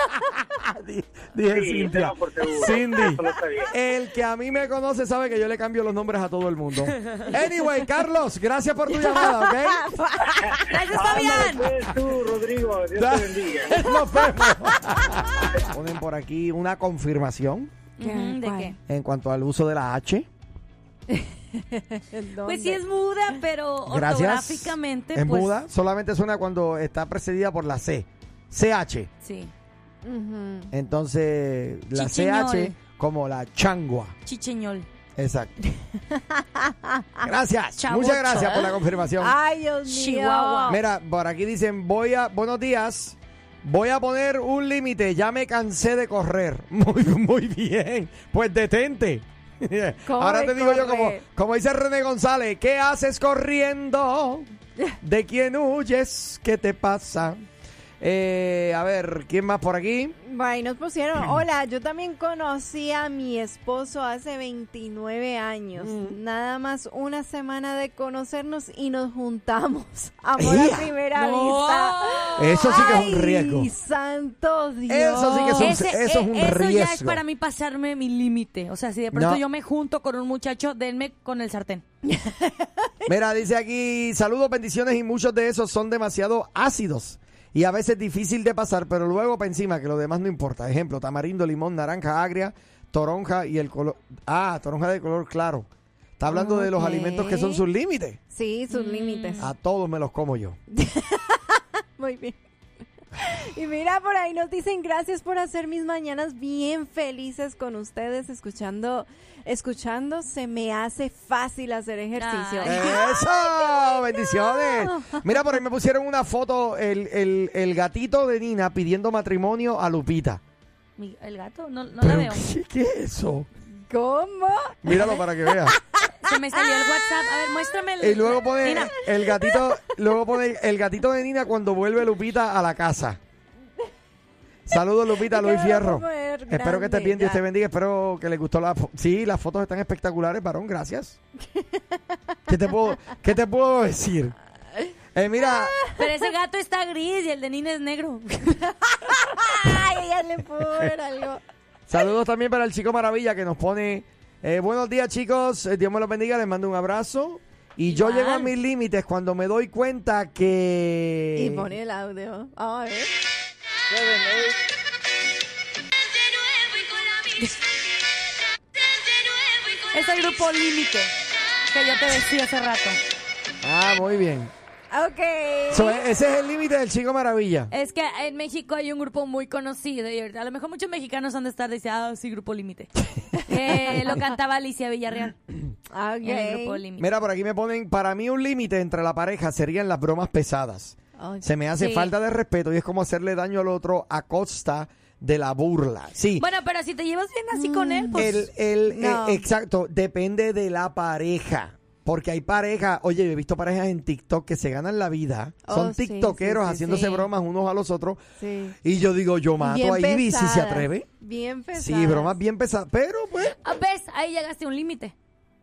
Speaker 1: Di- Dije
Speaker 10: Sí,
Speaker 1: Cintia.
Speaker 10: tenlo por seguro.
Speaker 1: Cindy.
Speaker 10: Eso no está bien.
Speaker 1: El que a mí me conoce sabe que yo le cambio los nombres a todo el mundo. Anyway, Carlos, gracias por tu llamada, ¿ok?
Speaker 3: Gracias,
Speaker 10: Ándale,
Speaker 3: Fabián.
Speaker 10: pues, tú, Rodrigo, Dios
Speaker 1: Da-
Speaker 10: te bendiga.
Speaker 1: Nos vemos. Ponen por aquí una confirmación
Speaker 3: Ujú, ¿De qué?
Speaker 1: en cuanto al uso de la H.
Speaker 3: Pues sí es muda, pero
Speaker 1: Gracias.
Speaker 3: ortográficamente
Speaker 1: En
Speaker 3: pues,
Speaker 1: muda solamente suena cuando está precedida por la C. CH.
Speaker 3: Sí.
Speaker 1: Entonces, la
Speaker 3: Chichiñol.
Speaker 1: CH como la changua.
Speaker 3: Chicheñol.
Speaker 1: Exacto. Gracias.
Speaker 3: Chavocho.
Speaker 1: Muchas gracias por la confirmación.
Speaker 2: ¿eh? Ay, Dios mío.
Speaker 3: Chihuahua.
Speaker 1: Mira, por aquí dicen, voy a, buenos días, voy a poner un límite, ya me cansé de correr. Muy, muy bien, pues detente.
Speaker 2: Corre,
Speaker 1: Ahora te digo yo, como,
Speaker 2: corre.
Speaker 1: como dice René González, ¿qué haces corriendo? ¿De quién huyes? ¿Qué te pasa? Eh, a ver, ¿quién más por aquí?
Speaker 2: Ahí nos pusieron, hola, yo también conocí a mi esposo hace 29 años.
Speaker 1: Mm.
Speaker 2: Nada más una semana de conocernos y nos juntamos. Amor
Speaker 1: ¡Ea!
Speaker 2: a primera
Speaker 3: ¡No!
Speaker 2: vista.
Speaker 1: Eso sí que es un
Speaker 2: ¡Ay,
Speaker 1: riesgo.
Speaker 2: santo Dios!
Speaker 1: Eso sí que es un-
Speaker 3: Ese-
Speaker 1: eso es un
Speaker 3: eh, eso ya es
Speaker 1: riesgo.
Speaker 3: para mí pasarme mi límite. O sea, si de pronto
Speaker 1: No.
Speaker 3: yo me junto con un muchacho, denme con el sartén.
Speaker 1: Mira, dice aquí, saludos, bendiciones y muchos de esos son demasiado ácidos y a veces difícil de pasar, pero luego para encima que lo demás no importa. Ejemplo, tamarindo, limón, naranja agria, toronja y el color... Ah, toronja de color claro. Está hablando de los
Speaker 2: Ok.
Speaker 1: alimentos que son sus límites. Ah.
Speaker 2: Sí, sus límites.
Speaker 1: A todos me los como yo.
Speaker 2: Muy bien. Y mira, por ahí nos dicen gracias por hacer mis mañanas bien felices con ustedes, escuchando, escuchando, se me hace fácil hacer ejercicio.
Speaker 3: Ay.
Speaker 1: ¡Eso! ¡Bendiciones! Mira, por ahí me pusieron una foto, el, el- el gatito de Nina pidiendo matrimonio a Lupita.
Speaker 3: Mi- El gato, no, no la
Speaker 1: Pero,
Speaker 3: veo.
Speaker 1: ¿qué, qué es eso?
Speaker 2: ¿Cómo?
Speaker 1: Míralo para que veas.
Speaker 3: Se me salió el WhatsApp. A ver, muéstrame el.
Speaker 1: Y luego pone
Speaker 3: Nina.
Speaker 1: el gatito, luego pone el gatito de Nina cuando vuelve Lupita a la casa. Saludos Lupita,
Speaker 2: Es que
Speaker 1: Luis
Speaker 2: me lo
Speaker 1: Fierro.
Speaker 2: puedo ver
Speaker 1: Espero que estés
Speaker 2: grande,
Speaker 1: bien, Dios
Speaker 2: ya.
Speaker 1: te bendiga. Espero que les gustó la fo- Sí, las fotos están espectaculares, varón, gracias. ¿Qué te puedo, qué te puedo decir? Eh, mira,
Speaker 2: Ah,
Speaker 3: Pero ese gato está gris y el de Nina es negro.
Speaker 2: Ay, ella le pudo ver algo.
Speaker 1: saludos también para el chico Maravilla que nos pone eh, buenos días chicos, Eh, Dios me los bendiga, les mando un abrazo. Y yo
Speaker 3: Igual.
Speaker 1: llego a mis límites cuando me doy cuenta que...
Speaker 2: Y pone el audio. Vamos a ver.
Speaker 3: Es el grupo límite que yo te decía hace rato.
Speaker 1: Ah, muy bien.
Speaker 2: Ok.
Speaker 1: So, e- ese es el límite del Chico Maravilla.
Speaker 3: Es que en México hay un grupo muy conocido y a lo mejor muchos mexicanos han de estar diciendo, ah, sí, grupo límite. Eh, lo cantaba Alicia Villarreal
Speaker 2: Ok.
Speaker 3: en el grupo límite.
Speaker 1: Mira, por aquí me ponen, para mí un límite entre la pareja serían las bromas pesadas.
Speaker 2: Ay.
Speaker 1: Se me hace
Speaker 3: Sí.
Speaker 1: falta de respeto y es como hacerle daño al otro a costa de la burla. Sí,
Speaker 3: Bueno, pero si te llevas bien así con él, pues...
Speaker 1: el, el,
Speaker 2: no.
Speaker 1: eh, exacto, depende de la pareja. Porque hay parejas, oye, yo he visto parejas en TikTok que se ganan la vida,
Speaker 2: Oh,
Speaker 1: son
Speaker 2: sí,
Speaker 1: tiktokeros
Speaker 2: sí, sí,
Speaker 1: haciéndose
Speaker 2: sí.
Speaker 1: bromas unos a los otros.
Speaker 2: Sí.
Speaker 1: Y yo digo, yo mato
Speaker 2: Bien
Speaker 1: a Ibis si se
Speaker 2: pesadas,
Speaker 1: atreve.
Speaker 2: Bien pesada.
Speaker 1: Sí, bromas bien pesadas, pero pues...
Speaker 3: Ah, ¿Ves? Ahí llegaste a un límite.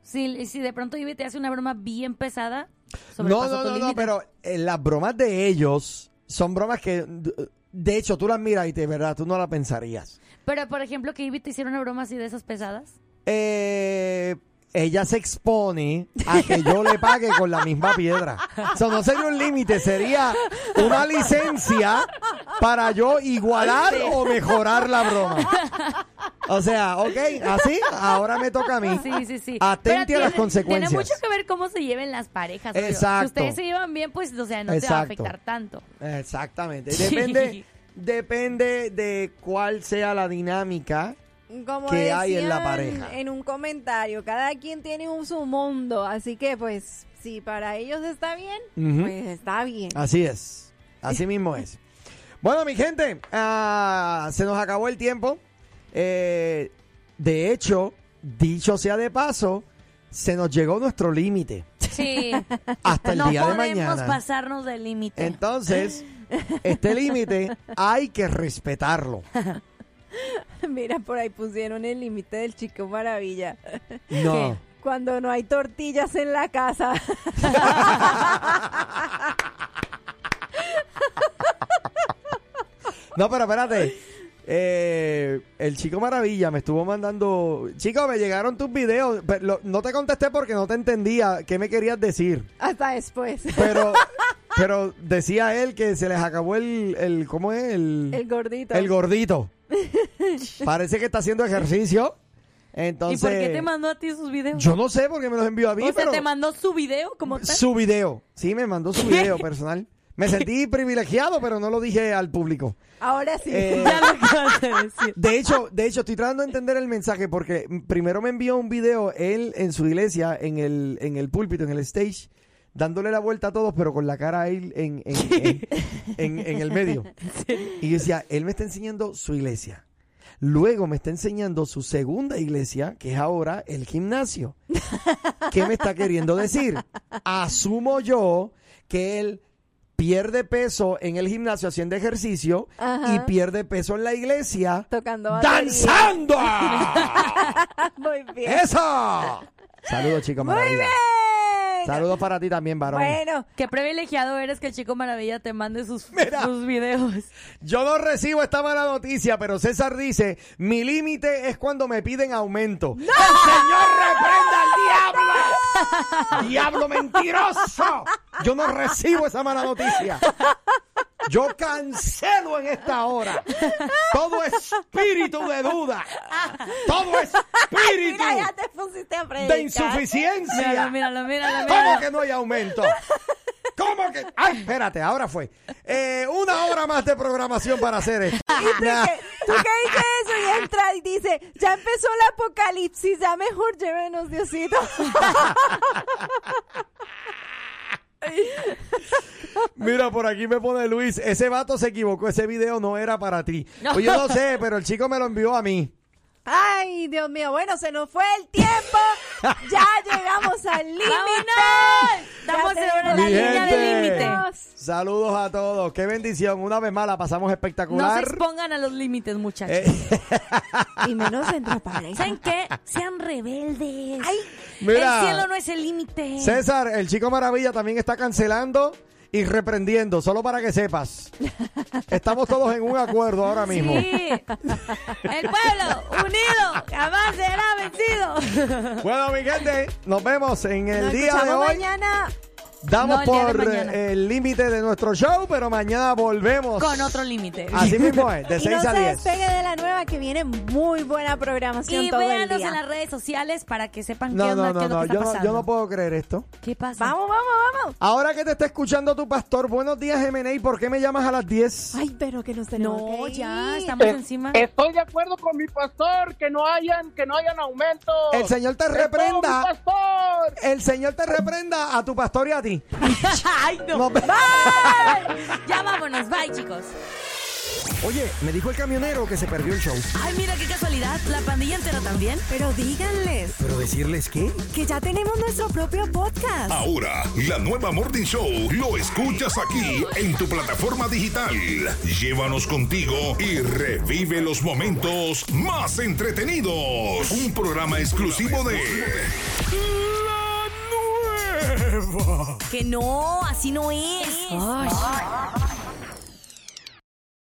Speaker 3: Si, si de pronto Ivy te hace una broma bien pesada,
Speaker 1: No,
Speaker 3: sobrepasa
Speaker 1: no,
Speaker 3: tu
Speaker 1: no, no,
Speaker 3: límite.
Speaker 1: pero eh, las bromas de ellos son bromas que, d- de hecho, tú las miras y de verdad, tú no las pensarías.
Speaker 3: Pero, por ejemplo, que Ivy te hiciera una broma así de esas pesadas.
Speaker 1: Eh, ella se expone a que yo le pague con la misma piedra. O sea, no sería un límite, sería una licencia para yo igualar o mejorar la broma. O sea, ok, así, ahora me toca a mí.
Speaker 3: Sí, sí, sí. Pero
Speaker 1: Atente a las
Speaker 3: tiene-
Speaker 1: consecuencias.
Speaker 3: Tiene mucho que ver cómo se lleven las parejas. oiga.
Speaker 1: Exacto.
Speaker 3: Si ustedes se llevan bien, pues, o sea, no te va a
Speaker 1: Exacto.
Speaker 3: afectar tanto.
Speaker 1: Exactamente.
Speaker 3: Sí.
Speaker 1: Depende, depende de cuál sea la dinámica.
Speaker 2: Como
Speaker 1: que hay en la
Speaker 2: decían
Speaker 1: pareja.
Speaker 2: En un comentario, cada quien tiene un su mundo, así que pues si para ellos está bien,
Speaker 1: Ujú. Ah,
Speaker 2: pues está bien.
Speaker 1: Así es. Así mismo es. Bueno, mi gente, ah, se nos acabó el tiempo. Eh, de hecho, dicho sea de paso, se nos llegó nuestro límite
Speaker 3: Sí.
Speaker 1: hasta el
Speaker 3: no
Speaker 1: día de
Speaker 3: podemos
Speaker 1: mañana.
Speaker 3: pasarnos del límite.
Speaker 1: Entonces, este límite hay que respetarlo.
Speaker 2: Mira, por ahí pusieron el límite del chico maravilla.
Speaker 1: No.
Speaker 2: Cuando no hay tortillas en la casa.
Speaker 1: No, pero espérate. Eh, el chico Maravilla me estuvo mandando. Chico, me llegaron tus videos. pero lo- no te contesté porque no te entendía qué me querías decir.
Speaker 2: Hasta después.
Speaker 1: Pero,
Speaker 3: Ah.
Speaker 1: pero decía él que se les acabó el, el ¿cómo es? El,
Speaker 2: El gordito.
Speaker 1: el gordito. Parece que está haciendo ejercicio.
Speaker 3: ¿Y
Speaker 1: Entonces,
Speaker 3: por qué te mandó a ti sus videos?
Speaker 1: yo no sé por qué me los envió a mí,
Speaker 3: O sea,
Speaker 1: pero
Speaker 3: te mandó su video como tal.
Speaker 1: su video. Sí, me mandó su video personal. Me sentí privilegiado, pero no lo dije al público.
Speaker 2: Ahora sí.
Speaker 1: Eh,
Speaker 3: Ya lo acabas de decir.
Speaker 1: De hecho, de hecho, estoy tratando de entender el mensaje porque primero me envió un video él en su iglesia, en el, en el púlpito, en el stage, dándole la vuelta a todos, pero con la cara a él en, en- en- en- en el medio. Y yo decía, él me está enseñando su iglesia. Luego me está enseñando su segunda iglesia, que es ahora el gimnasio. ¿Qué me está queriendo decir? Asumo yo que él pierde peso en el gimnasio haciendo ejercicio
Speaker 2: Ajá.
Speaker 1: y pierde peso en la iglesia
Speaker 2: Tocando batería.
Speaker 1: danzando.
Speaker 2: Muy bien.
Speaker 1: ¡Eso! Saludos, chicos,
Speaker 2: Muy
Speaker 1: maravilla.
Speaker 2: bien.
Speaker 1: Saludos para ti también, varón.
Speaker 2: Bueno,
Speaker 3: Qué privilegiado eres que el chico maravilla te mande sus,
Speaker 1: Mira.
Speaker 3: sus videos.
Speaker 1: Yo no recibo esta mala noticia, pero César dice, mi límite es cuando me piden aumento. ¡El Señor reprenda al diablo! ¡Diablo mentiroso! Yo no recibo esa mala noticia. Yo cancelo en esta hora todo espíritu de duda, todo espíritu
Speaker 2: mira, ya te pusiste a predicar.
Speaker 1: de insuficiencia.
Speaker 3: Míralo, míralo, míralo,
Speaker 1: ¿Cómo
Speaker 3: míralo.
Speaker 1: que no hay aumento? ¿Cómo que? Ay, espérate, ahora fue. Eh, una hora más de programación para hacer esto.
Speaker 2: ¿Tú
Speaker 1: Nah.
Speaker 2: qué, tú qué dices eso? Y entra y dice, ya empezó el apocalipsis, ya mejor llévenos, Diosito.
Speaker 1: Mira, por aquí me pone Luis, ese vato se equivocó, ese video no era para ti.
Speaker 3: No.
Speaker 1: Pues yo no sé, pero el chico me lo envió a mí.
Speaker 2: Ay, Dios mío, bueno, se nos fue el tiempo. Ya llegamos al límite.
Speaker 3: ¡Vámonos! Estamos
Speaker 2: Ya
Speaker 3: en la
Speaker 2: tenemos-
Speaker 1: Mi
Speaker 3: línea del
Speaker 1: gente.
Speaker 3: límite.
Speaker 1: Saludos a todos, qué bendición. Una vez más la pasamos
Speaker 3: No se
Speaker 1: espectacular.
Speaker 3: expongan a los límites, muchachos.
Speaker 1: Eh,
Speaker 2: Y menos entre pareja.
Speaker 3: ¿Saben qué? Sean rebeldes.
Speaker 2: Ay,
Speaker 1: mira.
Speaker 3: El cielo no es el límite.
Speaker 1: César, el chico maravilla también está cancelando y reprendiendo, solo para que sepas. Estamos todos en un acuerdo ahora
Speaker 3: Sí.
Speaker 1: mismo.
Speaker 3: El pueblo unido jamás será vencido.
Speaker 1: Bueno, mi gente, nos vemos en el
Speaker 2: nos
Speaker 1: día de
Speaker 2: escuchamos
Speaker 1: hoy.
Speaker 2: mañana.
Speaker 1: Damos
Speaker 3: No, el día de
Speaker 1: por
Speaker 3: mañana.
Speaker 1: eh, el límite de nuestro show, pero mañana volvemos.
Speaker 3: Con otro límite.
Speaker 1: Así mismo es, de
Speaker 2: Y no
Speaker 1: 6 a
Speaker 2: se
Speaker 1: 10.
Speaker 2: despegue de la nueva que viene muy buena programación
Speaker 3: Y
Speaker 2: todo el
Speaker 3: véanos
Speaker 2: día.
Speaker 3: en las redes sociales para que sepan qué
Speaker 1: No,
Speaker 3: onda, qué
Speaker 1: no, no,
Speaker 3: es lo
Speaker 1: no,
Speaker 3: que está
Speaker 1: yo no,
Speaker 3: pasando.
Speaker 1: yo no puedo creer esto.
Speaker 3: ¿Qué pasa?
Speaker 2: Vamos, vamos, vamos.
Speaker 1: Ahora que te está escuchando tu pastor, buenos días, MNI, ¿por qué me llamas a las 10?
Speaker 2: Ay, pero que nos tenemos
Speaker 3: No,
Speaker 2: que ir.
Speaker 3: ya, estamos encima.
Speaker 8: Eh, Estoy de acuerdo con mi pastor que no hayan que no hayan aumento.
Speaker 1: El Señor te
Speaker 8: Es todo, mi
Speaker 1: reprenda.
Speaker 8: pastor.
Speaker 1: El Señor te reprenda a tu pastor y a ti.
Speaker 3: Ay, no.
Speaker 1: Nos ve-
Speaker 3: Ya vámonos, bye, chicos.
Speaker 1: Oye, me dijo el camionero que se perdió el show.
Speaker 3: Ay, mira qué casualidad, la pandilla entera también.
Speaker 2: Pero díganles
Speaker 1: ¿Pero decirles qué?
Speaker 2: que ya tenemos nuestro propio podcast.
Speaker 11: Ahora, la nueva Morning Show lo escuchas aquí en tu plataforma digital. Llévanos contigo y revive los momentos más entretenidos. Un programa exclusivo de La Nueva.
Speaker 3: Que no, así no es.